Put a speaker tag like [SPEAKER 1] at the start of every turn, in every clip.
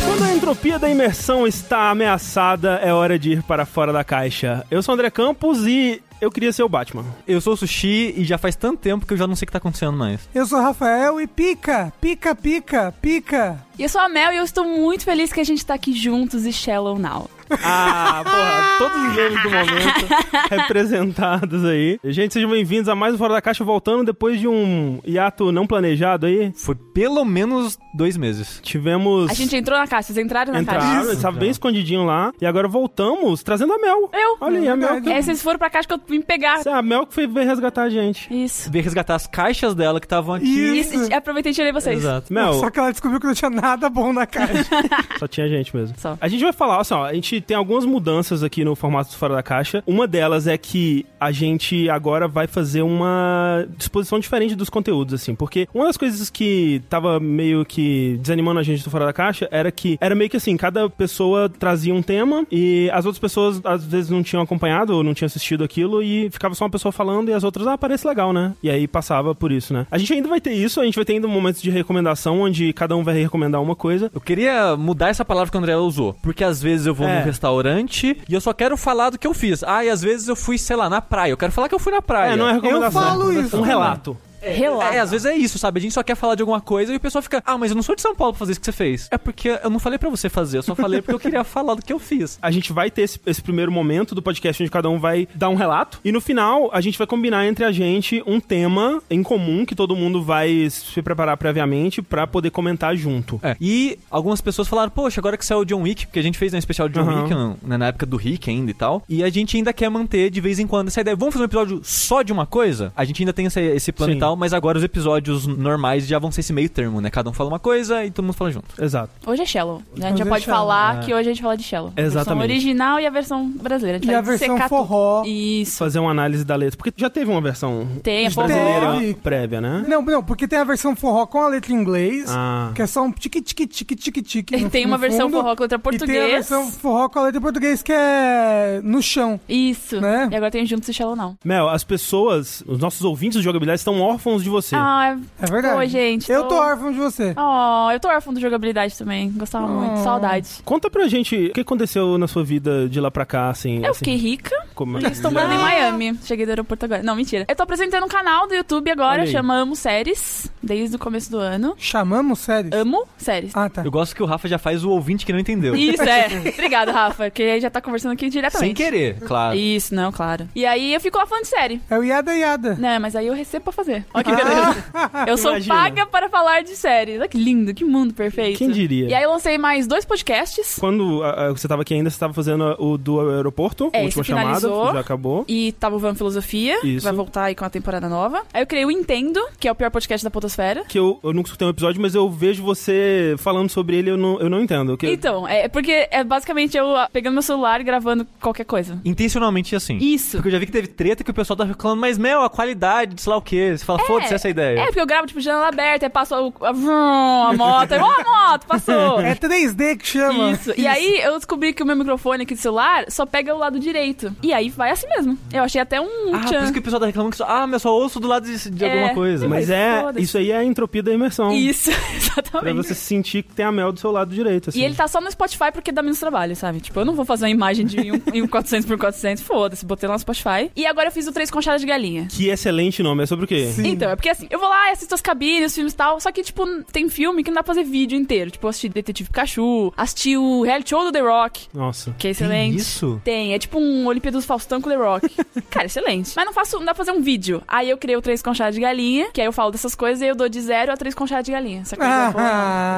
[SPEAKER 1] Quando a imersão está ameaçada, é hora de ir para fora da caixa. Eu sou o André Campos e eu queria ser o Batman.
[SPEAKER 2] Eu sou o Sushi e já faz tanto tempo que eu já não sei o que tá acontecendo mais.
[SPEAKER 3] Eu sou o Rafael e pica, pica, pica, pica.
[SPEAKER 4] E eu sou a Mel e eu estou muito feliz que a gente tá aqui juntos e Shallow Now.
[SPEAKER 1] Ah, porra, todos os nomes do momento representados aí. Gente, sejam bem-vindos a mais um Fora da Caixa, voltando depois de um hiato não planejado aí.
[SPEAKER 2] Foi pelo menos dois meses.
[SPEAKER 1] Tivemos...
[SPEAKER 4] A gente entrou na caixa, vocês entraram na
[SPEAKER 1] Entraram,
[SPEAKER 4] caixa.
[SPEAKER 1] ele tava bem escondidinho lá. E agora voltamos, trazendo a Mel.
[SPEAKER 4] Eu?
[SPEAKER 1] Olha aí, a
[SPEAKER 3] tá
[SPEAKER 1] Mel. que-
[SPEAKER 4] É, vocês foram pra caixa que eu vim pegar.
[SPEAKER 1] Essa é A Mel que foi veio resgatar a gente.
[SPEAKER 4] Isso.
[SPEAKER 2] Veio resgatar as caixas dela que estavam aqui.
[SPEAKER 4] E
[SPEAKER 3] Isso.
[SPEAKER 4] e aproveitei e tirei vocês.
[SPEAKER 2] Exato.
[SPEAKER 1] Mel,
[SPEAKER 3] Só que ela descobriu que não tinha nada bom na caixa.
[SPEAKER 1] Só tinha gente mesmo.
[SPEAKER 4] Só.
[SPEAKER 1] A gente vai falar, assim, ó, a gente tem algumas mudanças aqui no formato do Fora da Caixa. Uma delas é que a gente agora vai fazer uma disposição diferente dos conteúdos, assim, porque uma das coisas que tava meio que desanimando a gente do Fora da Caixa era que era meio que assim, cada pessoa trazia um tema e as outras pessoas às vezes não tinham acompanhado ou não tinham assistido aquilo e ficava só uma pessoa falando e as outras, ah, parece legal, né? E aí passava por isso, né? A gente ainda vai ter isso, a gente vai ter ainda momentos de recomendação onde cada um vai recomendar uma coisa.
[SPEAKER 2] Eu queria mudar essa palavra que o André usou. Porque às vezes eu vou
[SPEAKER 1] É.
[SPEAKER 2] num restaurante e eu só quero falar do que eu fiz. Ah, e às vezes eu fui, sei lá, na praia. Eu quero falar que eu fui na praia.
[SPEAKER 1] É, não é recomendação.
[SPEAKER 3] Eu falo
[SPEAKER 1] É
[SPEAKER 3] isso
[SPEAKER 1] Um
[SPEAKER 3] também.
[SPEAKER 1] relato.
[SPEAKER 4] Relaxa.
[SPEAKER 2] É, às vezes é isso, sabe? A gente só quer falar de alguma coisa e o pessoal fica, ah, mas eu não sou de São Paulo pra fazer isso que você fez. É porque eu não falei pra você fazer, eu só falei porque eu queria falar do que eu fiz.
[SPEAKER 1] A gente vai ter esse, esse primeiro momento do podcast onde cada um vai dar um relato. E no final, a gente vai combinar entre a gente um tema em comum que todo mundo vai se preparar previamente pra poder comentar junto.
[SPEAKER 2] É. E algumas pessoas falaram, poxa, agora que saiu o John Wick, porque a gente fez um especial de John
[SPEAKER 1] Aham.
[SPEAKER 2] Wick, não- né, na época do Rick ainda e tal, e a gente ainda quer manter de vez em quando essa ideia. Vamos fazer um episódio só de uma coisa? A gente ainda tem esse, esse plano
[SPEAKER 1] Sim.
[SPEAKER 2] e tal, mas agora os episódios normais já vão ser esse meio termo, né? Cada um fala uma coisa e todo mundo fala junto.
[SPEAKER 1] Exato.
[SPEAKER 4] Hoje é Shallow. A gente
[SPEAKER 3] Hoje
[SPEAKER 4] já
[SPEAKER 3] é
[SPEAKER 4] pode
[SPEAKER 3] Shallow,
[SPEAKER 4] falar
[SPEAKER 1] é.
[SPEAKER 4] que hoje a gente fala de Shallow. A versão
[SPEAKER 1] Exatamente.
[SPEAKER 4] original e a versão brasileira. gente
[SPEAKER 3] E
[SPEAKER 4] vai
[SPEAKER 3] a versão
[SPEAKER 4] dissecar tudo.
[SPEAKER 3] forró.
[SPEAKER 4] Isso.
[SPEAKER 1] Fazer uma análise da letra. Porque já teve uma versão
[SPEAKER 4] Tem, é
[SPEAKER 1] brasileira
[SPEAKER 4] forró.
[SPEAKER 3] Teve.
[SPEAKER 1] prévia, né?
[SPEAKER 3] Não, não, porque tem a versão forró com a letra em inglês,
[SPEAKER 1] Ah.
[SPEAKER 3] que é só um tique tique tique tique tique.
[SPEAKER 4] E
[SPEAKER 3] no-
[SPEAKER 4] tem
[SPEAKER 3] no
[SPEAKER 4] uma versão
[SPEAKER 3] fundo,
[SPEAKER 4] forró com
[SPEAKER 3] E tem
[SPEAKER 4] letra
[SPEAKER 3] a
[SPEAKER 4] português.
[SPEAKER 3] versão forró com a letra em português que é no chão.
[SPEAKER 4] Isso.
[SPEAKER 3] Né?
[SPEAKER 4] E agora tem juntos e Shallow Now.
[SPEAKER 1] Mel, as pessoas, os nossos ouvintes do jogabilidade estão órfãos de você.
[SPEAKER 4] Ah,
[SPEAKER 3] É verdade.
[SPEAKER 4] Pô, gente,
[SPEAKER 3] Eu
[SPEAKER 4] tô-
[SPEAKER 3] tô órfão de você.
[SPEAKER 4] Oh, eu tô órfão do jogabilidade também. Gostava
[SPEAKER 3] Ah.
[SPEAKER 4] muito. Saudade.
[SPEAKER 1] Conta pra gente o que aconteceu na sua vida de lá pra cá, assim.
[SPEAKER 4] Eu
[SPEAKER 1] assim,
[SPEAKER 4] fiquei rica
[SPEAKER 1] como-
[SPEAKER 4] e estou morando em Miami. Cheguei do aeroporto agora. Não, mentira. Eu tô apresentando um canal do YouTube
[SPEAKER 1] Olha
[SPEAKER 4] agora,
[SPEAKER 1] aí.
[SPEAKER 4] chama Amo Séries, desde o começo do ano.
[SPEAKER 3] Chamamos séries?
[SPEAKER 4] Amo Séries.
[SPEAKER 3] Ah, tá.
[SPEAKER 2] Eu gosto que o Rafa já faz o ouvinte que não entendeu.
[SPEAKER 4] Isso, é. Obrigado, Rafa, que aí já tá conversando aqui diretamente.
[SPEAKER 2] Sem querer, claro.
[SPEAKER 4] Isso, não, claro. E aí eu fico lá falando de série.
[SPEAKER 3] É o Yada Yada.
[SPEAKER 4] Não, mas aí eu recebo pra fazer.
[SPEAKER 1] Ah,
[SPEAKER 4] Olha que beleza. Eu sou
[SPEAKER 1] Imagina.
[SPEAKER 4] paga para falar de série. Olha que lindo, que mundo perfeito.
[SPEAKER 1] Quem diria?
[SPEAKER 4] E aí eu lancei mais dois podcasts.
[SPEAKER 1] Quando ah, ah, você tava aqui ainda, você tava fazendo ah, o do aeroporto,
[SPEAKER 4] É,
[SPEAKER 1] a última
[SPEAKER 4] esse
[SPEAKER 1] chamada,
[SPEAKER 4] finalizou.
[SPEAKER 1] já acabou.
[SPEAKER 4] E tava o Van Filosofia, que
[SPEAKER 1] Isso.
[SPEAKER 4] vai voltar aí com a temporada nova. Aí eu criei o Entendo, que é o pior podcast da Potosfera.
[SPEAKER 1] Que eu, eu nunca escutei um episódio, mas eu vejo você falando sobre ele, eu não, eu não entendo. Que,
[SPEAKER 4] Então, é porque é basicamente eu ah, pegando meu celular e gravando qualquer coisa.
[SPEAKER 2] Intencionalmente assim.
[SPEAKER 4] Isso.
[SPEAKER 2] Porque eu já vi que teve treta que o pessoal tá reclamando, mas, meu, a qualidade, sei lá o quê. Você fala, foda-se essa ideia.
[SPEAKER 4] É, porque eu gravo, tipo, janela aberta, aí passa o, a, vrum, a moto, aí, ó, a moto, passou.
[SPEAKER 3] É 3D que chama.
[SPEAKER 4] Isso. E aí eu descobri que o meu microfone aqui do celular só pega o lado direito. E aí vai assim mesmo. Eu achei até um
[SPEAKER 2] Ah, por
[SPEAKER 4] tchan.
[SPEAKER 2] isso que o pessoal tá reclamando que só. Ah, mas só ouço do lado de, de
[SPEAKER 4] É.
[SPEAKER 2] alguma coisa.
[SPEAKER 1] mas
[SPEAKER 4] mas
[SPEAKER 1] é,
[SPEAKER 4] foda-se.
[SPEAKER 1] isso aí é a entropia da imersão.
[SPEAKER 4] Isso,
[SPEAKER 1] Pra
[SPEAKER 4] exatamente.
[SPEAKER 1] você sentir que tem a mel do seu lado direito, assim.
[SPEAKER 4] E ele tá só no Spotify porque dá menos trabalho, sabe? Tipo, eu não vou fazer uma imagem de um, em um 400x400, foda-se, botei lá no Spotify. E agora eu fiz o Três Conchadas de Galinha.
[SPEAKER 1] Que excelente nome, é sobre o quê?
[SPEAKER 3] Sim.
[SPEAKER 4] Então, é porque assim, eu vou lá e assisto as cabines, os filmes e tal, só que, tipo, tem filme que não dá pra fazer vídeo inteiro. Tipo, eu assisti Detetive Pikachu, assisti o reality show do The Rock,
[SPEAKER 1] Nossa.
[SPEAKER 4] que
[SPEAKER 2] Tem
[SPEAKER 4] é excelente.
[SPEAKER 2] isso?
[SPEAKER 4] Tem, é tipo um Olimpíada dos Faustão com The Rock. Cara, excelente. Mas não faço, não dá pra fazer um vídeo. Aí eu criei o Três Conchadas de Galinha, que aí eu falo dessas coisas e eu dou de zero a Três Conchadas de Galinha. Essa coisa
[SPEAKER 3] Ah.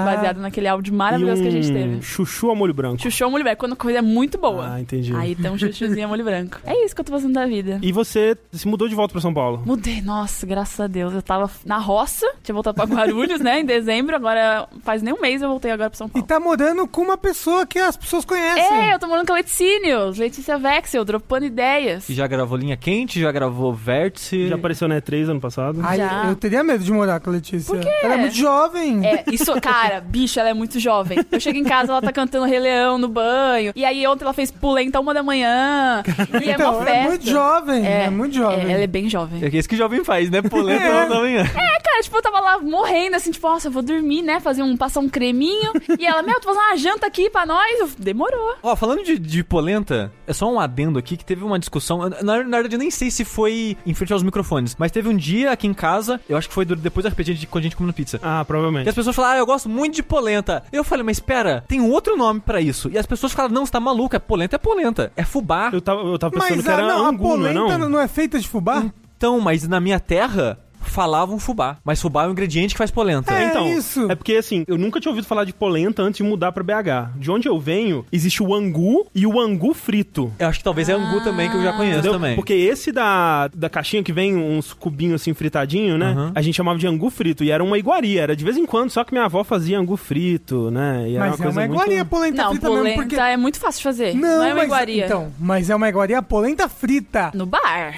[SPEAKER 4] boa, baseada naquele áudio
[SPEAKER 1] E
[SPEAKER 4] maravilhoso
[SPEAKER 1] um
[SPEAKER 4] que a gente teve.
[SPEAKER 1] chuchu a molho branco.
[SPEAKER 4] Chuchu é molho branco, quando a coisa é muito boa.
[SPEAKER 1] Ah, entendi.
[SPEAKER 4] Aí tem um chuchuzinho a molho branco. É isso que eu tô fazendo da vida.
[SPEAKER 1] E você se mudou de volta pra São Paulo.
[SPEAKER 4] Mudei, nossa, graças a Deus. Eu tava na roça, tinha voltado pra Guarulhos, né, em dezembro. Agora faz nem um mês eu voltei agora pra São
[SPEAKER 3] E
[SPEAKER 4] Paulo.
[SPEAKER 3] tá morando com uma pessoa que as pessoas conhecem.
[SPEAKER 4] É, eu tô morando com a Leticínio, Letícia Vexel, dropando ideias.
[SPEAKER 2] E já gravou linha quente, já gravou vértice.
[SPEAKER 1] Já apareceu na E3 ano passado.
[SPEAKER 3] Ai,
[SPEAKER 4] Já.
[SPEAKER 3] eu teria medo de morar com a Letícia.
[SPEAKER 4] Por quê?
[SPEAKER 3] Ela é muito jovem.
[SPEAKER 4] É, isso, cara, bicho, ela é muito jovem. Eu chego em casa, ela tá cantando Rei Leão no banho. E aí ontem ela fez pulenta uma da manhã. E é
[SPEAKER 3] então,
[SPEAKER 4] uma
[SPEAKER 3] ela é
[SPEAKER 4] festa.
[SPEAKER 3] muito jovem. É, muito jovem.
[SPEAKER 4] é, ela é bem jovem.
[SPEAKER 2] É que isso que jovem faz, né? Polenta
[SPEAKER 3] É.
[SPEAKER 2] da manhã.
[SPEAKER 4] É, cara, É, tipo, eu tava lá morrendo, assim, tipo, nossa, eu vou dormir, né? Fazer um, passar um creminho. e ela, meu, tu fazendo uma janta aqui pra nós. Eu, Demorou.
[SPEAKER 2] Ó, falando de, de polenta, é só um adendo aqui que teve uma discussão. eu- Na, na verdade, eu nem sei se foi em frente aos microfones, mas teve um dia aqui em casa, eu acho que foi do- depois da RPG de quando a gente comendo pizza.
[SPEAKER 1] Ah,
[SPEAKER 2] E
[SPEAKER 1] provavelmente.
[SPEAKER 2] as pessoas falaram, ah, eu gosto muito de polenta. Eu falei, mas espera, tem um outro nome pra isso. E as pessoas falaram, não, você tá maluca, polenta é polenta, é fubá.
[SPEAKER 1] Eu tava, eu tava pensando
[SPEAKER 3] Mas
[SPEAKER 1] que
[SPEAKER 3] a,
[SPEAKER 1] era
[SPEAKER 3] não, a
[SPEAKER 1] angu, não é
[SPEAKER 3] polenta
[SPEAKER 1] não?
[SPEAKER 3] não é feita de fubá?
[SPEAKER 4] Hum.
[SPEAKER 2] Então, mas na minha terra, falavam fubá. Mas fubá é um ingrediente que faz polenta.
[SPEAKER 3] É,
[SPEAKER 1] Então,
[SPEAKER 3] isso.
[SPEAKER 1] é porque assim, eu nunca tinha ouvido falar de polenta antes de mudar pra BH. De onde eu venho, existe o angu e o angu frito.
[SPEAKER 2] Eu acho que talvez é angu também, que eu já conheço
[SPEAKER 1] Entendeu?
[SPEAKER 3] É.
[SPEAKER 2] também.
[SPEAKER 1] Porque esse da, da caixinha que vem uns cubinhos assim fritadinho, né?
[SPEAKER 2] Aham.
[SPEAKER 1] A gente chamava de angu frito e era uma iguaria, era de vez em quando, só que minha avó fazia angu frito, né? E era
[SPEAKER 3] Mas é
[SPEAKER 1] coisa
[SPEAKER 3] uma
[SPEAKER 1] muito-
[SPEAKER 3] iguaria polenta
[SPEAKER 4] Não,
[SPEAKER 3] frita
[SPEAKER 4] polenta
[SPEAKER 3] mesmo, porque...
[SPEAKER 4] é muito fácil de fazer. Não,
[SPEAKER 3] Não,
[SPEAKER 4] é uma
[SPEAKER 3] mas,
[SPEAKER 4] iguaria.
[SPEAKER 3] Então, mas é uma iguaria polenta frita.
[SPEAKER 4] No bar.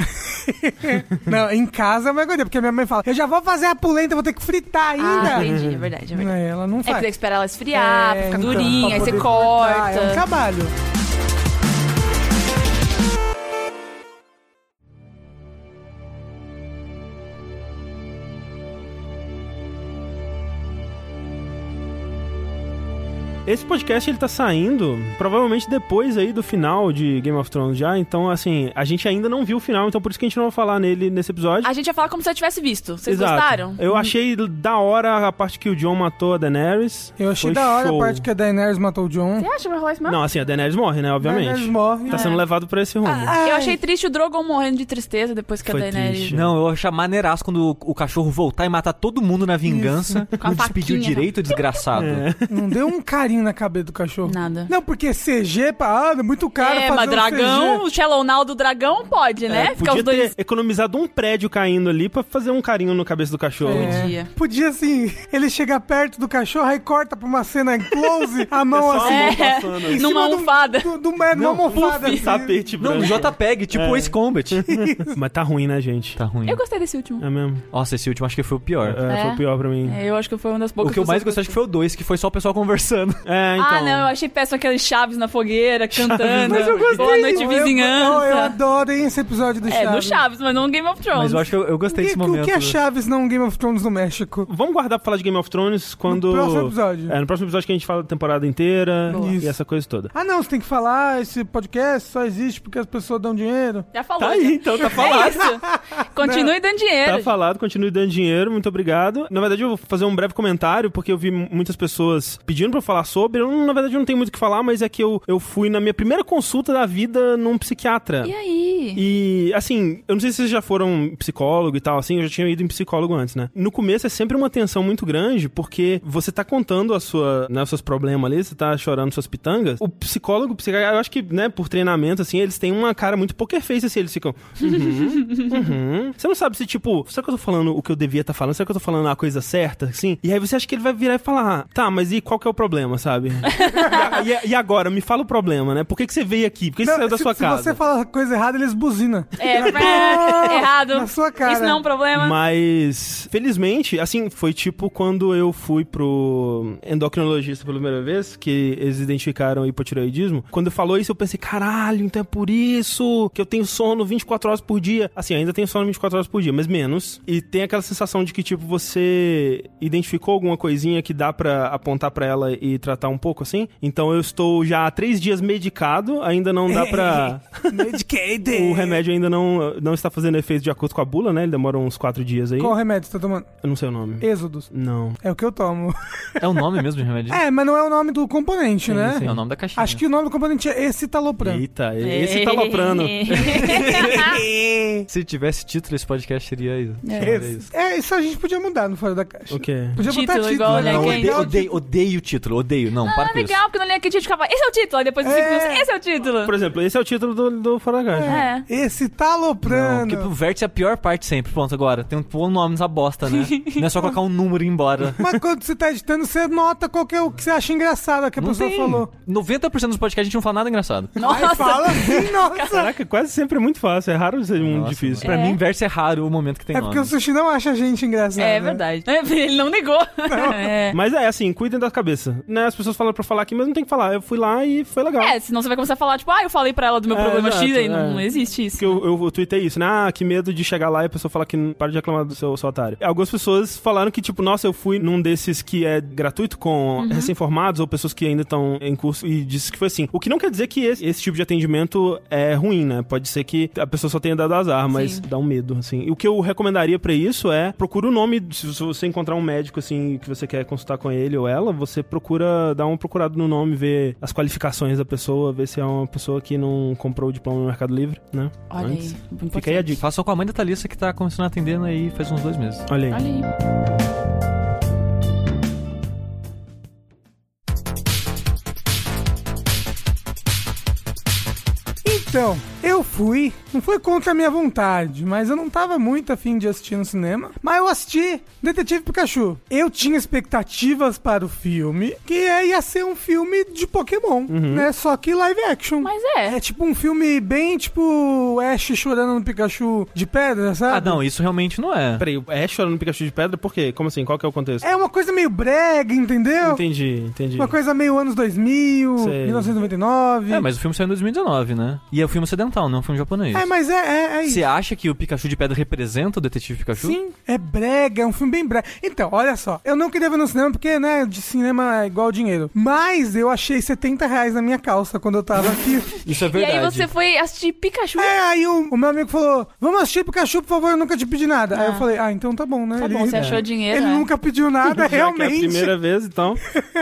[SPEAKER 3] Não, em casa é uma iguaria, porque minha mãe fala, eu já vou fazer a polenta, vou ter que fritar
[SPEAKER 4] Ah,
[SPEAKER 3] ainda.
[SPEAKER 4] entendi, é verdade, é verdade.
[SPEAKER 3] É, ela não
[SPEAKER 4] É que
[SPEAKER 3] faz.
[SPEAKER 4] tem que esperar ela esfriar, pra
[SPEAKER 3] É,
[SPEAKER 4] ficar
[SPEAKER 3] então,
[SPEAKER 4] durinha,
[SPEAKER 3] pra
[SPEAKER 4] aí você
[SPEAKER 3] poder cortar, É um
[SPEAKER 4] corta.
[SPEAKER 3] trabalho.
[SPEAKER 1] Esse podcast ele tá saindo provavelmente depois aí do final de Game of Thrones já, então assim, a gente ainda não viu o final, então por isso que a gente não vai falar nele nesse
[SPEAKER 3] um
[SPEAKER 1] episódio.
[SPEAKER 4] A gente ia falar como se eu tivesse visto. Vocês
[SPEAKER 1] Exato.
[SPEAKER 4] gostaram? Uhum.
[SPEAKER 1] Eu achei da hora a parte que o John matou a Daenerys.
[SPEAKER 3] Eu
[SPEAKER 1] Foi
[SPEAKER 3] achei da hora
[SPEAKER 1] show.
[SPEAKER 3] a parte que a Daenerys matou o John.
[SPEAKER 4] Você acha que vai rolar isso mesmo?
[SPEAKER 1] Não, assim, a Daenerys morre, né,
[SPEAKER 3] Daenerys
[SPEAKER 1] obviamente.
[SPEAKER 3] morre.
[SPEAKER 4] é.
[SPEAKER 1] Tá sendo levado pra esse rumo.
[SPEAKER 3] Ah,
[SPEAKER 4] Eu achei triste o Drogon morrendo de tristeza depois que
[SPEAKER 1] Foi
[SPEAKER 4] a Daenerys...
[SPEAKER 1] triste.
[SPEAKER 2] Não, eu vou achar maneiraço quando o o cachorro voltar e matar todo mundo na vingança.
[SPEAKER 4] Com a
[SPEAKER 2] Não despediu
[SPEAKER 3] né?
[SPEAKER 4] faquinha,
[SPEAKER 2] direito, desgraçado.
[SPEAKER 3] Não deu um carinho na cabeça do cachorro.
[SPEAKER 4] Nada.
[SPEAKER 3] Não, porque CG, pá, ah, é muito caro
[SPEAKER 4] é,
[SPEAKER 3] fazer
[SPEAKER 4] mas
[SPEAKER 3] um
[SPEAKER 4] dragão,
[SPEAKER 3] CG.
[SPEAKER 4] o Shalonal do dragão pode, né?
[SPEAKER 1] É,
[SPEAKER 4] Ficar
[SPEAKER 1] podia
[SPEAKER 4] os dois...
[SPEAKER 1] ter economizado um prédio caindo ali pra fazer um carinho no cabeça do cachorro.
[SPEAKER 3] É.
[SPEAKER 4] Podia.
[SPEAKER 3] Podia, assim, ele chegar perto do cachorro, aí corta pra uma cena em close, a mão
[SPEAKER 1] É só a
[SPEAKER 3] assim.
[SPEAKER 1] mão
[SPEAKER 4] É.
[SPEAKER 1] passando. assim.
[SPEAKER 3] em
[SPEAKER 4] Numa
[SPEAKER 3] cima do-
[SPEAKER 4] almofada.
[SPEAKER 3] Do, do, é, numa
[SPEAKER 2] Não,
[SPEAKER 3] almofada.
[SPEAKER 1] Um
[SPEAKER 3] assim.
[SPEAKER 1] tapete
[SPEAKER 2] Não,
[SPEAKER 1] branco.
[SPEAKER 2] Não, JPEG, tipo
[SPEAKER 3] É.
[SPEAKER 2] Ace Combat.
[SPEAKER 1] Mas tá ruim, né, gente?
[SPEAKER 2] tá ruim.
[SPEAKER 4] Eu gostei desse último.
[SPEAKER 1] É mesmo.
[SPEAKER 2] Nossa, esse último acho que foi o pior.
[SPEAKER 1] É, Foi o pior pra mim. É,
[SPEAKER 4] É, eu acho que foi uma das poucas
[SPEAKER 2] O que eu mais
[SPEAKER 4] pessoas
[SPEAKER 2] gostei acho que foi o 2, que foi só o pessoal conversando.
[SPEAKER 1] então.
[SPEAKER 4] Ah, não, eu achei péssimo aquele Chaves na fogueira, cantando.
[SPEAKER 1] Mas eu gostei.
[SPEAKER 4] Boa noite,
[SPEAKER 3] Eu-
[SPEAKER 4] vizinhança.
[SPEAKER 3] Eu, eu adoro hein, esse episódio do
[SPEAKER 4] É,
[SPEAKER 3] Chaves.
[SPEAKER 4] no Chaves, mas não no Game of Thrones.
[SPEAKER 2] Mas eu acho que eu, eu gostei
[SPEAKER 3] E
[SPEAKER 2] desse
[SPEAKER 3] que- O
[SPEAKER 2] momento.
[SPEAKER 3] que é Chaves não Game of Thrones no México?
[SPEAKER 1] Vamos guardar pra falar de Game of Thrones quando.
[SPEAKER 3] No próximo episódio.
[SPEAKER 1] É, no próximo episódio que a gente fala da temporada inteira
[SPEAKER 4] Boa.
[SPEAKER 1] e
[SPEAKER 3] Isso.
[SPEAKER 1] essa coisa toda.
[SPEAKER 3] Ah, não, você tem que falar, esse podcast só existe porque as pessoas dão dinheiro.
[SPEAKER 4] Já falou.
[SPEAKER 1] Tá
[SPEAKER 4] já.
[SPEAKER 1] aí, então, tá falado.
[SPEAKER 4] É isso. Continue dando dinheiro.
[SPEAKER 1] Tá falado, continue dando dinheiro, muito obrigado. Na verdade, eu vou fazer um breve comentário, porque eu vi m- muitas pessoas pedindo pra eu falar sobre. Eu, não- na verdade, eu não tenho muito o que falar, mas é que eu, eu fui na minha primeira consulta da vida num psiquiatra.
[SPEAKER 4] E aí?
[SPEAKER 1] E, assim, eu não sei se vocês já foram psicólogo e tal, assim, eu já tinha ido em psicólogo antes, né? No começo é sempre uma tensão muito grande, porque você tá contando a sua, né, os seus problemas ali, você tá chorando suas pitangas. O psicólogo, o psiquiatra, eu acho que, né, por treinamento, assim, eles têm uma cara muito poker face, assim, eles ficam... "Uhum, uhum." Você não sabe se, tipo, será que eu tô falando o que eu devia estar falando? Será que eu tô falando a coisa certa, assim? E aí você acha que ele vai virar e falar, "Ah, tá, mas e qual que é o problema, sabe? e, a- e agora, me fala o problema, né? Por que que você veio aqui? Por que, que você
[SPEAKER 3] Não,
[SPEAKER 1] saiu é da
[SPEAKER 3] se,
[SPEAKER 1] sua
[SPEAKER 3] se
[SPEAKER 1] casa?
[SPEAKER 3] você fala coisa errada, eles buzinam.
[SPEAKER 4] É, é, errado.
[SPEAKER 3] Na sua cara.
[SPEAKER 4] Isso não é um problema.
[SPEAKER 1] Mas, felizmente, assim, foi tipo quando eu fui pro endocrinologista pela primeira vez, que eles identificaram hipotireoidismo. Quando falou isso, eu pensei, caralho, então é por isso que eu tenho sono 24 horas por dia. Assim, ainda tenho sono 24 horas por dia, mas menos. E tem aquela sensação de que, tipo, você identificou alguma coisinha que dá pra apontar pra ela e tratar um pouco, assim. Então eu estou já há três dias medicado, ainda não dá pra...
[SPEAKER 3] Medicated.
[SPEAKER 1] O remédio ainda não, não está fazendo efeito de acordo com a bula, né? Ele demora uns quatro dias aí.
[SPEAKER 3] Qual remédio você tá tomando?
[SPEAKER 1] Eu não sei o nome.
[SPEAKER 3] Êxodos.
[SPEAKER 1] Não.
[SPEAKER 3] É o que eu tomo.
[SPEAKER 2] É o nome mesmo de remédio?
[SPEAKER 3] É, mas não é o nome do componente, né?
[SPEAKER 2] É o nome da caixinha.
[SPEAKER 3] Acho que o nome do componente é Escitalopram.
[SPEAKER 1] Eita, esse tá loprando.
[SPEAKER 4] é
[SPEAKER 2] Se tivesse título, esse podcast seria isso.
[SPEAKER 4] É.
[SPEAKER 2] Seria isso.
[SPEAKER 3] É, isso a gente podia mudar no Fora da Caixa.
[SPEAKER 1] O quê?
[SPEAKER 3] Podia botar
[SPEAKER 4] Título
[SPEAKER 3] título.
[SPEAKER 4] igual,
[SPEAKER 3] né?
[SPEAKER 4] né,
[SPEAKER 2] Não,
[SPEAKER 3] Não,
[SPEAKER 4] quem?
[SPEAKER 2] odeio,
[SPEAKER 3] legal,
[SPEAKER 2] odeio, odeio o É título, odeio. Não, é para
[SPEAKER 4] Ah,
[SPEAKER 2] com isso.
[SPEAKER 4] legal, porque eu não li aqui, a gente ficava, esse é o título. Aí depois de cinco
[SPEAKER 3] É.
[SPEAKER 4] minutos, esse é o título.
[SPEAKER 1] Por exemplo, esse é o título do, do Fora da Caixa.
[SPEAKER 4] É.
[SPEAKER 2] Não,
[SPEAKER 3] Escitalopram.
[SPEAKER 2] porque o vértice é a pior parte sempre. Pronto, agora. Tem um pôr nome nessa bosta, né? Não é só colocar um número e ir embora.
[SPEAKER 3] Mas quando você tá editando, você nota qual que é o que você acha engraçado que a
[SPEAKER 2] Não
[SPEAKER 3] pessoa
[SPEAKER 2] tem.
[SPEAKER 3] falou.
[SPEAKER 2] 90% dos podcasts a gente não fala nada engraçado.
[SPEAKER 4] Nossa.
[SPEAKER 3] Aí fala assim, nossa.
[SPEAKER 1] Caraca, quase sempre é muito fácil. É raro ser muito
[SPEAKER 2] Nossa,
[SPEAKER 1] difícil.
[SPEAKER 2] Pra
[SPEAKER 4] É.
[SPEAKER 2] mim, vértice é raro o momento que tem
[SPEAKER 3] É
[SPEAKER 2] nome.
[SPEAKER 3] porque o sushi não acha a gente engraçado. né?
[SPEAKER 4] É verdade. Ele não negou. É.
[SPEAKER 1] Mas é assim, cuidem da cabeça. Né, as pessoas falam pra falar aqui, mas não tem que falar. Eu fui lá e foi legal.
[SPEAKER 4] É, senão você vai começar a falar, tipo, ah, eu falei pra ela do meu
[SPEAKER 1] É,
[SPEAKER 4] problema
[SPEAKER 1] exato,
[SPEAKER 4] X, aí
[SPEAKER 1] é.
[SPEAKER 4] não existe isso.
[SPEAKER 1] que eu, eu, eu tuitei isso, né? Ah, que medo de chegar lá e a pessoa falar que não para de reclamar do seu, seu otário. Algumas pessoas falaram que, tipo, nossa, eu fui num desses que é gratuito com recém-formados ou pessoas que ainda estão em curso e disse que foi assim. O que não quer dizer que esse, esse tipo de atendimento é ruim, né? Pode ser que a pessoa só tenha dado azar, mas
[SPEAKER 4] Sim.
[SPEAKER 1] dá um medo, assim. E o que eu recomendaria pra isso é procura o nome, se se você encontrar um médico, assim, que você quer consultar com ele ou ela, você procura dar uma procurada no nome, ver as qualificações da pessoa, ver se é uma pessoa que não comprou o diploma no Mercado Livre, né?
[SPEAKER 4] Olha
[SPEAKER 1] Antes.
[SPEAKER 4] aí. importante.
[SPEAKER 1] Fica aí a dica.
[SPEAKER 2] Faço só com a mãe da Thalissa que tá começando atendendo aí faz uns dois meses.
[SPEAKER 1] Olha aí.
[SPEAKER 4] Olha aí.
[SPEAKER 3] Então, eu fui, não foi contra a minha vontade, mas eu não tava muito afim de assistir no cinema. Mas eu assisti Detetive Pikachu. Eu tinha expectativas para o filme, que é- ia ser um filme de Pokémon,
[SPEAKER 2] Uhum.
[SPEAKER 3] né? Só que live action.
[SPEAKER 4] Mas
[SPEAKER 3] É
[SPEAKER 4] é.
[SPEAKER 3] tipo um filme bem tipo Ash chorando no Pikachu de pedra, sabe?
[SPEAKER 2] Ah, não, isso realmente não é.
[SPEAKER 1] Peraí, é chorando Pikachu de pedra? Por quê? Como assim? Qual que é o contexto?
[SPEAKER 3] É uma coisa meio brega, entendeu?
[SPEAKER 1] Entendi, entendi.
[SPEAKER 3] Uma coisa meio anos 2000,
[SPEAKER 1] Sei.
[SPEAKER 3] 1999.
[SPEAKER 2] É, mas o filme saiu em 2019, né? E é um filme ocidental, não é um filme japonês.
[SPEAKER 3] É, mas é, é, é isso.
[SPEAKER 2] Você acha que o Pikachu de pedra representa o detetive Pikachu?
[SPEAKER 3] Sim, é brega, é um filme bem brega. Então, olha só, eu não queria ver no cinema porque, né, de cinema é igual dinheiro. Mas eu achei 70 reais na minha calça quando eu tava aqui.
[SPEAKER 2] Isso é
[SPEAKER 4] E
[SPEAKER 2] verdade.
[SPEAKER 4] aí você foi assistir Pikachu?
[SPEAKER 3] é, aí o, o meu amigo falou, vamos assistir Pikachu, por favor, eu nunca te pedi nada. Aí eu
[SPEAKER 4] Ah.
[SPEAKER 3] falei, ah, então tá bom, né?
[SPEAKER 4] Tá bom, você achou dinheiro.
[SPEAKER 3] ele
[SPEAKER 4] né?
[SPEAKER 3] nunca pediu nada,
[SPEAKER 1] Já que é a
[SPEAKER 3] realmente.
[SPEAKER 1] primeira vez, então.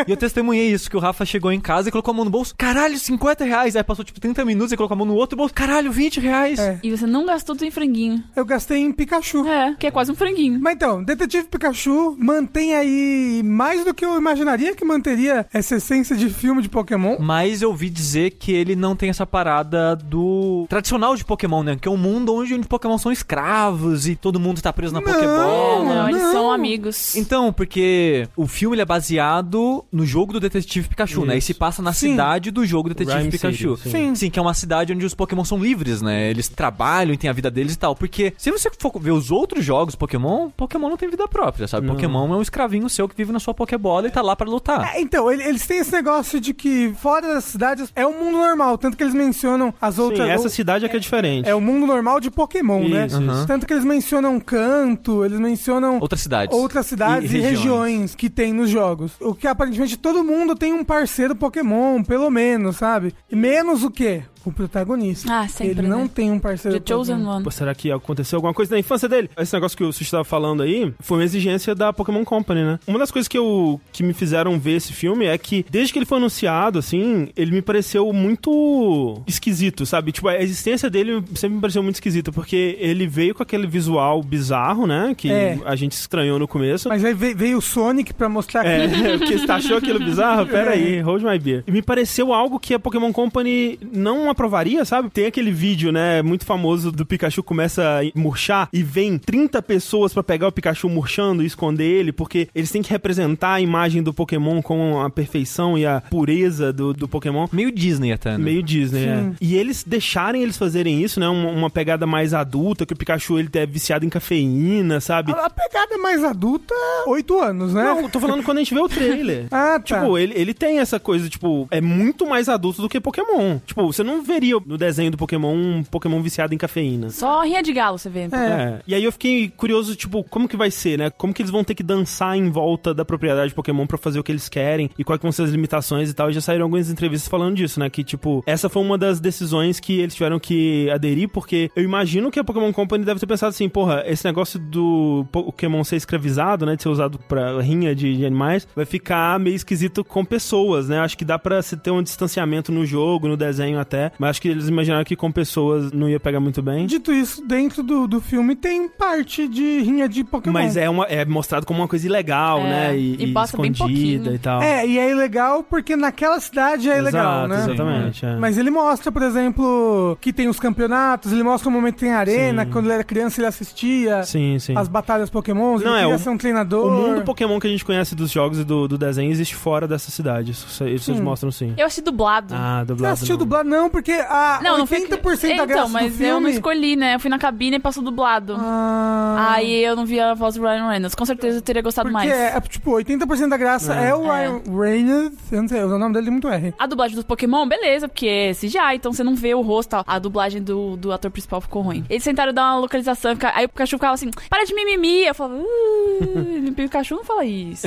[SPEAKER 2] E eu testemunhei isso, que o Rafa chegou em casa e colocou a mão no bolso. Caralho, 50 reais. Aí passou tipo 30 minutos e colocou a mão no outro bolso. Caralho, 20 reais.
[SPEAKER 3] É.
[SPEAKER 4] E você não gastou tudo em franguinho.
[SPEAKER 3] Eu gastei em Pikachu.
[SPEAKER 4] É, que é quase um franguinho.
[SPEAKER 3] Mas então, Detetive Pikachu mantém aí mais do que eu imaginaria que manteria essa essência de filme de Pokémon.
[SPEAKER 2] Mas eu ouvi dizer que ele não tem essa parada do tradicional de Pokémon, né? Que é um mundo onde, onde Pokémon são escravos e todo mundo tá preso na
[SPEAKER 3] Não.
[SPEAKER 4] É,
[SPEAKER 2] Pokébola.
[SPEAKER 4] não, eles
[SPEAKER 3] não.
[SPEAKER 4] são amigos.
[SPEAKER 2] Então, porque o filme ele é baseado no jogo do Detetive Pikachu, né? E
[SPEAKER 1] Isso.
[SPEAKER 2] se passa na
[SPEAKER 3] Sim.
[SPEAKER 2] cidade do jogo Detetive
[SPEAKER 1] Rhyme
[SPEAKER 2] Pikachu.
[SPEAKER 1] City,
[SPEAKER 3] sim.
[SPEAKER 2] sim. que é uma cidade onde os Pokémon são livres, né? Eles trabalham e têm a vida deles e tal. Porque se você for ver os outros jogos Pokémon, Pokémon não tem vida própria, sabe?
[SPEAKER 1] Não.
[SPEAKER 2] Pokémon é um escravinho seu que vive na sua Pokébola e tá lá pra lutar.
[SPEAKER 3] É, então, ele- eles têm esse negócio de que fora das cidades é o mundo normal, tanto que eles mencionam as
[SPEAKER 1] Sim,
[SPEAKER 3] outras.
[SPEAKER 1] essa cidade é que é diferente.
[SPEAKER 3] É o mundo normal de Pokémon, né?
[SPEAKER 1] Isso,
[SPEAKER 2] Aham.
[SPEAKER 1] isso.
[SPEAKER 3] Tanto que eles mencionam canto, eles mencionam
[SPEAKER 2] Outras cidades.
[SPEAKER 3] outras cidades e,
[SPEAKER 2] E
[SPEAKER 3] regiões.
[SPEAKER 2] regiões.
[SPEAKER 3] que tem nos jogos. O que aparentemente todo mundo tem um parceiro Pokémon, pelo menos, sabe? E Menos o quê? O protagonista.
[SPEAKER 4] Ah, sempre,
[SPEAKER 3] Ele não
[SPEAKER 4] né?
[SPEAKER 3] tem um parceiro
[SPEAKER 4] The Chosen
[SPEAKER 3] Pokémon.
[SPEAKER 4] One.
[SPEAKER 1] Pô, será que aconteceu alguma coisa na infância dele? Esse negócio que o Sushi tava falando aí foi uma exigência da Pokémon Company, né? Uma das coisas que, eu, que me fizeram ver esse filme é que, desde que ele foi anunciado, assim, ele me pareceu muito esquisito, sabe? Tipo, a existência dele sempre me pareceu muito esquisita, porque ele veio com aquele visual bizarro, né? Que
[SPEAKER 3] É.
[SPEAKER 1] a gente estranhou no começo.
[SPEAKER 3] Mas aí ve- veio o Sonic pra mostrar que
[SPEAKER 1] É, porque você achou aquilo bizarro? Pera aí, hold my beer. É. E me pareceu algo que a Pokémon Company não aprovaria, sabe? Tem aquele vídeo, né, muito famoso do Pikachu começa a murchar e vem 30 pessoas pra pegar o Pikachu murchando e esconder ele, porque eles têm que representar a imagem do Pokémon com a perfeição e a pureza do, do Pokémon.
[SPEAKER 2] Meio Disney até, né?
[SPEAKER 1] Meio Disney, é.
[SPEAKER 3] Sim.
[SPEAKER 1] E eles deixarem eles fazerem isso, né? Uma, uma pegada mais adulta, que o Pikachu ele é viciado em cafeína, sabe?
[SPEAKER 3] a a pegada mais adulta, 8 anos, né?
[SPEAKER 1] Não, eu tô falando quando a gente vê o trailer.
[SPEAKER 3] Ah, tá.
[SPEAKER 1] Tipo, ele, ele tem essa coisa, tipo, é muito mais adulto do que Pokémon. Tipo, você não veria no desenho do Pokémon um Pokémon viciado em cafeína.
[SPEAKER 4] Só rinha de galo você vê.
[SPEAKER 3] É.
[SPEAKER 1] É. E aí eu fiquei curioso, tipo, como que vai ser, né? Como que eles vão ter que dançar em volta da propriedade de Pokémon pra fazer o que eles querem e quais que vão ser as limitações e tal. E já saíram algumas entrevistas falando disso, né? Que, tipo, essa foi uma das decisões que eles tiveram que aderir, porque eu imagino que a Pokémon Company deve ter pensado assim, porra, esse negócio do Pokémon ser escravizado, né? De ser usado pra rinha de, de animais, vai ficar meio esquisito com pessoas, né? Acho que dá pra se ter um distanciamento no jogo, no desenho até, mas acho que eles imaginaram que com pessoas não ia pegar muito bem.
[SPEAKER 3] Dito isso, dentro do, do filme tem parte de rinha de Pokémon.
[SPEAKER 1] Mas é, uma, é mostrado como uma coisa ilegal,
[SPEAKER 4] Tá É,
[SPEAKER 1] né? E,
[SPEAKER 4] e
[SPEAKER 1] e
[SPEAKER 4] passa bem
[SPEAKER 1] escondida
[SPEAKER 4] pouquinho.
[SPEAKER 1] e tal.
[SPEAKER 3] É, e é ilegal porque naquela cidade é ilegal,
[SPEAKER 1] Exato,
[SPEAKER 3] né?
[SPEAKER 1] Exatamente. é.
[SPEAKER 3] Mas ele mostra, por exemplo, que tem os campeonatos, ele mostra o momento que tem arena,
[SPEAKER 1] Sim.
[SPEAKER 3] quando ele era criança ele assistia
[SPEAKER 1] Sim, sim.
[SPEAKER 3] é, as batalhas Pokémon, ele
[SPEAKER 1] Não, é,
[SPEAKER 3] queria
[SPEAKER 1] o-
[SPEAKER 3] ser um treinador.
[SPEAKER 1] O mundo Pokémon que a gente conhece dos jogos e do, do desenho existe fora dessa cidade. Isso, isso eles
[SPEAKER 3] Hum.
[SPEAKER 1] mostram sim.
[SPEAKER 4] Eu achei dublado.
[SPEAKER 1] Ah,
[SPEAKER 3] Você
[SPEAKER 1] dublado.
[SPEAKER 3] assistiu
[SPEAKER 1] não.
[SPEAKER 3] dublado? Não, porque Porque a
[SPEAKER 4] Não, não foi.
[SPEAKER 3] 80% da
[SPEAKER 4] então,
[SPEAKER 3] graça
[SPEAKER 4] mas
[SPEAKER 3] do
[SPEAKER 4] eu não
[SPEAKER 3] filme...
[SPEAKER 4] escolhi, né? Eu fui na cabine e passou dublado.
[SPEAKER 3] Ah,
[SPEAKER 4] Aí eu não vi a voz do Ryan Reynolds. Com certeza eu teria gostado
[SPEAKER 3] porque
[SPEAKER 4] mais.
[SPEAKER 3] é, é, tipo, 80% da graça é, o
[SPEAKER 4] É.
[SPEAKER 3] Ryan Reynolds. Eu não sei, o nome dele é muito R.
[SPEAKER 4] A dublagem dos Pokémon, beleza, porque é CGI, então você não vê o rosto. tal. A dublagem do, do ator principal ficou ruim. Eles tentaram dar uma localização, fica- aí o Pikachu ficava assim, para de mimimi. Eu falava, "Uh, Pikachu não fala isso.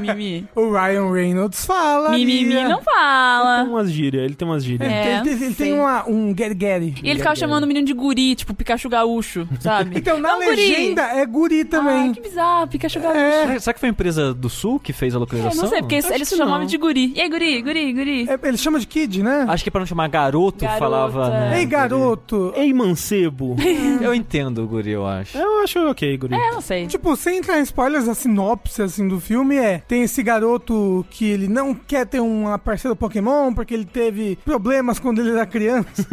[SPEAKER 4] mimimi.
[SPEAKER 3] O Ryan Reynolds fala.
[SPEAKER 4] Mimimi
[SPEAKER 3] e-
[SPEAKER 4] não fala.
[SPEAKER 1] Tem
[SPEAKER 3] Então,
[SPEAKER 1] umas gírias, ele tem umas gírias.
[SPEAKER 4] Ah. É,
[SPEAKER 3] ele, tem- ele
[SPEAKER 4] sei.
[SPEAKER 3] tem uma, um get
[SPEAKER 4] E ele ficava
[SPEAKER 1] Gary.
[SPEAKER 4] chamando o menino de guri, tipo Pikachu gaúcho, sabe?
[SPEAKER 3] Então, na
[SPEAKER 4] É um guri.
[SPEAKER 3] legenda é guri
[SPEAKER 4] Ai,
[SPEAKER 3] também.
[SPEAKER 4] que bizarro, Pikachu gaúcho.
[SPEAKER 3] É,
[SPEAKER 2] Será, será que foi a empresa do Sul que fez a
[SPEAKER 4] Eu
[SPEAKER 2] localização?
[SPEAKER 4] É, não sei, porque
[SPEAKER 3] Acho
[SPEAKER 4] eles
[SPEAKER 3] que
[SPEAKER 4] chamavam
[SPEAKER 3] não.
[SPEAKER 4] de guri. E aí, guri, guri, guri.
[SPEAKER 3] é, ele chama de kid, né?
[SPEAKER 2] Acho que pra não chamar garoto,
[SPEAKER 4] Garota.
[SPEAKER 2] falava. Né,
[SPEAKER 3] Ei, garoto.
[SPEAKER 1] Ei, mancebo.
[SPEAKER 2] Eu entendo, Guri, eu acho.
[SPEAKER 1] Eu acho ok, guri.
[SPEAKER 4] É, não sei.
[SPEAKER 3] Tipo, sem entrar em spoilers, a sinopse assim do filme é: tem esse garoto que ele não quer ter uma parceira Pokémon porque ele teve problemas quando ele era criança.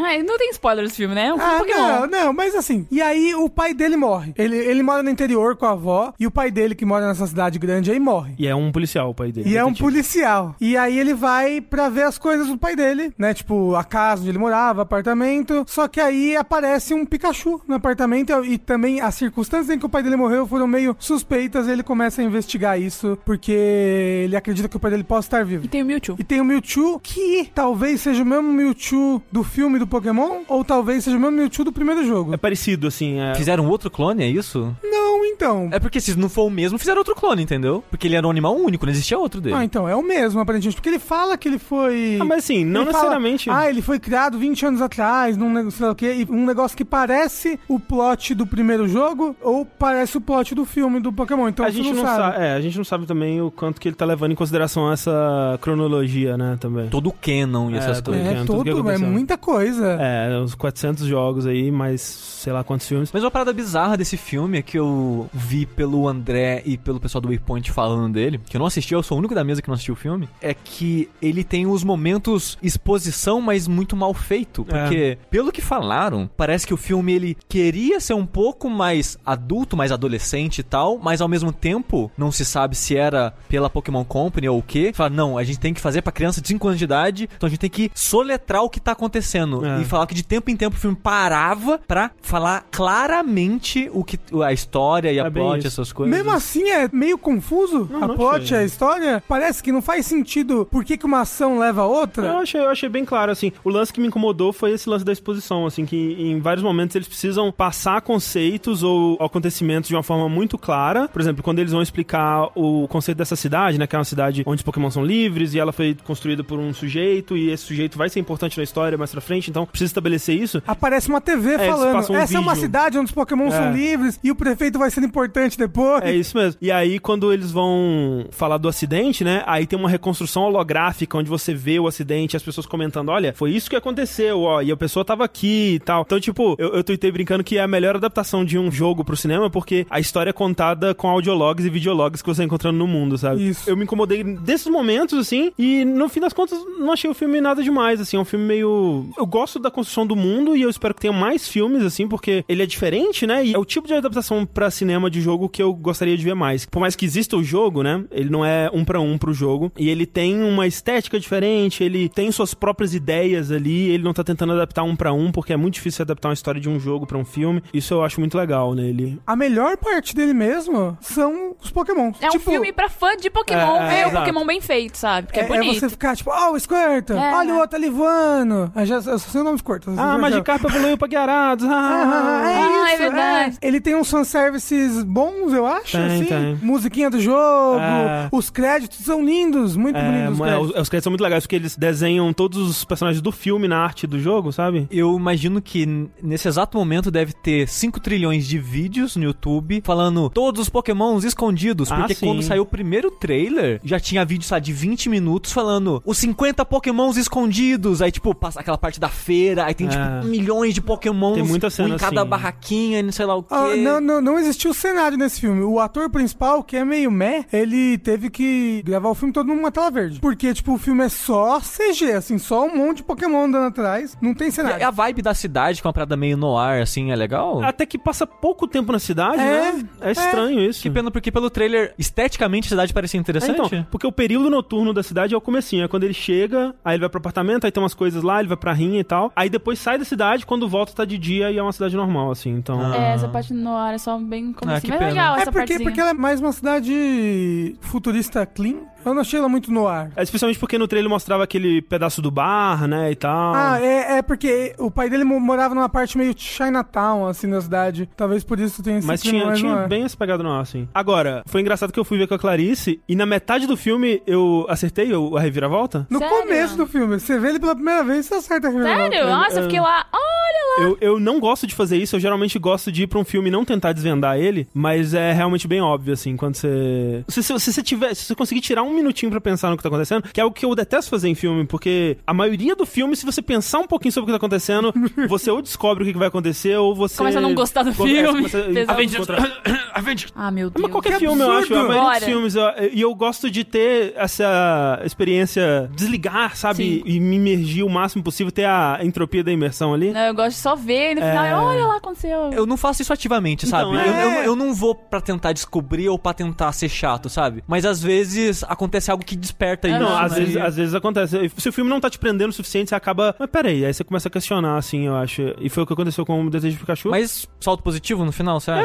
[SPEAKER 4] Ai, É, não tem spoiler desse filme, né? É um filme
[SPEAKER 3] ah,
[SPEAKER 4] Pokémon.
[SPEAKER 3] não, não, mas assim. E aí o pai dele morre. Ele, ele mora no interior com a avó e o pai dele, que mora nessa cidade grande, aí morre.
[SPEAKER 1] E é um policial o pai dele.
[SPEAKER 3] E é um
[SPEAKER 1] Detetive.
[SPEAKER 3] policial. E aí ele vai pra ver as coisas do pai dele, né? Tipo, a casa onde ele morava, apartamento. Só que aí aparece um Pikachu no apartamento e também as circunstâncias em que o pai dele morreu foram meio suspeitas. Ele começa a investigar isso porque ele acredita que o pai dele possa estar vivo.
[SPEAKER 4] E tem o Mewtwo.
[SPEAKER 3] E tem o Mewtwo, que talvez seja o mesmo Mewtwo do filme do Pokémon, ou talvez seja o mesmo Mewtwo do primeiro jogo.
[SPEAKER 1] É parecido, assim. É...
[SPEAKER 2] Fizeram outro clone, é isso?
[SPEAKER 3] Não, então.
[SPEAKER 2] É porque se não for o mesmo, fizeram outro clone, entendeu? Porque ele era um animal único, não existia outro dele.
[SPEAKER 3] Ah, então, é o mesmo, aparentemente. Porque ele fala que ele foi.
[SPEAKER 1] Ah, mas assim, não
[SPEAKER 3] Ele fala,
[SPEAKER 1] necessariamente.
[SPEAKER 3] ah, ele foi criado 20 anos atrás, num negócio, sei lá o quê, e um negócio que parece o plot do primeiro jogo ou parece o plot do filme do Pokémon. Então
[SPEAKER 1] a
[SPEAKER 3] você
[SPEAKER 1] gente não, sabe. é, a gente não sabe também o quanto que ele tá levando em consideração essa cronologia, né, também.
[SPEAKER 2] Todo o canon e
[SPEAKER 1] É,
[SPEAKER 2] essas
[SPEAKER 1] todo
[SPEAKER 2] coisas.
[SPEAKER 1] canon.
[SPEAKER 3] É,
[SPEAKER 1] Tudo que
[SPEAKER 3] todo, é
[SPEAKER 1] aconteceu.
[SPEAKER 3] muita coisa.
[SPEAKER 1] É, uns 400 jogos aí, mais sei lá quantos filmes.
[SPEAKER 2] Mas uma parada bizarra desse filme é que eu vi pelo André e pelo pessoal do Waypoint falando dele, que eu não assisti, eu sou o único da mesa que não assistiu o filme, é que ele tem os momentos exposição, mas muito mal feito. Porque, pelo que falaram, parece que o filme ele queria ser um pouco mais adulto, mais adolescente e tal, mas ao mesmo tempo não se sabe se era pela Pokémon Company ou o quê. Fala, não, a gente tem que fazer pra criança de 5 anos de idade, então a gente tem que soletrar o que tá acontecendo.
[SPEAKER 1] É.
[SPEAKER 2] E falar que de tempo em tempo o filme parava pra falar claramente o que a história e a
[SPEAKER 1] É bem
[SPEAKER 2] plot,
[SPEAKER 1] isso.
[SPEAKER 2] essas coisas.
[SPEAKER 3] Mesmo assim, é meio confuso
[SPEAKER 1] Não,
[SPEAKER 3] a
[SPEAKER 1] não
[SPEAKER 3] plot,
[SPEAKER 1] achei.
[SPEAKER 3] a história. Parece que não faz sentido por que, que uma ação leva a
[SPEAKER 1] Eu
[SPEAKER 3] outra.
[SPEAKER 1] achei, eu achei bem claro, assim. O lance que me incomodou foi esse lance da exposição, assim, que em vários momentos eles precisam passar conceitos ou acontecimentos de uma forma muito clara. Por exemplo, quando eles vão explicar o conceito dessa cidade, né? Que é uma cidade onde os Pokémon são livres e ela foi construída por um sujeito e esse sujeito vai ser importante na história mais pra frente, então precisa estabelecer isso.
[SPEAKER 3] Aparece uma TV
[SPEAKER 1] eles
[SPEAKER 3] falando,
[SPEAKER 1] passam um
[SPEAKER 3] essa é uma
[SPEAKER 1] vídeo."
[SPEAKER 3] cidade onde os Pokémon são
[SPEAKER 1] É.
[SPEAKER 3] livres e o prefeito vai ser importante depois.
[SPEAKER 1] É isso mesmo. E aí, quando eles vão falar do acidente, né? Aí tem uma reconstrução holográfica onde você vê o acidente e as pessoas comentando: olha, foi isso que aconteceu, ó, e a pessoa tava aqui e tal. Então, tipo, eu, eu tuitei brincando que é a melhor adaptação de um jogo pro cinema porque a história é contada com audiologs e videologs que você tá encontrando no mundo, sabe?
[SPEAKER 3] Isso.
[SPEAKER 1] Eu me incomodei desses momentos, assim, e no fim das contas, não achei o filme nada demais, assim. É um filme meio. Eu gosto da construção do mundo e eu espero que tenha mais filmes, assim, porque ele é diferente, né? E é o tipo de adaptação pra cinema de jogo que eu gostaria de ver mais. Por mais que exista o jogo, né? Ele não é um pra um pro jogo. E ele tem uma estética diferente, ele tem suas próprias ideias ali. Ele não tá tentando adaptar um pra um, porque é muito difícil adaptar uma história de um jogo pra um filme. Isso eu acho muito legal nele.
[SPEAKER 3] A melhor parte dele mesmo são os Pokémon.
[SPEAKER 4] É um
[SPEAKER 3] Tipo,
[SPEAKER 4] filme pra fã de Pokémon
[SPEAKER 1] É, é,
[SPEAKER 4] ver o
[SPEAKER 1] exato.
[SPEAKER 4] Pokémon bem feito, sabe? Porque é, bonito.
[SPEAKER 3] você ficar tipo, ó, o Squirtle,
[SPEAKER 4] É.
[SPEAKER 3] olha o outro ali voando. Eu, já, eu só sei o nome de Squirtle. eu só sei
[SPEAKER 1] Ah,
[SPEAKER 3] o nome de
[SPEAKER 1] Magikarp evoluiu pra Gyarados.
[SPEAKER 3] Ah,
[SPEAKER 1] Ah,
[SPEAKER 3] é,
[SPEAKER 4] Ah, é
[SPEAKER 3] isso,
[SPEAKER 4] verdade.
[SPEAKER 3] Ele tem uns fanservices bons, eu acho,
[SPEAKER 1] Tem,
[SPEAKER 3] assim.
[SPEAKER 1] tem.
[SPEAKER 3] Musiquinha do jogo,
[SPEAKER 1] É.
[SPEAKER 3] os créditos são lindos, muito
[SPEAKER 1] É,
[SPEAKER 3] bonitos os
[SPEAKER 1] mas os,
[SPEAKER 3] créditos.
[SPEAKER 1] os créditos são muito legais porque eles desenham todos os personagens do filme na arte do jogo, sabe?
[SPEAKER 2] Eu imagino que n- nesse exato momento deve ter 5 trilhões de vídeos no YouTube falando todos os pokémons escondidos.
[SPEAKER 1] Ah,
[SPEAKER 2] Porque
[SPEAKER 1] sim.
[SPEAKER 2] quando saiu o primeiro trailer, já tinha vídeo sabe, de 20 minutos falando os 50 pokémons escondidos. Aí, tipo, passa aquela parte da feira, aí tem,
[SPEAKER 1] É.
[SPEAKER 2] tipo, milhões de pokémons.
[SPEAKER 1] Tem muita
[SPEAKER 2] um
[SPEAKER 1] cena
[SPEAKER 2] em cada
[SPEAKER 1] assim.
[SPEAKER 2] barraquinha e Ah, não é sei lá o quê.
[SPEAKER 3] Ah, não, não, não existiu o cenário nesse filme. O ator principal, que é meio meh, ele teve que gravar o filme todo numa tela verde. Porque, tipo, o filme é só CG, assim, só um monte de Pokémon andando atrás. Não tem
[SPEAKER 2] E
[SPEAKER 3] cenário.
[SPEAKER 2] a vibe da cidade, com uma parada meio no ar, assim, é legal?
[SPEAKER 1] Até que passa pouco tempo na cidade,
[SPEAKER 3] É,
[SPEAKER 1] né? É estranho isso.
[SPEAKER 2] Que pena, porque pelo trailer, esteticamente a cidade parecia
[SPEAKER 1] É,
[SPEAKER 2] interessante.
[SPEAKER 1] então, porque o período noturno da cidade é o comecinho, é quando ele chega, aí ele vai pro apartamento, aí tem umas coisas lá, ele vai pra rinha e tal, aí depois sai da cidade, quando volta tá de dia e é uma cidade normal, assim, então...
[SPEAKER 2] Ah.
[SPEAKER 4] É, essa parte no ar é só bem como
[SPEAKER 2] Ah,
[SPEAKER 4] assim.
[SPEAKER 2] que
[SPEAKER 4] Mas é
[SPEAKER 2] pena.
[SPEAKER 4] legal
[SPEAKER 3] É
[SPEAKER 4] essa
[SPEAKER 3] porque,
[SPEAKER 4] partezinha.
[SPEAKER 3] porque ela é mais uma cidade futurista clean. Eu não achei ela muito no ar.
[SPEAKER 1] É, especialmente porque no trailer mostrava aquele pedaço do bar, né, e tal.
[SPEAKER 3] Ah, é, é porque o pai dele mo- morava numa parte meio Chinatown, assim, na cidade. Talvez por isso tenha esse
[SPEAKER 1] Mas
[SPEAKER 3] clima
[SPEAKER 1] tinha,
[SPEAKER 3] mais no
[SPEAKER 1] tinha
[SPEAKER 3] ar.
[SPEAKER 1] bem essa pegada no ar, assim. Agora, foi engraçado que eu fui ver com a Clarice e na metade do filme eu acertei o- a reviravolta.
[SPEAKER 3] No
[SPEAKER 4] Sério?
[SPEAKER 3] começo do filme, você vê ele pela primeira vez, você acerta a reviravolta.
[SPEAKER 4] Sério? Nossa, eu fiquei lá. Olha lá!
[SPEAKER 1] Eu, eu não gosto de fazer isso, eu geralmente gosto de ir pra um filme e não tentar desvendar ele, mas é realmente bem óbvio, assim, quando você. Se, se, se você tiver. Se você conseguir tirar um minutinho pra pensar no que tá acontecendo, que é algo que eu detesto fazer em filme, porque a maioria do filme, se você pensar um pouquinho sobre o que tá acontecendo, você ou descobre o que que vai acontecer, ou você.
[SPEAKER 4] Começa a não gostar do
[SPEAKER 1] Come- é,
[SPEAKER 4] filme.
[SPEAKER 1] começa a-
[SPEAKER 4] Pesado.
[SPEAKER 1] Avengers-
[SPEAKER 4] Ah, meu Deus.
[SPEAKER 1] Mas qualquer
[SPEAKER 3] Que
[SPEAKER 1] filme, eu acho.
[SPEAKER 3] absurdo!
[SPEAKER 1] A maioria
[SPEAKER 4] Bora.
[SPEAKER 1] dos filmes. eu- E eu, gosto de ter essa experiência, desligar, sabe?
[SPEAKER 4] Sim.
[SPEAKER 1] E me imergir o máximo possível, ter a entropia da imersão ali.
[SPEAKER 4] Não, eu gosto de só ver e no
[SPEAKER 1] É.
[SPEAKER 4] final, eu, olha lá, aconteceu.
[SPEAKER 2] Eu não faço isso ativamente, sabe?
[SPEAKER 1] Então,
[SPEAKER 3] é.
[SPEAKER 2] eu, eu- eu não vou pra tentar descobrir ou pra tentar ser chato, sabe? Mas às vezes acontece algo que desperta isso.
[SPEAKER 4] É,
[SPEAKER 1] Não,
[SPEAKER 4] não,
[SPEAKER 1] às
[SPEAKER 2] né?
[SPEAKER 1] vezes, às vezes acontece. Se o filme não tá te prendendo o suficiente, você acaba. Mas peraí, aí você começa a questionar, assim, eu acho. E foi o que aconteceu com o Desejo de Pikachu.
[SPEAKER 2] Mas salto positivo no final, você acha?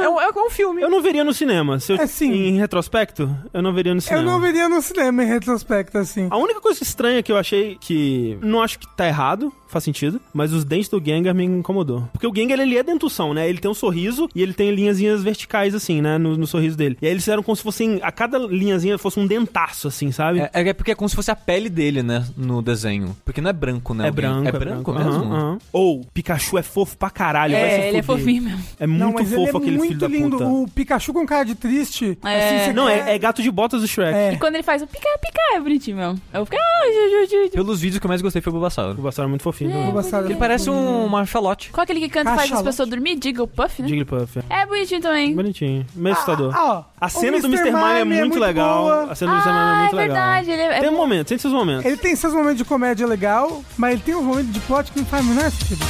[SPEAKER 1] É
[SPEAKER 2] um, um filme.
[SPEAKER 1] eu não veria no cinema. Se eu-
[SPEAKER 3] É, sim.
[SPEAKER 1] Em retrospecto, eu não Ah, veria no
[SPEAKER 3] Eu
[SPEAKER 1] cinema.
[SPEAKER 3] não veria no cinema em retrospecto, assim.
[SPEAKER 1] A única coisa estranha que eu achei que. Não acho que tá errado, faz sentido, mas os dentes do Gengar me incomodou. Porque o Gengar, ele é dentução, né? Ele tem um sorriso e ele tem linhazinhas verticais, assim, né? No, no sorriso dele. E aí eles fizeram como se fossem. A cada linhazinha fosse um dentaço, assim, sabe?
[SPEAKER 2] É, é porque é como se fosse a pele dele, né? No desenho. Porque não é branco, né?
[SPEAKER 1] É
[SPEAKER 2] o Gengar?
[SPEAKER 1] branco,
[SPEAKER 2] É branco
[SPEAKER 1] Aham,
[SPEAKER 2] mesmo?
[SPEAKER 1] aham. Ou, Pikachu é fofo pra caralho, vai se
[SPEAKER 4] É, ele é
[SPEAKER 1] fuder.
[SPEAKER 4] fofinho mesmo.
[SPEAKER 1] É muito
[SPEAKER 3] não, mas
[SPEAKER 1] fofo
[SPEAKER 3] ele é
[SPEAKER 1] aquele
[SPEAKER 3] muito
[SPEAKER 1] filho
[SPEAKER 3] lindo.
[SPEAKER 1] da puta.
[SPEAKER 3] O Pikachu com cara de triste.
[SPEAKER 4] É.
[SPEAKER 3] assim, você
[SPEAKER 1] Não,
[SPEAKER 3] quer-
[SPEAKER 1] é, é gato de botas do Shrek.
[SPEAKER 3] É.
[SPEAKER 4] E quando ele faz o pica, pica, é bonitinho mesmo. Eu fico, ah, ju, ju, ju, ju.
[SPEAKER 2] Pelos vídeos que eu mais gostei foi o
[SPEAKER 1] O
[SPEAKER 2] Bulbasauro.
[SPEAKER 1] Bastardo é muito fofinho.
[SPEAKER 4] É,
[SPEAKER 1] também.
[SPEAKER 4] muito
[SPEAKER 3] Engraçado.
[SPEAKER 4] lindo.
[SPEAKER 2] Ele parece um, uma chalote.
[SPEAKER 4] Qual é aquele que canta e faz as
[SPEAKER 3] Cachalote.
[SPEAKER 4] pessoas dormir? Jigglypuff, né?
[SPEAKER 1] Jigglypuff, é.
[SPEAKER 4] É bonitinho também.
[SPEAKER 1] Bonitinho. Meio assustador.
[SPEAKER 3] Ah, ó,
[SPEAKER 1] A
[SPEAKER 3] o
[SPEAKER 1] cena do Mr. Mime é muito legal.
[SPEAKER 3] boa.
[SPEAKER 1] A cena do Mr. Mime é
[SPEAKER 4] Ah,
[SPEAKER 1] muito
[SPEAKER 4] é
[SPEAKER 1] legal.
[SPEAKER 4] verdade. Ele é,
[SPEAKER 1] Tem
[SPEAKER 4] é
[SPEAKER 1] um momento, tem seus momentos.
[SPEAKER 3] Ele tem seus momentos de comédia legal, mas ele tem uns momentos de plot que não faz o menor sentido.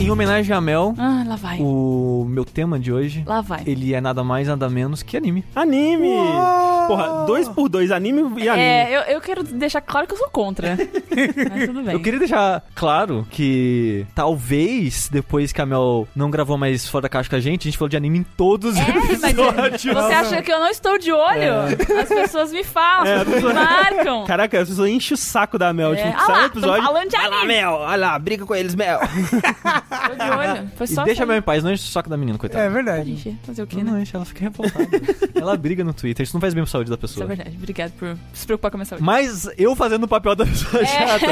[SPEAKER 2] Em homenagem a Mel,
[SPEAKER 4] Ah, lá vai.
[SPEAKER 2] o meu tema de hoje,
[SPEAKER 4] Lá vai.
[SPEAKER 2] ele é nada mais, nada menos que anime.
[SPEAKER 1] Anime!
[SPEAKER 3] Uou!
[SPEAKER 1] Porra, dois por dois, anime e anime.
[SPEAKER 4] É, eu, eu quero deixar claro que eu sou contra. Mas tudo bem.
[SPEAKER 2] Eu queria deixar claro que talvez depois que a Mel não gravou mais fora da caixa com a gente, a gente falou de anime em todos os
[SPEAKER 4] É, mas
[SPEAKER 2] episódios.
[SPEAKER 4] você acha que é eu não estou de olho? As pessoas me falam,
[SPEAKER 1] É,
[SPEAKER 4] as pessoas me marcam.
[SPEAKER 1] Caraca, as pessoas enchem o saco da Mel.
[SPEAKER 4] É,
[SPEAKER 1] Tipo,
[SPEAKER 4] ah
[SPEAKER 1] sai
[SPEAKER 4] lá, Tipo.
[SPEAKER 1] um
[SPEAKER 4] tão
[SPEAKER 1] episódio.
[SPEAKER 4] falando de
[SPEAKER 1] "Vai lá,
[SPEAKER 4] anime."
[SPEAKER 1] Mel, olha lá, briga com eles, Mel.
[SPEAKER 4] Estou de olho. Foi só
[SPEAKER 2] E deixa a
[SPEAKER 4] pra-
[SPEAKER 2] Mel em paz, não enche o saco da menina, coitada.
[SPEAKER 3] É verdade.
[SPEAKER 4] Ixi, Fazer o quê,
[SPEAKER 2] Não, é
[SPEAKER 4] né?
[SPEAKER 2] não enche, ela fica revoltada. ela briga no Twitter, isso não faz bem pra saúde da
[SPEAKER 4] Isso é
[SPEAKER 2] pessoa.
[SPEAKER 4] verdade. Obrigado por se preocupar com a minha saúde.
[SPEAKER 2] Mas eu fazendo o papel da pessoa
[SPEAKER 4] É.
[SPEAKER 2] chata.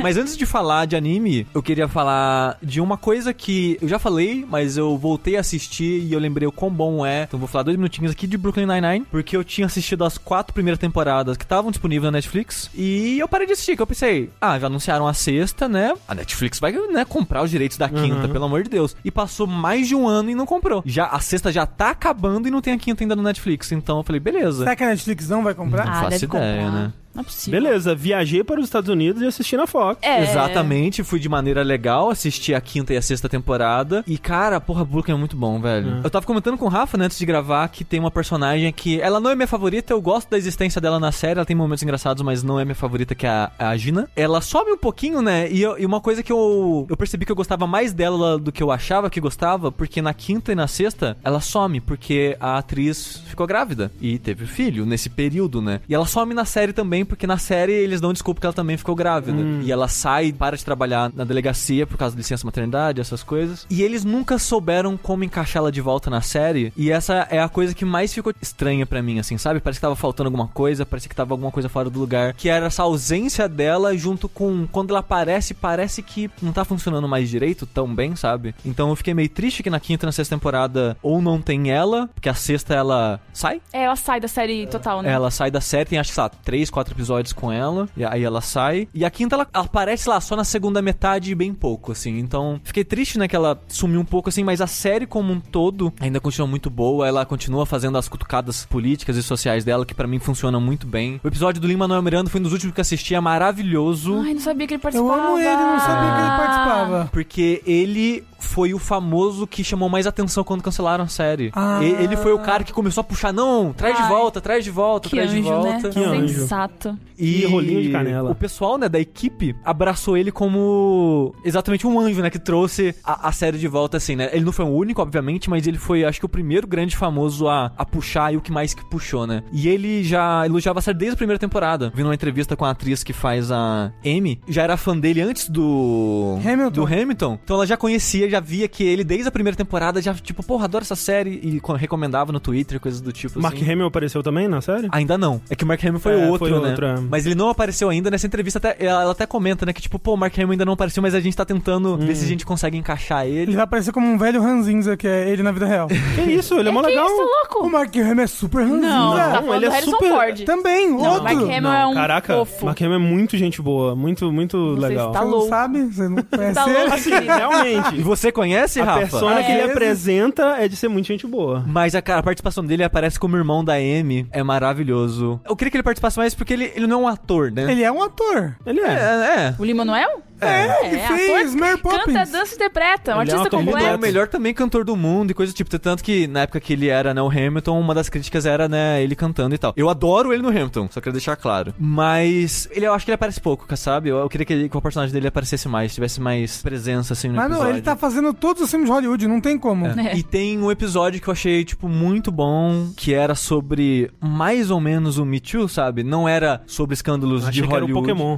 [SPEAKER 2] Mas antes de falar de anime, eu queria falar de uma coisa que eu já falei, mas eu voltei a assistir e eu lembrei o quão bom é. Então vou falar dois minutinhos aqui de Brooklyn Nine-Nine, porque eu tinha assistido as quatro primeiras temporadas que estavam disponíveis na Netflix e eu parei de assistir, que eu pensei, ah, já anunciaram a sexta, né? A Netflix vai né, comprar os direitos da quinta,
[SPEAKER 1] Uhum.
[SPEAKER 2] pelo amor de Deus. E passou mais de um ano e não comprou. Já A sexta já tá acabando e não tem a quinta ainda no Netflix, então eu falei, beleza.
[SPEAKER 3] Será que a Netflix não vai comprar?
[SPEAKER 4] Ah,
[SPEAKER 2] faço
[SPEAKER 4] deve
[SPEAKER 2] ideia,
[SPEAKER 4] comprar.
[SPEAKER 2] né?
[SPEAKER 4] Não é possível.
[SPEAKER 1] Beleza, viajei para os Estados Unidos e assisti na Fox.
[SPEAKER 4] É.
[SPEAKER 2] Exatamente, fui de maneira legal, assisti a quinta e a sexta temporada. E, cara, porra, Brooklyn é muito bom, velho.
[SPEAKER 1] É.
[SPEAKER 2] Eu tava comentando com o Rafa, né, antes de gravar, que tem uma personagem que. Ela não é minha favorita, eu gosto da existência dela na série, ela tem momentos engraçados, mas não é minha favorita, que é a, a Gina. Ela sobe um pouquinho, né? E, eu- e uma coisa que eu, eu percebi que eu gostava mais dela do que eu achava que gostava, porque na quinta e na sexta ela some, porque a atriz ficou grávida e teve filho nesse período, né? E ela some na série também, porque na série eles dão desculpa que ela também ficou grávida. E ela sai, para de trabalhar na delegacia por causa de licença maternidade, essas coisas. E eles nunca souberam como encaixá-la de volta na série. E essa é a coisa que mais ficou estranha pra mim, assim, sabe? Parece que tava faltando alguma coisa, parece que tava alguma coisa fora do lugar. Que era essa ausência dela junto com quando ela aparece, parece que não tá funcionando mais direito tão bem, sabe? Então eu fiquei meio triste que na quinta e na sexta temporada ou não tem ela, porque a sexta ela sai,
[SPEAKER 4] É, ela sai da série total, né?
[SPEAKER 2] ela sai da série, tem acho que, sei lá, três, quatro episódios com ela, e aí ela sai. E a quinta ela aparece lá só na segunda metade, bem pouco, assim. Então, fiquei triste, né, que ela sumiu um pouco, assim, mas a série como um todo ainda continua muito boa. Ela continua fazendo as cutucadas políticas e sociais dela, que pra mim funciona muito bem. O episódio do Lima Manuel Miranda foi um dos últimos que eu assisti, é maravilhoso.
[SPEAKER 4] Ai, não sabia que ele
[SPEAKER 3] Eu
[SPEAKER 4] participava. Ah,
[SPEAKER 3] amo ele, não sabia que ele participava.
[SPEAKER 2] Porque ele foi o famoso que chamou mais atenção quando cancelaram a série.
[SPEAKER 3] Ah.
[SPEAKER 2] E- Ele foi o cara que começou a puxar, não, traz de
[SPEAKER 4] Ai.
[SPEAKER 2] volta, traz de volta,
[SPEAKER 4] Que
[SPEAKER 2] traz de
[SPEAKER 4] anjo, né?
[SPEAKER 2] volta.
[SPEAKER 1] Que anjo.
[SPEAKER 4] Sensato.
[SPEAKER 1] E rolinho de canela.
[SPEAKER 2] O pessoal, né, da equipe abraçou ele como exatamente um anjo, né, que trouxe a, a série de volta, assim, né. Ele não foi o único, obviamente, mas ele foi, acho que, o primeiro grande famoso a, a puxar e o que mais que puxou, né. E ele já elogiava a série desde a primeira temporada. Vi numa entrevista com a atriz que faz a Amy, já era fã dele antes do...
[SPEAKER 3] Hamilton.
[SPEAKER 2] Do Hamilton. Então ela já conhecia, já via que ele, desde a primeira temporada, já, tipo, porra, adoro essa série, e co- recomendava no Twitter, coisas do tipo,
[SPEAKER 1] Mark
[SPEAKER 2] assim.
[SPEAKER 1] Hamill apareceu também na série?
[SPEAKER 2] Ainda não. É que o Mark Hamill foi
[SPEAKER 1] É, foi
[SPEAKER 2] outro, né?
[SPEAKER 1] outro, é.
[SPEAKER 2] Mas ele não apareceu ainda. Nessa entrevista até, ela ela até comenta, né? Que tipo, pô, o Mark Hamill ainda não apareceu, mas a gente tá tentando ver se a gente consegue encaixar
[SPEAKER 3] Ele
[SPEAKER 2] ele.
[SPEAKER 3] vai aparecer como um velho ranzinza, que é ele na vida real.
[SPEAKER 1] Que isso, ele é, mó
[SPEAKER 4] que
[SPEAKER 1] legal.
[SPEAKER 4] isso, tá
[SPEAKER 3] o
[SPEAKER 4] louco?
[SPEAKER 3] Mark Hamill é super ranzinza.
[SPEAKER 4] Não, tá falando
[SPEAKER 1] ele é
[SPEAKER 4] do Harrison
[SPEAKER 1] super-
[SPEAKER 4] Ford.
[SPEAKER 3] Também,
[SPEAKER 4] Não,
[SPEAKER 3] outro.
[SPEAKER 4] Mark Hamill
[SPEAKER 1] Não,
[SPEAKER 4] é um
[SPEAKER 1] Caraca,
[SPEAKER 4] fofo.
[SPEAKER 1] Mark Hamill é muito gente boa, muito, muito
[SPEAKER 4] sei
[SPEAKER 1] legal.
[SPEAKER 4] se tá
[SPEAKER 3] Você não
[SPEAKER 4] louco.
[SPEAKER 3] sabe? Você não conhece
[SPEAKER 4] Tá
[SPEAKER 3] ele?
[SPEAKER 4] louco.
[SPEAKER 1] Assim, realmente.
[SPEAKER 2] E você conhece,
[SPEAKER 1] a
[SPEAKER 2] Rafa?
[SPEAKER 1] persona que
[SPEAKER 4] É.
[SPEAKER 1] ele apresenta é de ser muito gente boa.
[SPEAKER 2] Mas a, cara, a participação dele aparece como irmão da Amy. É maravilhoso. Eu queria que ele participasse mais porque ele, ele não é um ator, né?
[SPEAKER 3] Ele é um ator.
[SPEAKER 1] Ele
[SPEAKER 2] É,
[SPEAKER 1] é.
[SPEAKER 2] é.
[SPEAKER 4] O Lima Manuel?
[SPEAKER 3] É, ele
[SPEAKER 4] é,
[SPEAKER 3] fez Mary
[SPEAKER 4] Canta,
[SPEAKER 3] Poppins.
[SPEAKER 4] dança e interpreta. Um
[SPEAKER 1] Ele é um
[SPEAKER 4] artista
[SPEAKER 1] ator
[SPEAKER 2] Ele
[SPEAKER 1] Completo.
[SPEAKER 2] é o
[SPEAKER 4] completo.
[SPEAKER 2] melhor também cantor do mundo e coisa do tipo. Tanto que na época que ele era, né, o Hamilton, uma das críticas era, né, ele cantando e tal. Eu adoro ele no Hamilton, só queria deixar claro. Mas ele, eu acho que ele aparece pouco, sabe? Eu, eu queria que, ele- que o personagem dele aparecesse mais, tivesse mais presença, assim, no
[SPEAKER 3] Mas não,
[SPEAKER 2] episódio.
[SPEAKER 3] ele tá fazendo todos os filmes de Hollywood, não tem como.
[SPEAKER 4] É.
[SPEAKER 2] E tem um episódio que eu achei, tipo, muito bom, que era sobre mais ou menos o Me Too, sabe? Não era sobre escândalos
[SPEAKER 1] Achei
[SPEAKER 2] de
[SPEAKER 1] que era um
[SPEAKER 2] Hollywood.
[SPEAKER 1] Pokémon.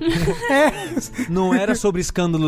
[SPEAKER 3] É.
[SPEAKER 2] Não era sobre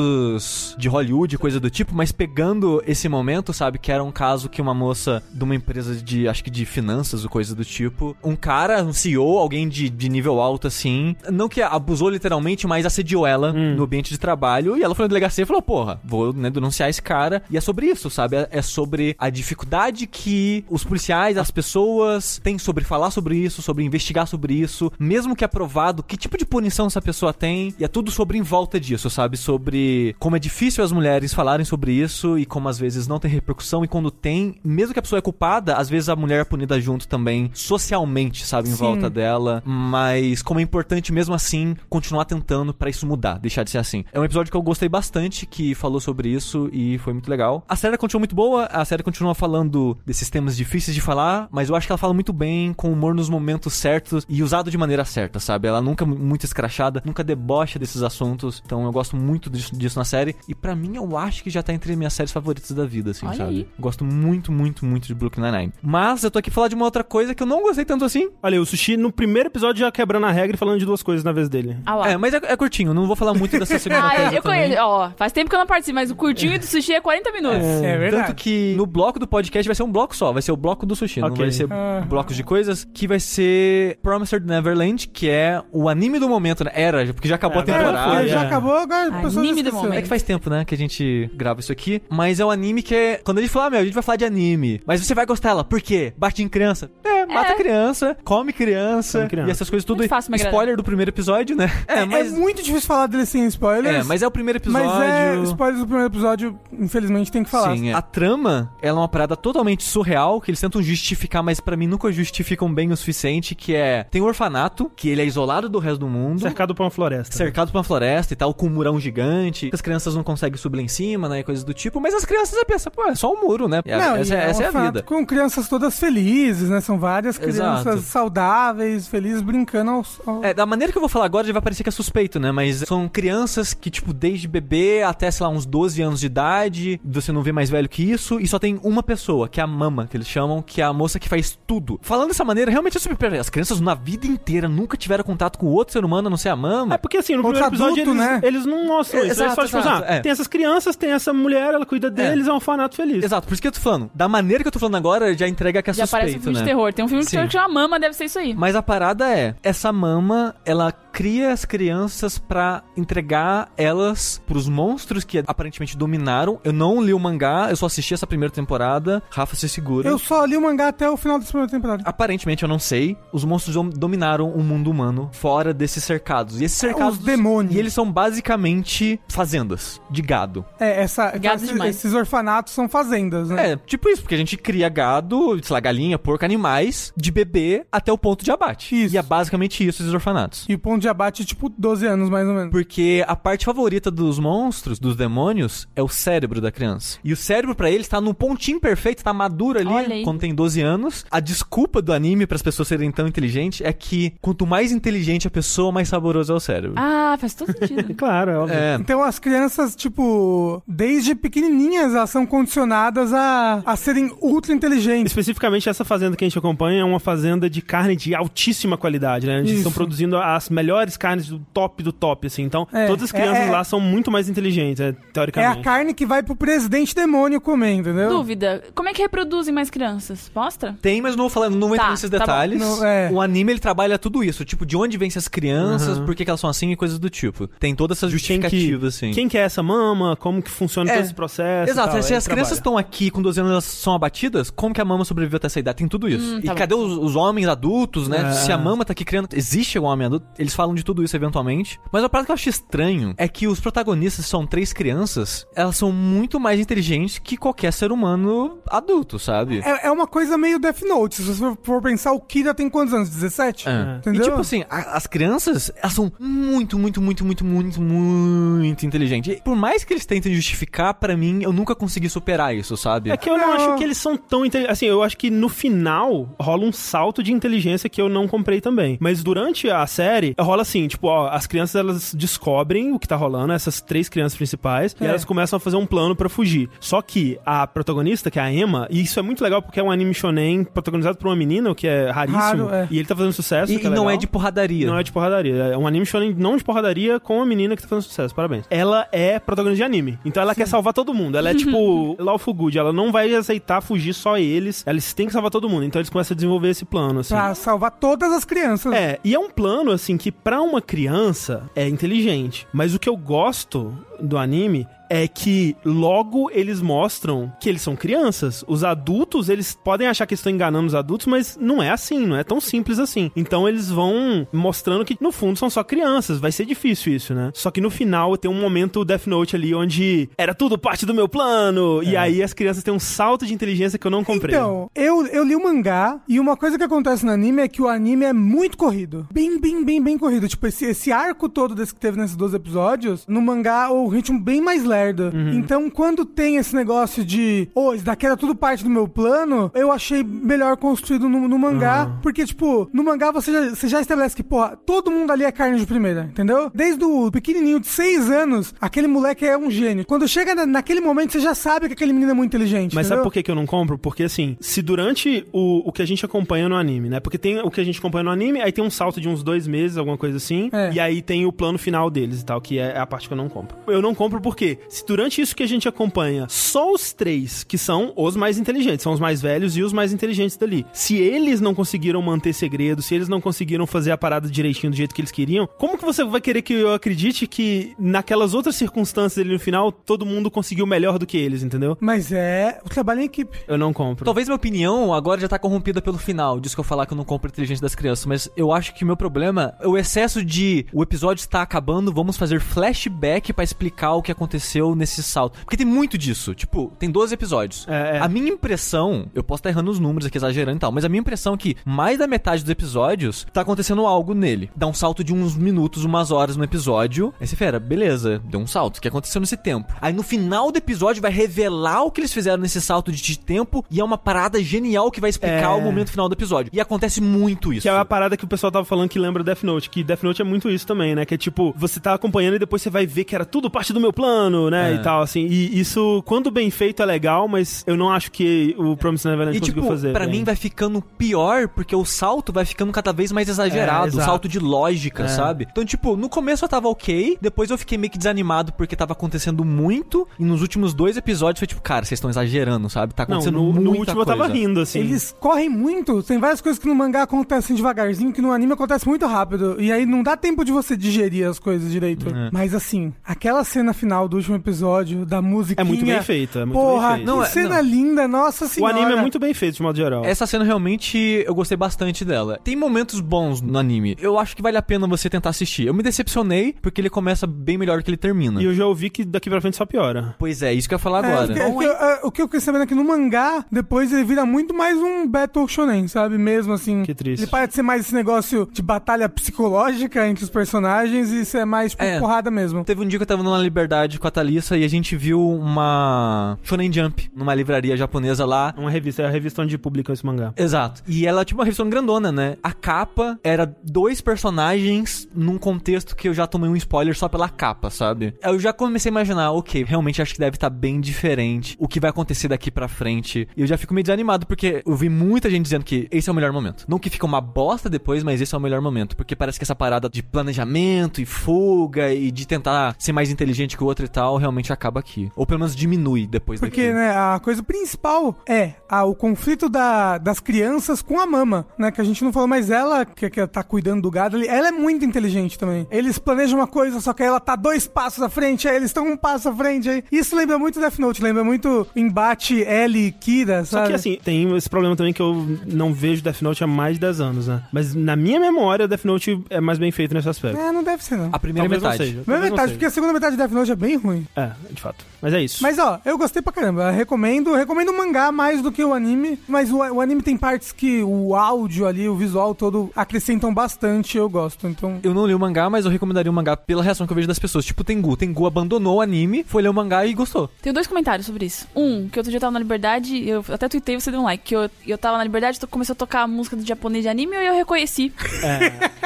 [SPEAKER 2] escândalos de Hollywood, coisa do tipo, mas pegando esse momento, sabe, que era um caso que uma moça de uma empresa de, acho que de finanças ou coisa do tipo, um cara, um CEO, alguém de, de nível alto assim, não que abusou literalmente, mas assediou ela no ambiente de trabalho e ela foi na delegacia e falou, porra, vou né, denunciar esse cara. E é sobre isso, sabe? É- É sobre a dificuldade que os policiais, as pessoas têm sobre falar sobre isso, sobre investigar sobre isso, mesmo que aprovado, que tipo de punição essa pessoa tem. E é tudo sobre em volta disso, sabe? Sobre como é difícil as mulheres falarem sobre isso e como às vezes não tem repercussão. E quando tem, mesmo que a pessoa é culpada, às vezes a mulher é punida junto também, socialmente, sabe? Em
[SPEAKER 3] Sim.
[SPEAKER 2] volta
[SPEAKER 4] Uhum.
[SPEAKER 2] dela. Mas como é importante mesmo assim continuar tentando pra isso mudar, deixar de ser assim. É um episódio que eu gostei bastante, que falou sobre isso e foi muito legal. A série continua muito boa, a série continua falando desses temas difíceis de falar, mas eu acho que ela fala muito bem, com humor nos momentos certos e usado de maneira certa, sabe? Ela nunca é mu- muito escrachada, nunca debocha desses assuntos. Então eu gosto muito disso, disso na série. E pra mim, eu acho que já tá entre minhas séries favoritas da vida, assim,
[SPEAKER 4] Olha
[SPEAKER 2] sabe?
[SPEAKER 4] aí.
[SPEAKER 2] Gosto muito, muito, muito de Brooklyn Nine-Nine. Mas eu tô aqui pra falar de uma outra coisa que eu não gostei tanto assim,
[SPEAKER 1] Olha, o Sushi no primeiro episódio já quebrando a regra e falando de duas coisas na vez dele.
[SPEAKER 4] Ah lá.
[SPEAKER 2] É, mas é, é curtinho, não vou falar muito dessa segunda
[SPEAKER 4] Ah,
[SPEAKER 2] coisa
[SPEAKER 4] eu, eu
[SPEAKER 2] também.
[SPEAKER 4] conheço. Ó, faz tempo que eu não participo, mas o curtinho do sushi é 40 minutos.
[SPEAKER 3] É
[SPEAKER 2] Tanto
[SPEAKER 3] verdade.
[SPEAKER 2] que no bloco do podcast vai ser um bloco só, vai ser o bloco do sushi, não
[SPEAKER 1] Ok.
[SPEAKER 2] vai ser
[SPEAKER 3] Ah.
[SPEAKER 2] blocos de coisas, que vai ser Promised Neverland, que é o anime do momento, né? Era, porque já acabou
[SPEAKER 1] É,
[SPEAKER 2] a
[SPEAKER 1] agora
[SPEAKER 2] temporada.
[SPEAKER 1] foi,
[SPEAKER 3] É, já
[SPEAKER 1] é.
[SPEAKER 3] acabou, agora a pessoa já
[SPEAKER 4] Anime do
[SPEAKER 3] esqueceu.
[SPEAKER 2] É
[SPEAKER 4] momento.
[SPEAKER 2] que faz tempo, né, que a gente grava isso aqui. Mas é um anime que é. Quando a gente fala, ah, meu, a gente vai falar de anime. Mas você vai gostar dela. Por quê? Bate em criança. É, mata
[SPEAKER 4] É.
[SPEAKER 2] criança, come criança,
[SPEAKER 1] Come criança.
[SPEAKER 2] E essas coisas tudo.
[SPEAKER 4] Muito fácil, me agradar.
[SPEAKER 2] Spoiler do primeiro episódio, né?
[SPEAKER 3] É, é muito difícil falar dele sem spoilers.
[SPEAKER 2] É, mas é o primeiro episódio.
[SPEAKER 3] Mas é, spoilers do primeiro episódio, infelizmente, tem que falar.
[SPEAKER 2] Sim, é. A trama, ela é uma parada totalmente surreal, que eles tentam justificar, mas pra mim nunca justificam bem o suficiente, que é... Tem um orfanato, que ele é isolado do resto do mundo.
[SPEAKER 1] Cercado por uma floresta.
[SPEAKER 2] Cercado por uma floresta e tal, com um murão gigante. que As crianças não conseguem subir lá em cima, né? E coisas do tipo. Mas as crianças já pensam, pô, é só um muro, né? É-
[SPEAKER 3] Não,
[SPEAKER 2] essa
[SPEAKER 3] e
[SPEAKER 2] é, essa
[SPEAKER 3] um
[SPEAKER 2] é a
[SPEAKER 3] fato
[SPEAKER 2] vida.
[SPEAKER 3] Com crianças todas felizes, né? São várias crianças
[SPEAKER 2] Exato.
[SPEAKER 3] saudáveis, felizes, brincando aos. ao-
[SPEAKER 2] É, da maneira que eu vou falar agora já vai parecer que é suspeito, né? Mas são crianças que, tipo, desde bebê até, sei lá, uns 12 anos de idade, você não vê mais velho que isso, e só tem uma pessoa, que é a mama, que eles chamam, que é a moça que faz tudo. Falando dessa maneira, realmente é super. pera, As crianças na vida inteira nunca tiveram contato com outro ser humano a não ser a mama.
[SPEAKER 1] É porque assim, no
[SPEAKER 3] Outro
[SPEAKER 1] primeiro episódio
[SPEAKER 3] adulto,
[SPEAKER 1] eles,
[SPEAKER 3] né?
[SPEAKER 1] eles não mostram
[SPEAKER 2] É,
[SPEAKER 1] isso. Eles
[SPEAKER 2] exato,
[SPEAKER 1] só tipo,
[SPEAKER 2] exato,
[SPEAKER 1] ah,
[SPEAKER 2] é.
[SPEAKER 1] tem essas crianças, tem essa mulher, ela cuida deles, é, um orfanato feliz.
[SPEAKER 2] Exato, por isso que eu tô falando. Da maneira que eu tô falando agora, já entrega que é
[SPEAKER 4] Já
[SPEAKER 2] suspeito,
[SPEAKER 4] parece um filme
[SPEAKER 2] né?
[SPEAKER 4] de terror. Tem um filme de
[SPEAKER 2] Sim.
[SPEAKER 4] terror que chama Mama, deve ser isso aí.
[SPEAKER 2] Mas a parada é, essa mama, ela cria as crianças pra entregar elas pros monstros que aparentemente dominaram. Eu não li o mangá, eu só assisti essa primeira temporada. Rafa se segura.
[SPEAKER 3] Eu só li o mangá até o final dessa primeira temporada.
[SPEAKER 2] Aparentemente, eu não sei, os monstros dom- dominaram o mundo humano fora desses cercados. E esses cercados.
[SPEAKER 3] É, Os demônios.
[SPEAKER 2] E eles são basicamente fazendas de gado.
[SPEAKER 3] É, essa,
[SPEAKER 4] Gado
[SPEAKER 3] esses-
[SPEAKER 4] demais.
[SPEAKER 3] esses orfanatos são fazendas, né?
[SPEAKER 2] É, tipo isso, porque a gente cria gado, sei lá, galinha, porco, animais, de bebê até o ponto de abate.
[SPEAKER 3] Isso.
[SPEAKER 2] E é basicamente isso esses orfanatos.
[SPEAKER 3] E o ponto de abate é tipo 12 anos, mais ou menos.
[SPEAKER 2] Porque a parte favorita dos monstros, dos demônios, é o cérebro da criança. E o cérebro pra eles tá num pontinho perfeito, tá maduro
[SPEAKER 4] Olha
[SPEAKER 2] ali
[SPEAKER 4] aí.
[SPEAKER 2] quando tem 12 anos. A desculpa do anime para as pessoas serem tão inteligentes é que quanto mais inteligente a pessoa, mais saboroso é o cérebro.
[SPEAKER 4] Ah, faz todo sentido.
[SPEAKER 1] Claro, é óbvio.
[SPEAKER 2] É.
[SPEAKER 3] Então as crianças, tipo, desde pequenininhas, elas são condicionadas a, a serem ultra inteligentes.
[SPEAKER 1] Especificamente essa fazenda que a gente acompanha é uma fazenda de carne de altíssima qualidade, né? Eles
[SPEAKER 3] Isso.
[SPEAKER 1] estão produzindo as melhores carnes do top do top, assim. Então,
[SPEAKER 3] É,
[SPEAKER 1] todas as crianças
[SPEAKER 3] é, é.
[SPEAKER 1] lá são muito mais inteligentes, é,
[SPEAKER 3] É a
[SPEAKER 1] teoricamente.
[SPEAKER 3] carne que vai pro presidente demônio comer, entendeu?
[SPEAKER 4] Dúvida, como é que reproduzem mais crianças? Mostra?
[SPEAKER 2] Tem, mas não vou falar, não vou entrar
[SPEAKER 4] Tá,
[SPEAKER 2] nesses
[SPEAKER 4] tá bom.
[SPEAKER 2] detalhes.
[SPEAKER 3] Não, é.
[SPEAKER 2] O anime ele trabalha tudo isso, tipo, de onde vêm essas crianças,
[SPEAKER 1] Aham.
[SPEAKER 2] por que, que elas são assim e coisas do tipo. Tem todas essas
[SPEAKER 1] Quem que,
[SPEAKER 2] justificativas, assim.
[SPEAKER 1] quem que é essa mama? Como que funciona
[SPEAKER 2] É.
[SPEAKER 1] todo esse processo? e
[SPEAKER 2] Exato,
[SPEAKER 1] tal,
[SPEAKER 2] se
[SPEAKER 1] aí
[SPEAKER 2] as crianças
[SPEAKER 1] trabalha.
[SPEAKER 2] estão aqui com 12 anos elas são abatidas, como que a mama sobreviveu até essa idade? Tem tudo isso.
[SPEAKER 4] Hum,
[SPEAKER 2] e
[SPEAKER 4] tá bom.
[SPEAKER 2] cadê os, os homens adultos, né?
[SPEAKER 1] É.
[SPEAKER 2] Se a mama tá aqui criando. Existe o homem adulto? Eles falam de tudo isso eventualmente. Mas a parte que eu acho estranho é que os protagonistas são três crianças, elas são muito mais inteligentes que qualquer ser humano adulto, sabe?
[SPEAKER 3] É, é uma coisa meio Death Note. Se você for pensar, o Kira tem quantos anos? 17?
[SPEAKER 2] É.
[SPEAKER 3] Entendeu?
[SPEAKER 2] E tipo assim, a- as crianças, elas são muito, muito, muito, muito, muito, muito inteligentes. E por mais que eles tentem justificar, pra mim, eu nunca consegui superar isso, sabe?
[SPEAKER 1] É que eu não,
[SPEAKER 3] Não.
[SPEAKER 1] acho que eles são tão inteligentes. Assim, eu acho que no final rola um salto de inteligência que eu não comprei também. Mas durante a série, rola assim, tipo, ó, as crianças elas descobrem o que tá rolando, essas três crianças principais, e
[SPEAKER 3] É.
[SPEAKER 1] elas começam a fazer um plano pra fugir. Só que a protagonista, que é a Emma, e isso é muito legal porque é um anime shonen protagonizado por uma menina, o que é raríssimo,
[SPEAKER 3] Raro, é.
[SPEAKER 1] e ele tá fazendo sucesso.
[SPEAKER 2] E,
[SPEAKER 1] o que
[SPEAKER 2] e não
[SPEAKER 1] legal.
[SPEAKER 2] é de porradaria.
[SPEAKER 1] Não é de porradaria. É um anime shonen não de porradaria com uma menina que tá fazendo sucesso. Parabéns. Ela é protagonista de anime. Então ela quer salvar todo mundo. Ela é tipo Lawful Good. Ela não vai aceitar fugir só eles. Eles têm que salvar todo mundo. Então eles começam a desenvolver esse plano, assim.
[SPEAKER 3] Pra salvar todas as crianças.
[SPEAKER 1] É, e é um plano, assim, que pra uma criança é inteligente. Mas o que eu gosto do anime é que logo eles mostram que eles são crianças. Os adultos, eles podem achar que estão enganando os adultos, mas não é assim, não é tão simples assim. Então eles vão mostrando que, no fundo, são só crianças. Vai ser difícil isso, né? Só que no final tem um momento Death Note ali onde era tudo parte do meu plano. E aí as crianças têm um salto de inteligência que eu não comprei.
[SPEAKER 3] É. Então, eu, eu li o mangá e uma coisa que acontece no anime é que o anime é muito corrido. Bem, bem, bem, bem corrido. Tipo, esse, esse arco todo desse que teve nesses 12 episódios, no mangá o ritmo bem mais lerdo.
[SPEAKER 1] Uhum.
[SPEAKER 3] Então, quando tem esse negócio de, ô, isso daqui era tudo parte do meu plano, eu achei melhor construído no, no mangá.
[SPEAKER 1] Uhum.
[SPEAKER 3] Porque, tipo, no mangá você já, você já estabelece que, porra, todo mundo ali é carne de primeira, entendeu? Desde o pequenininho de 6 anos, aquele moleque é um gênio. Quando chega na- naquele momento, você já sabe que aquele menino é muito inteligente.
[SPEAKER 1] Mas sabe
[SPEAKER 3] entendeu?
[SPEAKER 1] por que, que eu não compro? Porque, assim, se durante o, o que a gente acompanha no anime, né? Porque tem o que a gente acompanha no anime, aí tem um salto de uns dois meses, alguma coisa assim,
[SPEAKER 3] É.
[SPEAKER 1] e aí tem o plano final deles e tal, que é a parte que eu não compro. Eu não compro porque, se durante isso que a gente acompanha, só os três, que são os mais inteligentes, são os mais velhos e os mais inteligentes dali, se eles não conseguiram manter segredo, se eles não conseguiram fazer a parada direitinho do jeito que eles queriam, como que você vai querer que eu acredite que, naquelas outras circunstâncias ali no final, todo mundo conseguiu melhor do que eles, entendeu?
[SPEAKER 3] Mas é o trabalho em equipe.
[SPEAKER 1] Eu não compro.
[SPEAKER 2] Talvez minha opinião agora já tá corrompida pelo final, disso que eu falar que eu não compro a inteligência das crianças, mas eu acho que o meu problema é o excesso de o episódio está acabando, vamos fazer flashback pra explicar o que aconteceu nesse salto. Porque tem muito disso, tipo, tem 12 episódios.
[SPEAKER 1] É, é.
[SPEAKER 2] A minha impressão, eu posso estar errando os números aqui, exagerando e tal, mas a minha impressão é que mais da metade dos episódios tá acontecendo algo nele. Dá um salto de uns minutos, umas horas no episódio. Aí você fera, beleza, deu um salto. O que aconteceu nesse tempo? Aí no final do episódio vai revelar o que eles fizeram nesse salto de tempo e é uma parada genial que vai explicar
[SPEAKER 1] É.
[SPEAKER 2] o momento final do episódio. E acontece muito isso.
[SPEAKER 1] Que é a parada que o pessoal tava falando que lembra Death Note, que Death Note é muito isso também, né? Que é tipo, você tá acompanhando e depois você vai ver que era tudo tudo parte do meu plano, né?
[SPEAKER 2] É.
[SPEAKER 1] E tal, assim. E isso, quando bem feito, é legal, mas eu não acho que o Promised Neverland
[SPEAKER 2] E
[SPEAKER 1] conseguiu
[SPEAKER 2] tipo,
[SPEAKER 1] fazer. é. né?
[SPEAKER 2] pra
[SPEAKER 1] bem.
[SPEAKER 2] mim vai ficando pior porque o salto vai ficando cada vez mais
[SPEAKER 1] É,
[SPEAKER 2] exagerado, o
[SPEAKER 1] exato.
[SPEAKER 2] salto de lógica,
[SPEAKER 1] É.
[SPEAKER 2] sabe? Então, tipo, no começo eu tava ok, depois eu fiquei meio que desanimado porque tava acontecendo muito, e nos últimos dois episódios foi tipo, cara, vocês estão exagerando, sabe? Tá
[SPEAKER 1] Não,
[SPEAKER 2] acontecendo
[SPEAKER 1] no,
[SPEAKER 2] muita
[SPEAKER 1] no último eu tava
[SPEAKER 2] coisa.
[SPEAKER 1] rindo, assim.
[SPEAKER 3] Eles correm muito. Tem várias coisas que no mangá acontecem devagarzinho, que no anime acontece muito rápido. E aí não dá tempo de você digerir as coisas direito.
[SPEAKER 1] É.
[SPEAKER 3] Mas assim, aquela cena final do último episódio, da música.
[SPEAKER 1] É muito bem feito, é muito
[SPEAKER 3] Porra,
[SPEAKER 1] bem
[SPEAKER 3] que
[SPEAKER 1] feito.
[SPEAKER 2] Não, é-
[SPEAKER 3] cena
[SPEAKER 2] não.
[SPEAKER 3] linda, nossa
[SPEAKER 1] o
[SPEAKER 3] senhora.
[SPEAKER 1] anime é muito bem feito, de modo geral.
[SPEAKER 2] Essa cena realmente eu gostei bastante dela. Tem momentos bons no anime. Eu acho que vale a pena você tentar assistir. Eu me decepcionei porque ele começa bem melhor do que ele termina.
[SPEAKER 1] E eu já ouvi que daqui pra frente só piora.
[SPEAKER 2] Pois é, isso que eu ia falar
[SPEAKER 3] É,
[SPEAKER 2] agora.
[SPEAKER 3] o que- o que eu- é, o que eu fiquei sabendo é que no mangá, depois ele vira muito mais um Battle Shonen, sabe? Mesmo assim.
[SPEAKER 1] Que triste.
[SPEAKER 3] Ele parece ser mais esse negócio de batalha psicológica entre os personagens e isso é mais tipo,
[SPEAKER 2] É.
[SPEAKER 3] porrada mesmo.
[SPEAKER 2] Teve um dia que eu tava na Liberdade com a Thalissa e a gente viu uma Shonen Jump numa livraria japonesa lá.
[SPEAKER 1] Uma revista, é a revista onde publicam esse mangá.
[SPEAKER 2] Exato. E ela tinha uma revisão grandona, né? A capa era dois personagens num contexto que eu já tomei um spoiler só pela capa, sabe? Eu já comecei a imaginar, ok, realmente acho que deve estar bem diferente o que vai acontecer daqui pra frente. E eu já fico meio desanimado porque eu vi muita gente dizendo que esse é o melhor momento. Não que fica uma bosta depois, mas esse é o melhor momento. Porque parece que essa parada de planejamento e fuga e de tentar ser mais inteligente que o outro e tal realmente acaba aqui. Ou pelo menos diminui depois
[SPEAKER 3] Porque,
[SPEAKER 2] daqui.
[SPEAKER 3] né, a coisa principal é a- o conflito da- das crianças com a mama, né? Que a gente não falou, mas ela, que, que tá cuidando do gado ali, ela é muito inteligente também. Eles planejam uma coisa, só que aí ela tá dois passos à frente, aí eles estão um passo à frente. Aí. Isso lembra muito Death Note, lembra muito embate L e Kira,
[SPEAKER 1] Só
[SPEAKER 3] sabe?
[SPEAKER 1] que assim, tem esse problema também que eu não vejo Death Note há mais de 10 anos, né? Mas na minha memória, Death Note é mais bem feito nesse aspecto.
[SPEAKER 3] É, não deve ser, não.
[SPEAKER 2] A primeira
[SPEAKER 1] Talvez não
[SPEAKER 2] metade.
[SPEAKER 1] seja,
[SPEAKER 3] Não é
[SPEAKER 1] talvez não
[SPEAKER 3] metade, porque
[SPEAKER 1] seja.
[SPEAKER 3] a segunda metade de Death Note é bem ruim.
[SPEAKER 1] É, de fato. Mas é isso.
[SPEAKER 3] Mas ó, eu gostei pra caramba. Recomendo, recomendo o mangá mais do que o anime, mas o, o anime tem partes que o áudio ali, o visual todo acrescentam bastante, eu gosto. Então,
[SPEAKER 2] Eu não li o mangá, mas eu recomendaria o mangá pela reação que eu vejo das pessoas. Tipo, Tengu. Tengu abandonou o anime, foi ler o mangá e gostou.
[SPEAKER 4] Tenho dois comentários sobre isso. Um, que outro dia eu tava na Liberdade, eu até tuitei, você deu um like, que eu, eu tava na Liberdade, to- começou a tocar a música do japonês de anime e eu reconheci.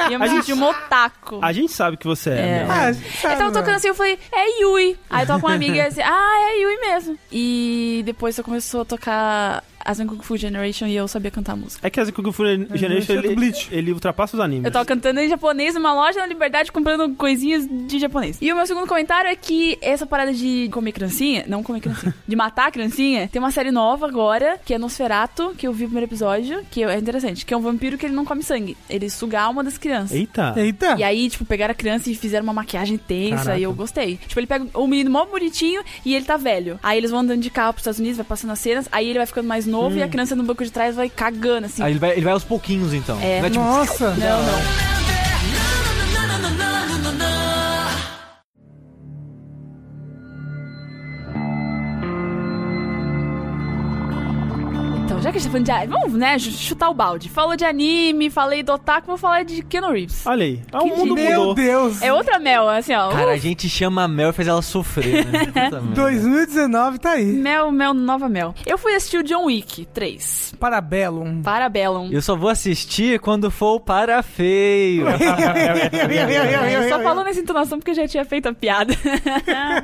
[SPEAKER 4] E eu me senti um otaku.
[SPEAKER 1] É, A gente sabe que você é,
[SPEAKER 4] É.
[SPEAKER 1] Mel.
[SPEAKER 3] ah, sabe,
[SPEAKER 4] Eu tava tocando
[SPEAKER 3] né?
[SPEAKER 4] assim, eu falei, é Yui. Aí eu tava com uma amiga e eu disse, ah, é Yui mesmo. E depois eu começou a tocar as Kung Fu Generation e eu sabia cantar a música.
[SPEAKER 1] É que a Zikugu Generation,
[SPEAKER 3] É,
[SPEAKER 1] ele,
[SPEAKER 3] Bleach.
[SPEAKER 1] ele ultrapassa os animes.
[SPEAKER 4] Eu tava cantando em japonês numa loja na Liberdade, comprando coisinhas de japonês. E o meu segundo comentário é que essa parada de comer criancinha, não comer criancinha, de matar a criancinha, tem uma série nova agora, que é Nosferato, que eu vi o primeiro episódio, que é interessante, que é um vampiro que ele não come sangue, ele suga a alma das crianças.
[SPEAKER 1] Eita!
[SPEAKER 3] Eita!
[SPEAKER 4] E aí, tipo, pegaram a criança e fizeram uma maquiagem tensa
[SPEAKER 1] Caraca.
[SPEAKER 4] e eu gostei. Tipo, ele pega o menino mó bonitinho e ele tá velho. Aí eles vão andando de carro pros Estados Unidos, vai passando as cenas, aí ele vai ficando mais novo e a criança no banco de trás vai cagando, assim.
[SPEAKER 2] Hum. Aí ele vai, ele vai aos pouquinhos, então.
[SPEAKER 4] É.
[SPEAKER 2] Não tipo,
[SPEAKER 3] Nossa!
[SPEAKER 4] Não, não. Então, já que a gente tá falando de. ah, Vamos, né? ch- Chutar o balde. Falou de anime, falei do Otaku, vou falar de Keanu Reeves.
[SPEAKER 1] Olha aí. Ah, o
[SPEAKER 4] Que
[SPEAKER 1] mundo
[SPEAKER 3] Meu
[SPEAKER 1] mudou.
[SPEAKER 3] Deus!
[SPEAKER 4] É outra Mel, assim, ó.
[SPEAKER 2] Cara, a gente chama a Mel e faz ela sofrer, né? Puta merda.
[SPEAKER 3] 2019 tá aí.
[SPEAKER 4] Mel, Mel, nova Mel. Eu fui assistir o John Wick 3.
[SPEAKER 3] Parabellum.
[SPEAKER 4] Parabellum.
[SPEAKER 2] Eu só vou assistir quando for o para feio.
[SPEAKER 4] É, Eu só falo nessa entonação porque eu já tinha feito a piada.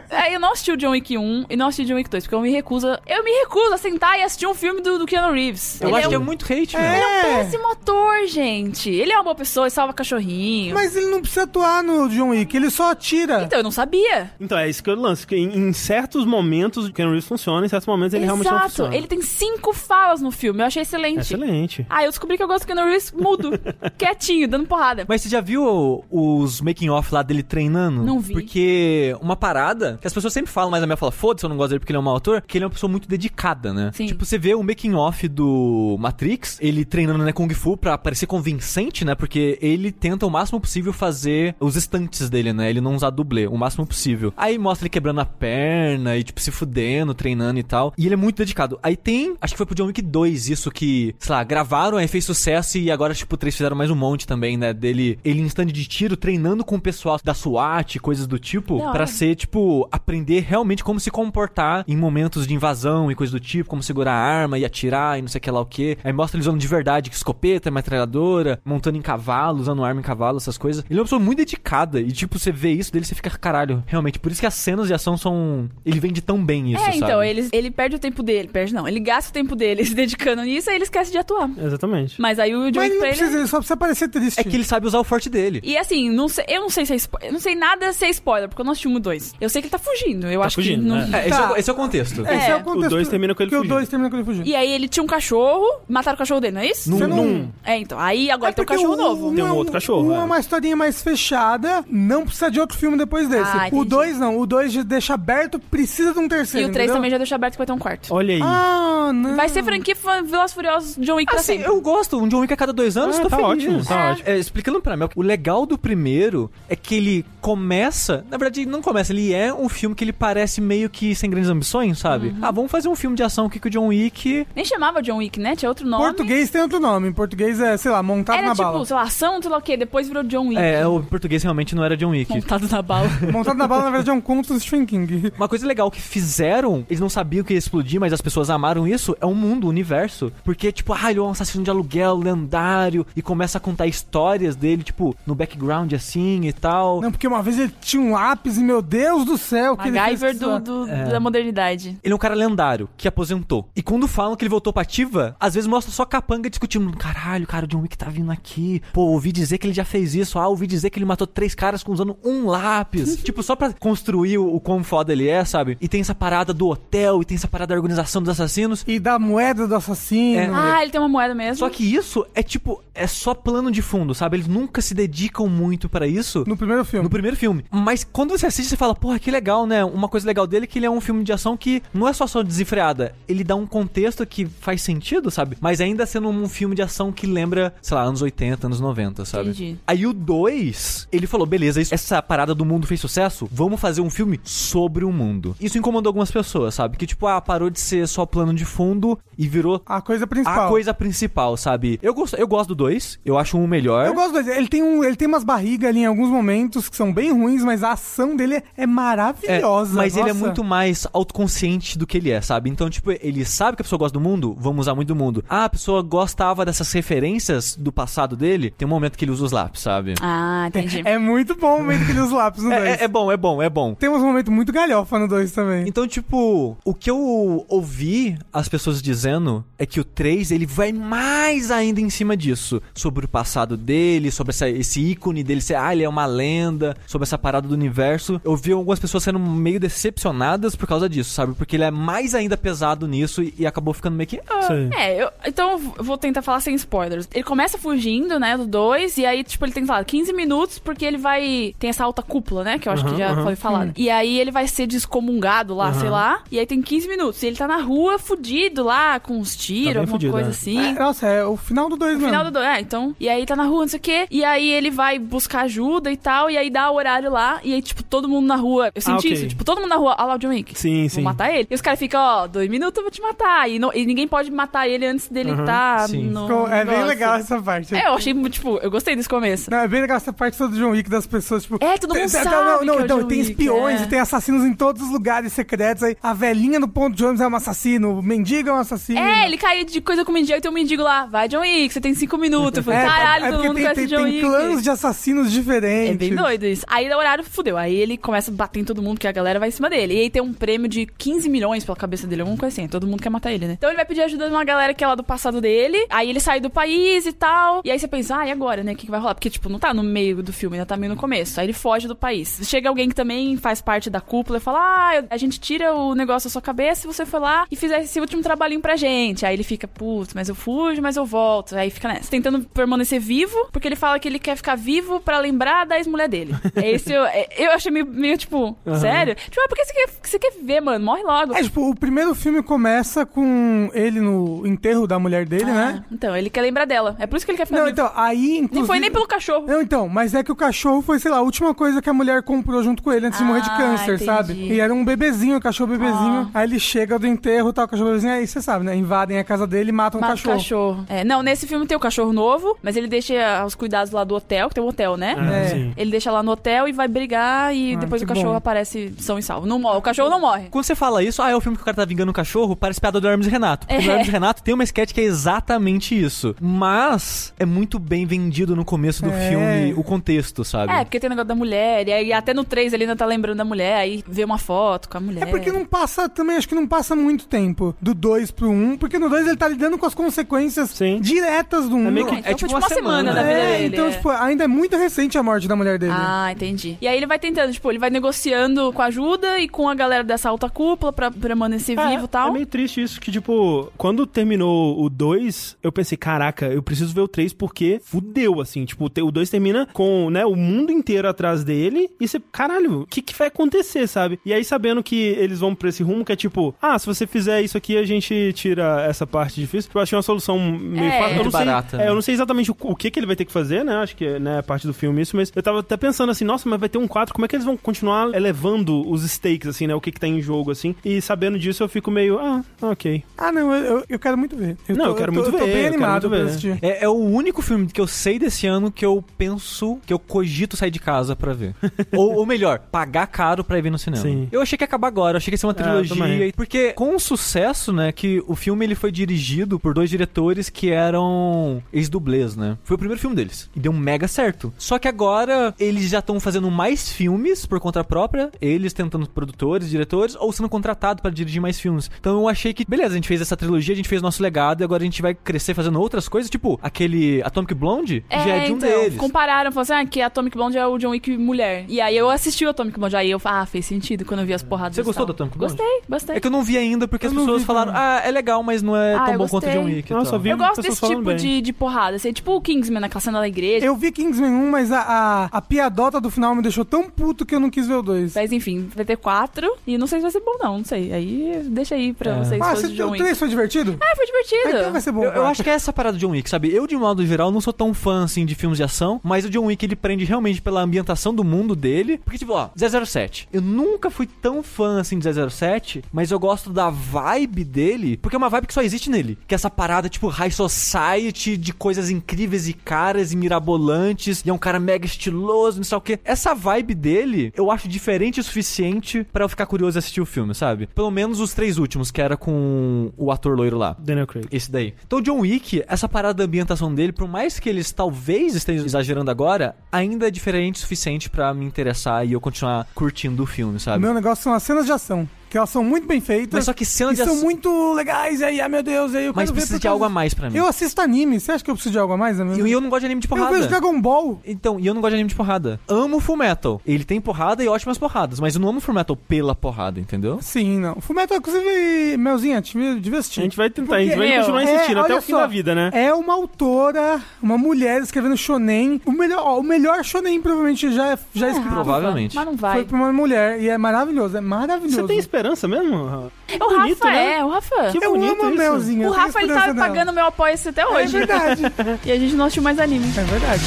[SPEAKER 4] é, eu não assisti o John Wick 1 e não assisti o John Wick 2, porque eu me recuso. a- Eu me recuso a sentar e assistir um filme do, do Keanu Reeves.
[SPEAKER 2] Eu
[SPEAKER 4] ele
[SPEAKER 2] acho
[SPEAKER 4] é
[SPEAKER 2] que é
[SPEAKER 4] um
[SPEAKER 2] muito hate, Mel.
[SPEAKER 3] É,
[SPEAKER 4] péssimo ator, gente. Ele é uma boa pessoa e salva cachorrinho.
[SPEAKER 3] É, mas ele não precisa atuar no John Wick, ele só atira.
[SPEAKER 4] Então, eu não sabia.
[SPEAKER 1] Então, é isso que eu lanço. Que em, em certos momentos o Ken Reeves funciona, em certos momentos ele realmente não
[SPEAKER 4] Exato.
[SPEAKER 1] funciona.
[SPEAKER 4] Ele tem cinco falas no filme. Eu achei excelente.
[SPEAKER 1] Excelente.
[SPEAKER 4] Ah, eu descobri que eu gosto do Keanu Reeves mudo, quietinho, dando porrada.
[SPEAKER 2] Mas você já viu os making off lá dele treinando?
[SPEAKER 4] Não vi.
[SPEAKER 2] Porque uma parada que as pessoas sempre falam, mas a minha fala, foda-se, eu não gosto dele porque ele é um mau autor, que ele é uma pessoa muito dedicada, né?
[SPEAKER 4] Sim.
[SPEAKER 2] Tipo, você vê o making off do Matrix, ele treinando né, Kung Fu pra parecer convincente, né? Porque ele tenta o máximo possível fazer os estantes dele, né? Ele não usar dublê, o máximo possível. Aí mostra ele quebrando a perna e, tipo, se fudendo, treinando e tal. E ele é muito dedicado. Aí tem, acho que foi pro John Wick 2 isso que, sei lá, gravaram, aí fez sucesso e agora, tipo, três fizeram mais um monte também, né? Dele, ele em stand de tiro, treinando com o pessoal da SWAT, coisas do tipo,
[SPEAKER 4] Da
[SPEAKER 2] pra
[SPEAKER 4] hora.
[SPEAKER 2] ser, tipo, aprender realmente como se comportar em momentos de invasão e coisas do tipo, como segurar a arma e atirar matar e não sei o que lá o que. Aí mostra eles usando de verdade que escopeta, metralhadora, montando em cavalo, usando arma em cavalo, essas coisas. Ele é uma pessoa muito dedicada e, tipo, você vê isso dele, você fica, caralho, realmente. Por isso que as cenas de ação são. Ele vende tão bem isso,
[SPEAKER 4] é,
[SPEAKER 2] sabe?
[SPEAKER 4] então, ele, ele perde o tempo dele. Perde não, ele gasta o tempo dele se dedicando nisso e ele esquece de atuar.
[SPEAKER 1] Exatamente.
[SPEAKER 4] Mas aí o
[SPEAKER 3] Mas
[SPEAKER 4] John
[SPEAKER 3] ele não
[SPEAKER 4] Trailer...
[SPEAKER 3] precisa, ele só precisa parecer triste.
[SPEAKER 2] É que ele sabe usar o forte dele.
[SPEAKER 4] E assim, não sei- eu não sei se é spo- eu não sei nada se é spoiler, porque eu não assisti um e dois. Eu sei que ele tá fugindo. Eu
[SPEAKER 1] Tá
[SPEAKER 4] acho
[SPEAKER 1] fugindo,
[SPEAKER 4] que não.
[SPEAKER 1] né?
[SPEAKER 2] É, esse, é o,
[SPEAKER 3] Tá.
[SPEAKER 2] esse é o contexto.
[SPEAKER 3] Esse é
[SPEAKER 4] É.
[SPEAKER 3] o contexto.
[SPEAKER 1] O dois termina com ele
[SPEAKER 3] que
[SPEAKER 1] fugindo.
[SPEAKER 3] o 2 termina com ele fugindo.
[SPEAKER 4] E aí ele tinha um cachorro, mataram o cachorro dele, não é isso?
[SPEAKER 3] Num- Você não-
[SPEAKER 4] É, então. Aí agora tem um
[SPEAKER 3] porque
[SPEAKER 4] cachorro
[SPEAKER 3] o-
[SPEAKER 4] novo.
[SPEAKER 1] Tem um
[SPEAKER 3] é
[SPEAKER 1] outro cachorro,
[SPEAKER 3] Um
[SPEAKER 1] é.
[SPEAKER 3] é uma historinha mais fechada, não precisa de outro filme depois desse.
[SPEAKER 4] Ah,
[SPEAKER 3] o
[SPEAKER 4] entendi.
[SPEAKER 3] 2 não, o 2 deixa aberto, precisa de um
[SPEAKER 4] E
[SPEAKER 3] terceiro.
[SPEAKER 4] o 3
[SPEAKER 3] entendeu?
[SPEAKER 4] também já deixou aberto que vai ter um quarto.
[SPEAKER 1] Olha aí.
[SPEAKER 3] Ah, não.
[SPEAKER 4] Vai ser franquia fã- Velozes e Furiosos John Wick pra
[SPEAKER 2] Assim,
[SPEAKER 4] sempre.
[SPEAKER 2] eu gosto. Um John Wick a cada dois anos,
[SPEAKER 1] Ah,
[SPEAKER 2] tô
[SPEAKER 1] tá
[SPEAKER 2] feliz.
[SPEAKER 1] ótimo, tá
[SPEAKER 4] É.
[SPEAKER 1] ótimo.
[SPEAKER 2] É, explicando pra mim, o legal do primeiro é que ele começa. Na verdade, ele não começa, ele é um filme que ele parece meio que sem grandes ambições, sabe? Ah, vamos fazer um filme de ação aqui que o John Wick.
[SPEAKER 4] Nem chamava John Wick, né? Tinha outro nome.
[SPEAKER 3] Português tem outro nome. Em português é, sei lá, montado
[SPEAKER 4] Era
[SPEAKER 3] na
[SPEAKER 4] tipo,
[SPEAKER 3] bala.
[SPEAKER 4] sei lá, ação, sei lá o quê. Depois virou John Wick.
[SPEAKER 2] É, o português realmente não era John Wick.
[SPEAKER 4] Montado na bala.
[SPEAKER 3] Montado na bala, na verdade, é um conto do Stephen King.
[SPEAKER 2] Uma coisa legal que fizeram, eles não sabiam que ia explodir, mas as pessoas amaram isso, é o mundo, o universo. Porque, tipo, ah, ele é um assassino de aluguel lendário, e começa a contar histórias dele, tipo, no background assim e tal.
[SPEAKER 3] Não, porque uma vez ele tinha um lápis e, meu Deus do céu, que ele
[SPEAKER 4] MacGyver
[SPEAKER 3] fez com
[SPEAKER 4] do,
[SPEAKER 3] isso lá.
[SPEAKER 4] do-
[SPEAKER 2] É.
[SPEAKER 4] da modernidade.
[SPEAKER 2] Ele é um cara lendário, que aposentou. E quando falam que ele voltou pra ativa, às vezes mostra só capanga discutindo. Caralho, cara, o John Wick tá vindo aqui. Pô, ouvi dizer que ele já fez isso. Ah, ouvi dizer que ele matou três caras com- usando um lápis. tipo, só pra construir o, o quão foda ele é, sabe? E tem essa parada do hotel, e tem essa parada da organização dos assassinos.
[SPEAKER 3] E da moeda do assassino.
[SPEAKER 2] É.
[SPEAKER 4] Ah, ele tem uma moeda mesmo.
[SPEAKER 2] Só que isso é tipo, é só plano de fundo, sabe? Eles nunca se dedicam muito pra isso.
[SPEAKER 3] No primeiro filme.
[SPEAKER 2] No primeiro filme. Mas quando você assiste, você fala, porra, que legal, né? Uma coisa legal dele é que ele é um filme de ação que não é só ação desenfreada. Ele dá um contexto que faz sentido, sabe? Mas ainda sendo um filme de ação que lembra, sei lá, anos 80, anos 90, sabe?
[SPEAKER 4] Entendi.
[SPEAKER 2] Aí o 2, ele falou, beleza, isso- essa parada do mundo fez sucesso, vamos fazer um filme sobre o mundo. Isso incomodou algumas pessoas, sabe? Que tipo, ah, parou de ser só plano de fundo e virou
[SPEAKER 3] A coisa
[SPEAKER 2] a
[SPEAKER 3] principal.
[SPEAKER 2] coisa principal, sabe? Eu gosto, eu gosto do 2, eu acho um melhor.
[SPEAKER 3] Eu gosto do Ele tem, um, ele tem umas barrigas ali em alguns momentos que são bem ruins, mas a ação dele é- é
[SPEAKER 2] É,
[SPEAKER 3] maravilhosa.
[SPEAKER 2] mas ele é
[SPEAKER 3] nossa.
[SPEAKER 2] muito mais autoconsciente do que ele é, sabe? Então, tipo, ele sabe que a pessoa gosta do mundo, vamos usar muito do mundo. Ah, a pessoa gostava dessas referências do passado dele, tem um momento que ele usa os lápis, sabe?
[SPEAKER 4] Ah, entendi.
[SPEAKER 3] É muito bom o momento que ele usa o lápis no 2.
[SPEAKER 2] É, é- é bom, é bom, é bom.
[SPEAKER 3] Tem uns momentos muito galhofa no 2 também.
[SPEAKER 2] Então, tipo, o que eu ouvi as pessoas dizendo é que o 3 ele vai mais ainda em cima disso. Sobre o passado dele, sobre essa- esse ícone dele, ser, ah, ele é uma lenda, sobre essa parada do universo. Eu vi algumas pessoas sendo meio decepcionadas por causa disso, sabe? Porque ele é mais ainda pesado nisso e, e acabou ficando meio que. Ah,
[SPEAKER 1] Isso aí.
[SPEAKER 4] É, eu, então eu vou tentar falar sem spoilers. Ele começa fugindo, né, do 2, e aí, tipo, ele tem, sei lá, 15 minutos, porque ele vai. Tem essa alta cúpula, né, que eu acho
[SPEAKER 1] Aham,
[SPEAKER 4] que já
[SPEAKER 1] aham.
[SPEAKER 4] foi falado. E aí ele vai ser descomungado lá, sei lá, e aí tem 15 minutos. E ele tá na rua, fudido lá, com uns tiros,
[SPEAKER 1] bem
[SPEAKER 4] alguma
[SPEAKER 1] fudido,
[SPEAKER 4] coisa
[SPEAKER 1] né?
[SPEAKER 4] assim.
[SPEAKER 3] É, nossa, é o final do 2
[SPEAKER 4] No
[SPEAKER 3] mesmo.
[SPEAKER 4] Final do dois, é, então. E aí tá na rua, não sei o quê. E aí ele vai buscar ajuda e tal. E aí dá o horário lá. E aí, tipo, todo mundo na rua. Eu senti
[SPEAKER 1] Ah, ok.
[SPEAKER 4] isso. Tipo, todo mundo na rua. Olha lá o John Wick.
[SPEAKER 1] Sim, sim.
[SPEAKER 4] Vou matar ele. E os caras ficam, ó, dois minutos eu vou te matar. E, não- e ninguém pode matar ele antes dele
[SPEAKER 1] Aham,
[SPEAKER 4] tá
[SPEAKER 2] sim.
[SPEAKER 4] no.
[SPEAKER 3] Ficou- é bem
[SPEAKER 4] negócio.
[SPEAKER 3] legal essa parte.
[SPEAKER 4] É, eu achei, tipo, eu gostei desse começo.
[SPEAKER 3] Não, é bem legal essa parte toda do John Wick das pessoas, tipo.
[SPEAKER 4] É, todo mundo sabe.
[SPEAKER 3] não, não,
[SPEAKER 4] que é o
[SPEAKER 3] então,
[SPEAKER 4] John
[SPEAKER 3] tem
[SPEAKER 4] Wick,
[SPEAKER 3] espiões
[SPEAKER 4] é.
[SPEAKER 3] e tem assassinos em todos os lugares secretos. Aí a velhinha no ponto de ônibus é um assassino, o mendigo é um assassino.
[SPEAKER 4] É, ele cai de coisa com o mendigo e tem um mendigo lá. Vai, John Wick, você tem cinco minutos. Eu falei,
[SPEAKER 3] É,
[SPEAKER 4] caralho,
[SPEAKER 3] é
[SPEAKER 4] todo
[SPEAKER 3] porque
[SPEAKER 4] mundo
[SPEAKER 3] tem,
[SPEAKER 4] conhece
[SPEAKER 3] tem,
[SPEAKER 4] John
[SPEAKER 3] tem
[SPEAKER 4] Wick.
[SPEAKER 3] clãs de assassinos diferentes.
[SPEAKER 4] É bem doido isso. Aí dá o horário, fudeu. Aí ele começa a bater em todo mundo, que a galera vai em cima dele. E aí tem um prêmio de 15 milhões pela cabeça dele, alguma coisa assim. Todo mundo quer matar ele, né? Então ele vai pedir ajuda de uma galera que é lá do passado dele. Aí ele sai do país e tal. E aí você pensa, ah, e agora, né? O que, que vai rolar? Porque, tipo, não tá no meio do filme, ainda tá meio no começo. Aí ele foge do país. Chega alguém que também faz parte da cúpula e fala, ah, eu- a gente tira o negócio da sua cabeça se você for lá e fizer esse último trabalhinho pra gente. Aí ele fica, putz, mas eu fujo, mas eu volto. Aí fica nessa. Tentando permanecer vivo, porque ele fala que ele quer ficar vivo pra lembrar da ex-mulher dele. É Esse eu, é- eu achei meio, meio, tipo, sério? Tipo, ah, por que você quer, você quer viver, mano? Morre logo.
[SPEAKER 3] É, tipo, o primeiro filme começa com ele no enterro da mulher dele,
[SPEAKER 4] Ah,
[SPEAKER 3] né?
[SPEAKER 4] Então, ele quer lembrar dela. É por isso que ele quer ficar
[SPEAKER 3] Não,
[SPEAKER 4] vivo.
[SPEAKER 3] então, aí.
[SPEAKER 4] Nem
[SPEAKER 3] Inclusive...
[SPEAKER 4] foi nem pelo cachorro.
[SPEAKER 3] Não, então, mas é que o cachorro foi, sei lá, a última coisa que a mulher comprou junto com ele antes de morrer de
[SPEAKER 4] Ah,
[SPEAKER 3] câncer,
[SPEAKER 4] entendi. Ah.
[SPEAKER 3] sabe? E era um bebezinho, o cachorro bebezinho. Aí ele chega do enterro, tá, o cachorro bebezinho, aí você sabe, né? Invadem a casa dele e matam
[SPEAKER 4] Mata
[SPEAKER 3] o um cachorro.
[SPEAKER 4] É, não, nesse filme tem o cachorro novo, mas ele deixa os cuidados lá do hotel, que tem um hotel, né?
[SPEAKER 1] É,
[SPEAKER 3] É.
[SPEAKER 1] sim.
[SPEAKER 4] Ele deixa lá no hotel e vai brigar e
[SPEAKER 3] Ah,
[SPEAKER 4] depois o
[SPEAKER 3] que
[SPEAKER 4] cachorro
[SPEAKER 3] bom.
[SPEAKER 4] aparece são e salvo. Não morre, o cachorro não morre.
[SPEAKER 2] Quando você fala isso, ah, é o filme que o cara tá vingando o cachorro, parece piada do Hermes e Renato. Porque episódio do Renato tem uma sketch que é exatamente isso. Mas é muito bem vendido no começo do
[SPEAKER 3] É.
[SPEAKER 2] filme o contexto, sabe?
[SPEAKER 4] É, porque tem o negócio da mulher, e aí até no 3 ele ainda tá lembrando da mulher, aí vê uma foto com a mulher.
[SPEAKER 3] É porque não passa, também acho que não passa muito tempo do 2 pro 1, um, porque no 2 ele tá lidando com as consequências
[SPEAKER 1] Sim.
[SPEAKER 3] diretas do 1. Um.
[SPEAKER 1] meio
[SPEAKER 4] Ah,
[SPEAKER 1] que-
[SPEAKER 4] então
[SPEAKER 2] é
[SPEAKER 4] foi
[SPEAKER 2] tipo
[SPEAKER 4] tipo
[SPEAKER 2] uma
[SPEAKER 4] uma semana,
[SPEAKER 2] semana.
[SPEAKER 4] da vida dele.
[SPEAKER 3] então,
[SPEAKER 4] é.
[SPEAKER 3] tipo, né? ainda é muito recente a morte da mulher dele.
[SPEAKER 4] Ah, entendi. E aí ele vai tentando, tipo, ele vai negociando com a ajuda e com a galera dessa alta cúpula pra permanecer vivo e tal.
[SPEAKER 1] É meio triste isso, que tipo, quando terminou o 2, eu pensei, caraca, eu preciso ver o 3 porque fudeu, assim. Tipo, te- o 2 termina com, né, o mundo inteiro atrás dele e você, caralho, o que que vai acontecer, sabe? E aí sabendo que eles vão pra esse rumo que é tipo, ah, se você fizer isso aqui, a gente tira essa parte difícil. Eu achei uma solução meio
[SPEAKER 4] É.
[SPEAKER 1] fácil. Eu não
[SPEAKER 2] Muito
[SPEAKER 1] sei,
[SPEAKER 2] barata,
[SPEAKER 1] é,
[SPEAKER 2] né?
[SPEAKER 1] eu não sei exatamente o, o que que ele vai ter que fazer, né? Acho que né, é parte do filme isso, mas eu tava até pensando assim, nossa, mas vai ter um 4, como é que eles vão continuar elevando os stakes, assim, né? O que que tá em jogo, assim. E sabendo disso, eu fico meio, ah, ok.
[SPEAKER 3] Ah, não, eu, eu- eu quero muito ver.
[SPEAKER 1] Não,
[SPEAKER 3] tô-
[SPEAKER 1] eu quero
[SPEAKER 3] tô-
[SPEAKER 1] muito
[SPEAKER 3] Eu
[SPEAKER 1] ver,
[SPEAKER 3] tô bem
[SPEAKER 1] eu quero
[SPEAKER 3] animado
[SPEAKER 1] muito
[SPEAKER 3] pra
[SPEAKER 1] ver.
[SPEAKER 3] assistir.
[SPEAKER 2] É, é o único filme que eu sei desse ano que eu penso, que eu cogito sair de casa pra ver. ou, ou melhor, pagar caro pra ir ver no cinema.
[SPEAKER 1] Sim.
[SPEAKER 2] Eu achei que ia acabar agora, eu achei que ia ser uma
[SPEAKER 1] É, eu
[SPEAKER 2] trilogia.
[SPEAKER 1] também.
[SPEAKER 2] porque com o sucesso, né, que o filme ele foi dirigido por dois diretores que eram ex-dublês, né? Foi o primeiro filme deles. E deu um mega certo. Só que agora eles já estão fazendo mais filmes por conta própria, eles tentando produtores, diretores, ou sendo contratados pra dirigir mais filmes. Então eu achei que, beleza, a gente fez essa trilogia, a gente fez nosso legado, e agora a gente vai crescer fazendo outras coisas, tipo aquele Atomic Blonde,
[SPEAKER 4] É,
[SPEAKER 2] já é de um
[SPEAKER 4] então,
[SPEAKER 2] deles.
[SPEAKER 4] compararam, falaram assim, ah, que Atomic Blonde é o John Wick mulher. E aí eu assisti o Atomic Blonde, aí eu falei, ah, fez sentido quando eu vi as porradas.
[SPEAKER 2] Você
[SPEAKER 4] e
[SPEAKER 2] gostou
[SPEAKER 4] tal.
[SPEAKER 2] do Atomic Blonde?
[SPEAKER 4] Gostei, gostei.
[SPEAKER 2] É que eu não vi ainda porque
[SPEAKER 3] Eu
[SPEAKER 2] as
[SPEAKER 3] não
[SPEAKER 2] pessoas
[SPEAKER 3] vi
[SPEAKER 2] falaram,
[SPEAKER 3] também.
[SPEAKER 2] ah, é legal, mas não é
[SPEAKER 4] Ah,
[SPEAKER 2] tão
[SPEAKER 4] eu
[SPEAKER 2] bom quanto o
[SPEAKER 4] gostei.
[SPEAKER 2] John Wick. e
[SPEAKER 1] Nossa,
[SPEAKER 2] tal.
[SPEAKER 1] vi
[SPEAKER 4] Eu gosto
[SPEAKER 1] pessoas
[SPEAKER 4] desse
[SPEAKER 1] falando
[SPEAKER 4] tipo
[SPEAKER 1] bem.
[SPEAKER 4] de, de porrada, assim, tipo o Kingsman naquela cena da igreja.
[SPEAKER 3] Eu vi Kingsman 1, mas a, a, a piadota do final me deixou tão puto que eu não quis ver o 2.
[SPEAKER 4] Mas enfim, vai ter quatro e não sei se vai ser bom não, não sei. Aí deixa aí pra
[SPEAKER 2] É.
[SPEAKER 4] vocês.
[SPEAKER 3] Ah,
[SPEAKER 4] fãs
[SPEAKER 3] você-
[SPEAKER 4] de John
[SPEAKER 3] o
[SPEAKER 4] Wick.
[SPEAKER 3] 3 foi divertido?
[SPEAKER 4] Ah, foi divertido.
[SPEAKER 3] Ah, Então vai ser bom.
[SPEAKER 2] Eu, eu
[SPEAKER 3] cara.
[SPEAKER 2] acho que é essa parada do John Wick, sabe? Eu, de modo geral, não sou tão fã, assim, de filmes de ação, mas o John Wick, ele prende realmente pela ambientação do mundo dele. Porque, tipo, ó, 007. Eu nunca fui tão fã, assim, de 007, mas eu gosto da vibe dele, porque é uma vibe que só existe nele. Que é essa parada, tipo, high society, de coisas incríveis e caras e mirabolantes, e é um cara mega estiloso, não sei o quê. Essa vibe dele, eu acho diferente o suficiente pra eu ficar curioso e assistir o filme, sabe? Pelo menos os três últimos, que era com o ator loiro lá.
[SPEAKER 1] Daniel Craig.
[SPEAKER 2] Esse daí. Então, o John Wick, essa parada da ambientação dele, por mais que eles talvez estejam exagerando agora, ainda é diferente o suficiente pra me interessar e eu continuar curtindo o filme,
[SPEAKER 3] O
[SPEAKER 2] sabe?
[SPEAKER 3] meu negócio são as cenas de ação, que elas são muito bem
[SPEAKER 2] Mas
[SPEAKER 3] feitas
[SPEAKER 2] só que cena
[SPEAKER 3] e
[SPEAKER 2] de
[SPEAKER 3] são
[SPEAKER 2] ação.
[SPEAKER 3] é muito legais. E aí, ah, meu Deus, e aí eu
[SPEAKER 2] Mas
[SPEAKER 3] quero ver
[SPEAKER 2] precisa
[SPEAKER 3] por
[SPEAKER 2] de algo a
[SPEAKER 3] causa-
[SPEAKER 2] mais pra mim.
[SPEAKER 3] Eu assisto anime, você acha que eu preciso de algo a mais?
[SPEAKER 2] E
[SPEAKER 3] amigo?
[SPEAKER 2] eu, não gosto de anime de
[SPEAKER 3] eu
[SPEAKER 2] porrada.
[SPEAKER 3] vejo Dragon Ball.
[SPEAKER 2] Então, e eu não gosto de anime de porrada. Amo Full Metal. Ele tem porrada e ótimas porradas, mas eu não amo Full Metal pela porrada, entendeu?
[SPEAKER 3] Sim, não. Fumeto, inclusive, Melzinha, te
[SPEAKER 1] A
[SPEAKER 3] devia assistir.
[SPEAKER 1] gente vai tentar, a gente
[SPEAKER 4] Porque,
[SPEAKER 1] vai
[SPEAKER 4] meu,
[SPEAKER 1] continuar
[SPEAKER 3] é,
[SPEAKER 1] insistindo até
[SPEAKER 3] olha
[SPEAKER 1] o fim
[SPEAKER 3] só.
[SPEAKER 1] da vida, né?
[SPEAKER 3] É uma autora, uma mulher escrevendo shonen. O melhor, ó, o melhor shonen provavelmente já é, já é escrito.
[SPEAKER 4] Ah, Rafa,
[SPEAKER 2] Provavelmente.
[SPEAKER 4] Mas não
[SPEAKER 3] Foi
[SPEAKER 4] vai.
[SPEAKER 3] pra uma mulher e é maravilhoso, é maravilhoso.
[SPEAKER 1] Você tem esperança mesmo? Rafa?
[SPEAKER 4] O Rafa
[SPEAKER 1] bonito, né?
[SPEAKER 4] é, o Rafa.
[SPEAKER 1] Que
[SPEAKER 3] eu
[SPEAKER 1] bonito
[SPEAKER 3] amo a
[SPEAKER 1] isso.
[SPEAKER 3] Melzinha.
[SPEAKER 4] O
[SPEAKER 3] um eu tenho
[SPEAKER 4] Rafa, ele tá
[SPEAKER 3] esperança nela.
[SPEAKER 4] pagando meu apoio até
[SPEAKER 3] É
[SPEAKER 4] hoje.
[SPEAKER 3] verdade,
[SPEAKER 4] e a gente não assistiu mais anime.
[SPEAKER 3] é verdade.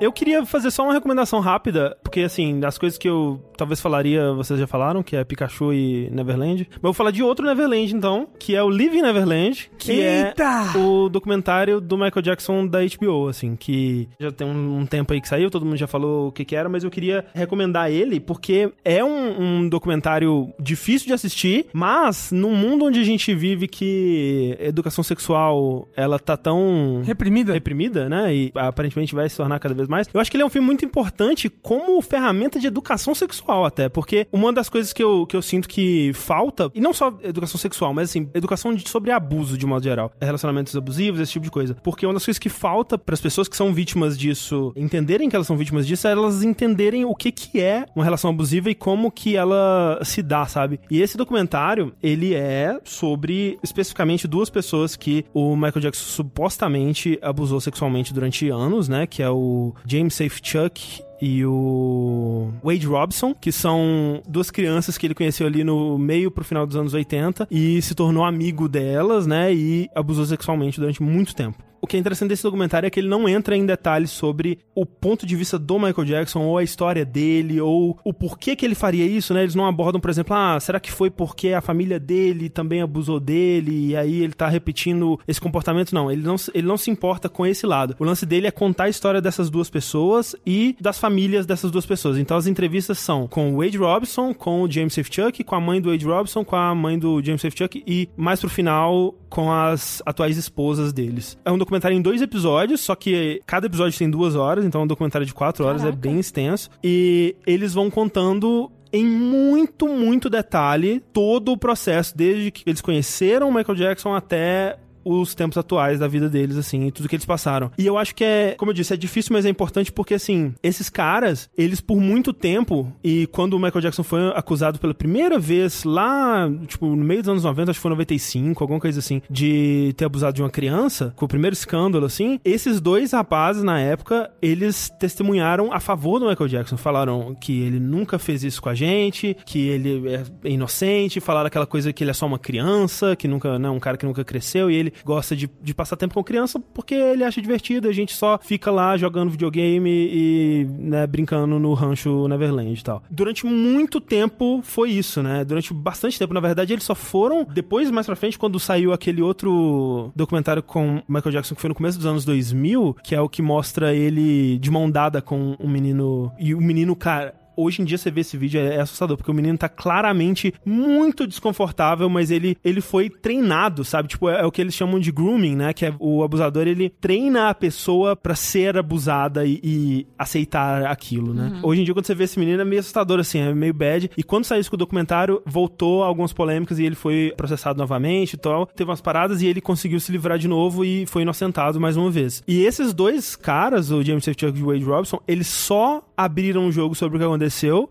[SPEAKER 1] Eu queria fazer só uma recomendação rápida, porque assim, as coisas que eu talvez falaria, vocês já falaram, que é Pikachu e Neverland. Mas eu vou falar de outro Neverland, então, que é o Living Neverland, que é
[SPEAKER 3] Eita!
[SPEAKER 1] o documentário do Michael Jackson da HBO, assim, que já tem um, um tempo aí que saiu, todo mundo já falou o que que era, mas eu queria recomendar ele porque é um, um documentário difícil de assistir, mas num mundo onde a gente vive que a educação sexual, ela tá tão
[SPEAKER 3] Reprimida?
[SPEAKER 1] reprimida, né? E aparentemente vai se tornar cada vez mais. Eu acho que ele é um filme muito importante como ferramenta de educação sexual, até. Porque uma das coisas que eu, que eu sinto que falta, e não só educação sexual, mas assim, educação de- sobre abuso de modo geral. Relacionamentos abusivos, esse tipo de coisa. Porque uma das coisas que falta para as pessoas que são vítimas disso entenderem que elas são vítimas disso é elas entenderem o que, que é uma relação abusiva e como que ela se dá, sabe? E esse documentário, ele é sobre especificamente duas pessoas que o Michael Jackson supostamente abusou sexualmente durante anos, né? Que é o James Safechuck e o Wade Robson, que são duas crianças que ele conheceu ali no meio pro final dos anos 80 e se tornou amigo delas, né? E abusou sexualmente durante muito tempo. O que é interessante desse documentário é que ele não entra em detalhes sobre o ponto de vista do Michael Jackson, ou a história dele, ou o porquê que ele faria isso, né? Eles não abordam, por exemplo, ah, será que foi porque a família dele também abusou dele, e aí ele tá repetindo esse comportamento? Não, ele não, se- ele não se importa com esse lado. O lance dele é contar a história dessas duas pessoas e das famílias dessas duas pessoas. Então as entrevistas são com o Wade Robson, com o James Safechuck, com a mãe do Wade Robson, com a mãe do James Safechuck e mais pro final com as atuais esposas deles. É um documentário em dois episódios, só que cada episódio tem duas horas, então é um documentário de quatro horas, é
[SPEAKER 4] Caraca.
[SPEAKER 1] bem extenso. E eles vão contando em muito, muito detalhe todo o processo, desde que eles conheceram o Michael Jackson até os tempos atuais da vida deles, assim, e tudo que eles passaram. E eu acho que é, como eu disse, é difícil, mas é importante porque, assim, esses caras, eles por muito tempo, e quando o Michael Jackson foi acusado pela primeira vez lá, tipo, no meio dos anos 90, acho que foi 95, alguma coisa assim, de ter abusado de uma criança, com o primeiro escândalo, assim, esses dois rapazes, na época, eles testemunharam a favor do Michael Jackson. Falaram que ele nunca fez isso com a gente, que ele é inocente, falaram aquela coisa que ele é só uma criança, que nunca, né, um cara que nunca cresceu e ele gosta de, de passar tempo com criança porque ele acha divertido, a gente só fica lá jogando videogame e, né, brincando no rancho Neverland e tal. Durante muito tempo foi isso, né? Durante bastante tempo, na verdade, eles só foram depois, mais pra frente, quando saiu aquele outro documentário com Michael Jackson que foi no começo dos anos 2000, que é o que mostra ele de mão dada com um menino e o menino, cara, Hoje em dia você vê esse vídeo, é é assustador, porque o menino tá claramente muito desconfortável, mas ele, ele foi treinado, sabe? Tipo, é, é o que eles chamam de grooming, né? Que é o abusador, ele treina a pessoa pra ser abusada e, e aceitar aquilo, né? Hoje em dia, quando você vê esse menino, é meio assustador, assim, é meio bad. E quando saiu isso com o documentário, voltou a algumas polêmicas e ele foi processado novamente e tal. Teve umas paradas e ele conseguiu se livrar de novo e foi inocentado mais uma vez. E esses dois caras, o James Safechuck e o Wade Robson, eles só abriram o jogo sobre o que aconteceu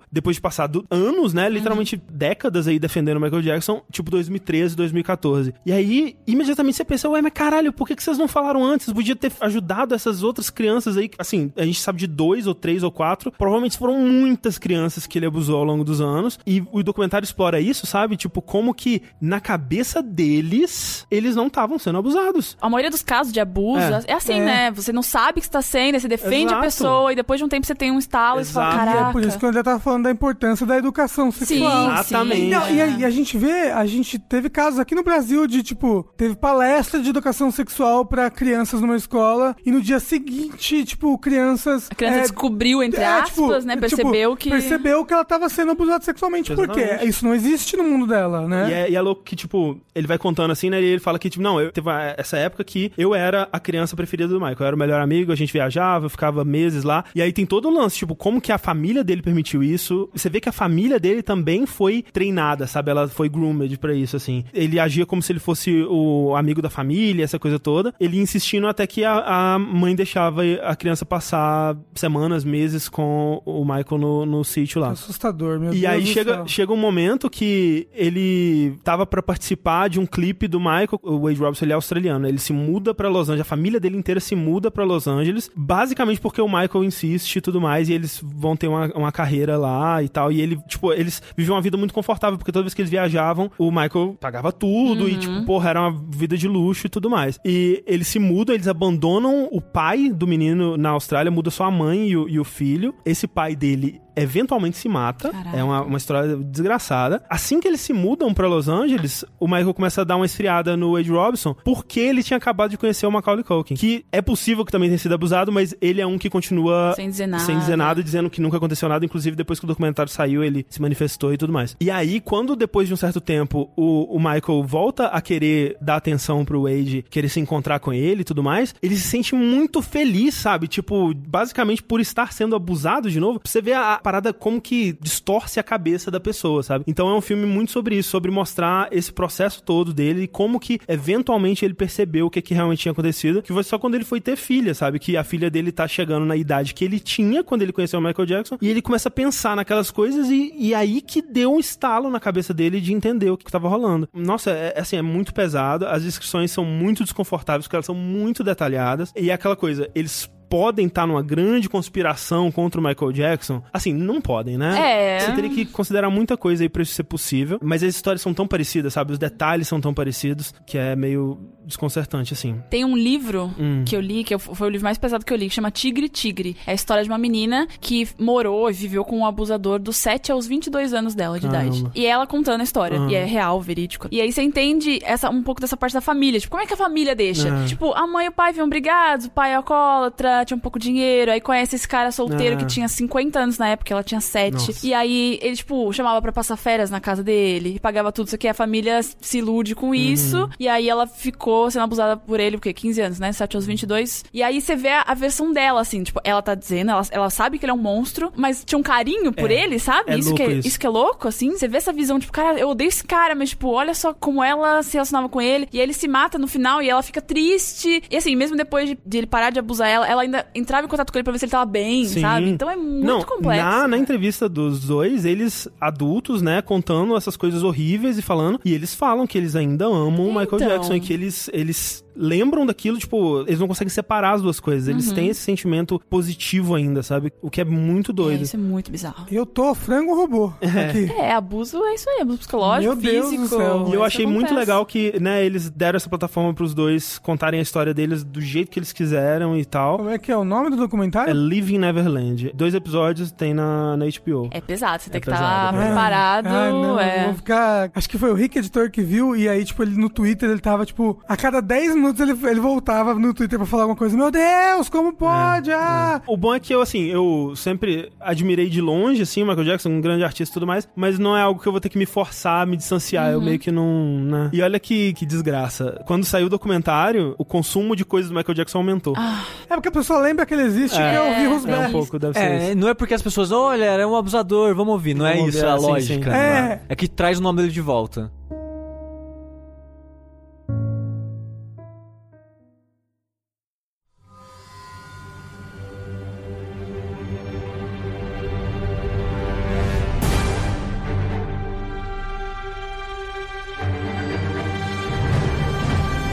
[SPEAKER 1] depois de passar do- anos, né? Literalmente décadas aí defendendo o Michael Jackson, tipo 2013, 2014. E aí, imediatamente você pensa, ué, mas caralho, por que, que vocês não falaram antes? Podia ter ajudado essas outras crianças aí. que, Assim, a gente sabe de dois ou três ou quatro. Provavelmente foram muitas crianças que ele abusou ao longo dos anos. E o documentário explora isso, sabe? Tipo, como que na cabeça deles, eles não estavam sendo abusados.
[SPEAKER 4] A maioria dos casos de abuso é, assim,
[SPEAKER 3] É.
[SPEAKER 4] né? Você não sabe o que está sendo, aí você defende
[SPEAKER 1] Exato.
[SPEAKER 4] a pessoa e depois de um tempo você tem um estalo e você
[SPEAKER 1] Exato. E é
[SPEAKER 4] fala, caraca.
[SPEAKER 3] É por isso que eu ainda tava falando da importância da educação
[SPEAKER 4] Sim,
[SPEAKER 3] sexual.
[SPEAKER 1] Exatamente.
[SPEAKER 4] sim.
[SPEAKER 3] Não, e, a, e a gente vê, a gente teve casos aqui no Brasil de, tipo, teve palestra de educação sexual pra crianças numa escola e no dia seguinte, tipo, crianças.
[SPEAKER 4] A criança
[SPEAKER 3] é,
[SPEAKER 4] descobriu, entre
[SPEAKER 3] é,
[SPEAKER 4] aspas,
[SPEAKER 3] tipo,
[SPEAKER 4] né?
[SPEAKER 3] tipo,
[SPEAKER 4] Percebeu que.
[SPEAKER 3] Percebeu que ela tava sendo abusada sexualmente. Por quê?
[SPEAKER 1] Exatamente.
[SPEAKER 3] Isso não existe no mundo dela, né?
[SPEAKER 1] E é, e é louco que, tipo, ele vai contando assim, né? E ele fala que, tipo, não, eu teve uma- essa época que eu era a criança preferida do Michael. Eu era o melhor amigo, a gente viajava, eu ficava meses lá. E aí tem todo o lance, tipo, como que a família dele permitiu isso. Você vê que a família dele também foi treinada, sabe? Ela foi groomed pra isso, assim. Ele agia como se ele fosse o amigo da família, essa coisa toda. Ele insistindo até que a, a mãe deixava a criança passar semanas, meses com o Michael no, no sítio lá.
[SPEAKER 3] É Assustador, meu
[SPEAKER 1] E
[SPEAKER 3] Deus
[SPEAKER 1] aí
[SPEAKER 3] do
[SPEAKER 1] chega,
[SPEAKER 3] céu.
[SPEAKER 1] chega um momento que ele tava pra participar de um clipe do Michael, o Wade Robson, ele é australiano, ele se muda pra Los Angeles, a família dele inteira se muda pra Los Angeles, basicamente porque o Michael insiste e tudo mais, e eles vão ter uma, uma carreira lá e tal, e ele, tipo, eles viviam uma vida muito confortável, porque toda vez que eles viajavam, o Michael pagava tudo, e tipo, porra, era uma vida de luxo e tudo mais. E eles se mudam, eles abandonam o pai do menino na Austrália, muda só a mãe e o, e o filho, esse pai dele eventualmente se mata,
[SPEAKER 4] Caraca.
[SPEAKER 1] é uma, uma história desgraçada. Assim que eles se mudam pra Los Angeles, o Michael começa a dar uma esfriada no Wade Robson, porque ele tinha acabado de conhecer o Macaulay Culkin. Que é possível que também tenha sido abusado, mas ele é um que continua
[SPEAKER 4] Sem dizer nada.
[SPEAKER 1] sem dizer nada, dizendo que nunca aconteceu nada. Inclusive, depois que o documentário saiu, ele se manifestou e tudo mais. E aí, quando depois de um certo tempo o, o Michael volta a querer dar atenção pro Wade, querer se encontrar com ele e tudo mais, ele se sente muito feliz, sabe? Tipo, basicamente por estar sendo abusado de novo. Você vê a, a parada como que distorce a cabeça da pessoa, sabe? Então é um filme muito sobre isso, sobre mostrar esse processo todo dele e como que eventualmente ele percebeu o que, que realmente tinha acontecido, que foi só quando ele foi ter filha, sabe? Que a filha dele tá chegando na idade que ele tinha quando ele conheceu o Michael Jackson e ele começa a pensar naquelas coisas e, e aí que deu um estalo na cabeça dele de entender o que, que tava rolando. Nossa, é, é assim, é muito pesado, as descrições são muito desconfortáveis porque elas são muito detalhadas e é aquela coisa, eles podem estar numa grande conspiração contra o Michael Jackson. Assim, não podem, né?
[SPEAKER 4] É.
[SPEAKER 1] Você teria que considerar muita coisa aí pra isso ser possível. Mas as histórias são tão parecidas, sabe? Os detalhes são tão parecidos que é meio desconcertante, assim. Hum.
[SPEAKER 4] Tem um livro que eu li, que eu- foi o livro mais pesado que eu li, que chama Tigre Tigre. É a história de uma menina que morou e viveu com um abusador dos 7 aos 22 anos dela de
[SPEAKER 1] Caramba.
[SPEAKER 4] idade. E ela contando a história. E é real, verídico. E aí você entende essa, um pouco dessa parte da família. Tipo, como é que a família deixa?
[SPEAKER 1] É.
[SPEAKER 4] Tipo, a mãe e o pai vinham brigados, o pai é alcoólatra, tinha um pouco de dinheiro. Aí conhece esse cara solteiro
[SPEAKER 1] É.
[SPEAKER 4] que tinha 50 anos na época, ela tinha 7.
[SPEAKER 1] Nossa.
[SPEAKER 4] E aí ele, tipo, chamava pra passar férias na casa dele. E pagava tudo isso aqui. A família se ilude
[SPEAKER 1] Uhum.
[SPEAKER 4] com isso. E aí ela ficou sendo abusada por ele, porque 15 anos, né? 7 aos
[SPEAKER 1] Uhum.
[SPEAKER 4] 22. E aí você vê a, a versão dela, assim. Tipo, ela tá dizendo, ela, ela sabe que ele é um monstro, mas tinha um carinho por ele, sabe?
[SPEAKER 1] É
[SPEAKER 4] isso, que é,
[SPEAKER 1] louco
[SPEAKER 4] isso.
[SPEAKER 1] isso.
[SPEAKER 4] que é louco, assim. Você vê essa visão, tipo, cara, eu odeio esse cara, mas, tipo, olha só como ela se relacionava com ele. E aí ele se mata no final e ela fica triste. E assim, mesmo depois de, de ele parar de abusar ela, ela ainda entrava em contato com ele pra ver se ele tava bem,
[SPEAKER 1] Sim.
[SPEAKER 4] sabe? Então é muito
[SPEAKER 1] não,
[SPEAKER 4] complexo. né?
[SPEAKER 1] Na, na
[SPEAKER 4] cara.
[SPEAKER 1] entrevista dos dois, eles adultos, né, contando essas coisas horríveis e falando, e eles falam que eles ainda amam o
[SPEAKER 4] Então.
[SPEAKER 1] Michael Jackson e que eles, eles lembram daquilo, tipo, eles não conseguem separar as duas coisas.
[SPEAKER 4] Uhum.
[SPEAKER 1] Eles têm esse sentimento positivo ainda, sabe? O que é muito
[SPEAKER 4] É,
[SPEAKER 1] doido.
[SPEAKER 4] isso é muito bizarro.
[SPEAKER 3] Eu tô frango robô aqui.
[SPEAKER 4] É, abuso é isso aí, abuso psicológico,
[SPEAKER 3] Meu Deus do
[SPEAKER 4] físico.
[SPEAKER 3] céu.
[SPEAKER 1] E eu
[SPEAKER 4] isso é
[SPEAKER 1] achei muito
[SPEAKER 4] acontece.
[SPEAKER 1] legal que, né, eles deram essa plataforma pros dois contarem a história deles do jeito que eles quiseram e tal.
[SPEAKER 3] Como é que é o nome do
[SPEAKER 1] É
[SPEAKER 3] documentário?
[SPEAKER 1] Living Neverland. Dois episódios tem na, na HBO.
[SPEAKER 4] É pesado, você tem que estar
[SPEAKER 1] pesado, é.
[SPEAKER 4] preparado.
[SPEAKER 3] Ah, não, eu
[SPEAKER 4] é.
[SPEAKER 3] vou ficar... Acho que foi o Rick Editor que viu, e aí, tipo, ele no Twitter, ele tava, tipo... A cada 10 minutos ele, ele voltava no Twitter pra falar alguma coisa. Meu Deus, como pode? ah!
[SPEAKER 1] O bom é que eu, assim, eu sempre admirei de longe, assim, o Michael Jackson, um grande artista e tudo mais, mas não é algo que eu vou ter que me forçar, me distanciar,
[SPEAKER 4] Uhum.
[SPEAKER 1] eu meio que não, né? E olha que, que desgraça. Quando saiu o documentário, o consumo de coisas do Michael Jackson aumentou.
[SPEAKER 4] Ah,
[SPEAKER 3] É porque a pessoa lembra que ele existe, que é o vírus
[SPEAKER 1] é
[SPEAKER 3] Bell.
[SPEAKER 1] um pouco, deve ser
[SPEAKER 2] É,
[SPEAKER 1] isso.
[SPEAKER 2] não é porque as pessoas, olha, era um abusador, vamos ouvir. Não
[SPEAKER 1] Vamos
[SPEAKER 2] é isso
[SPEAKER 1] ouvir,
[SPEAKER 2] a
[SPEAKER 1] sim,
[SPEAKER 2] lógica.
[SPEAKER 1] sim.
[SPEAKER 2] né?
[SPEAKER 3] ah, É.
[SPEAKER 2] é que traz o nome dele de volta.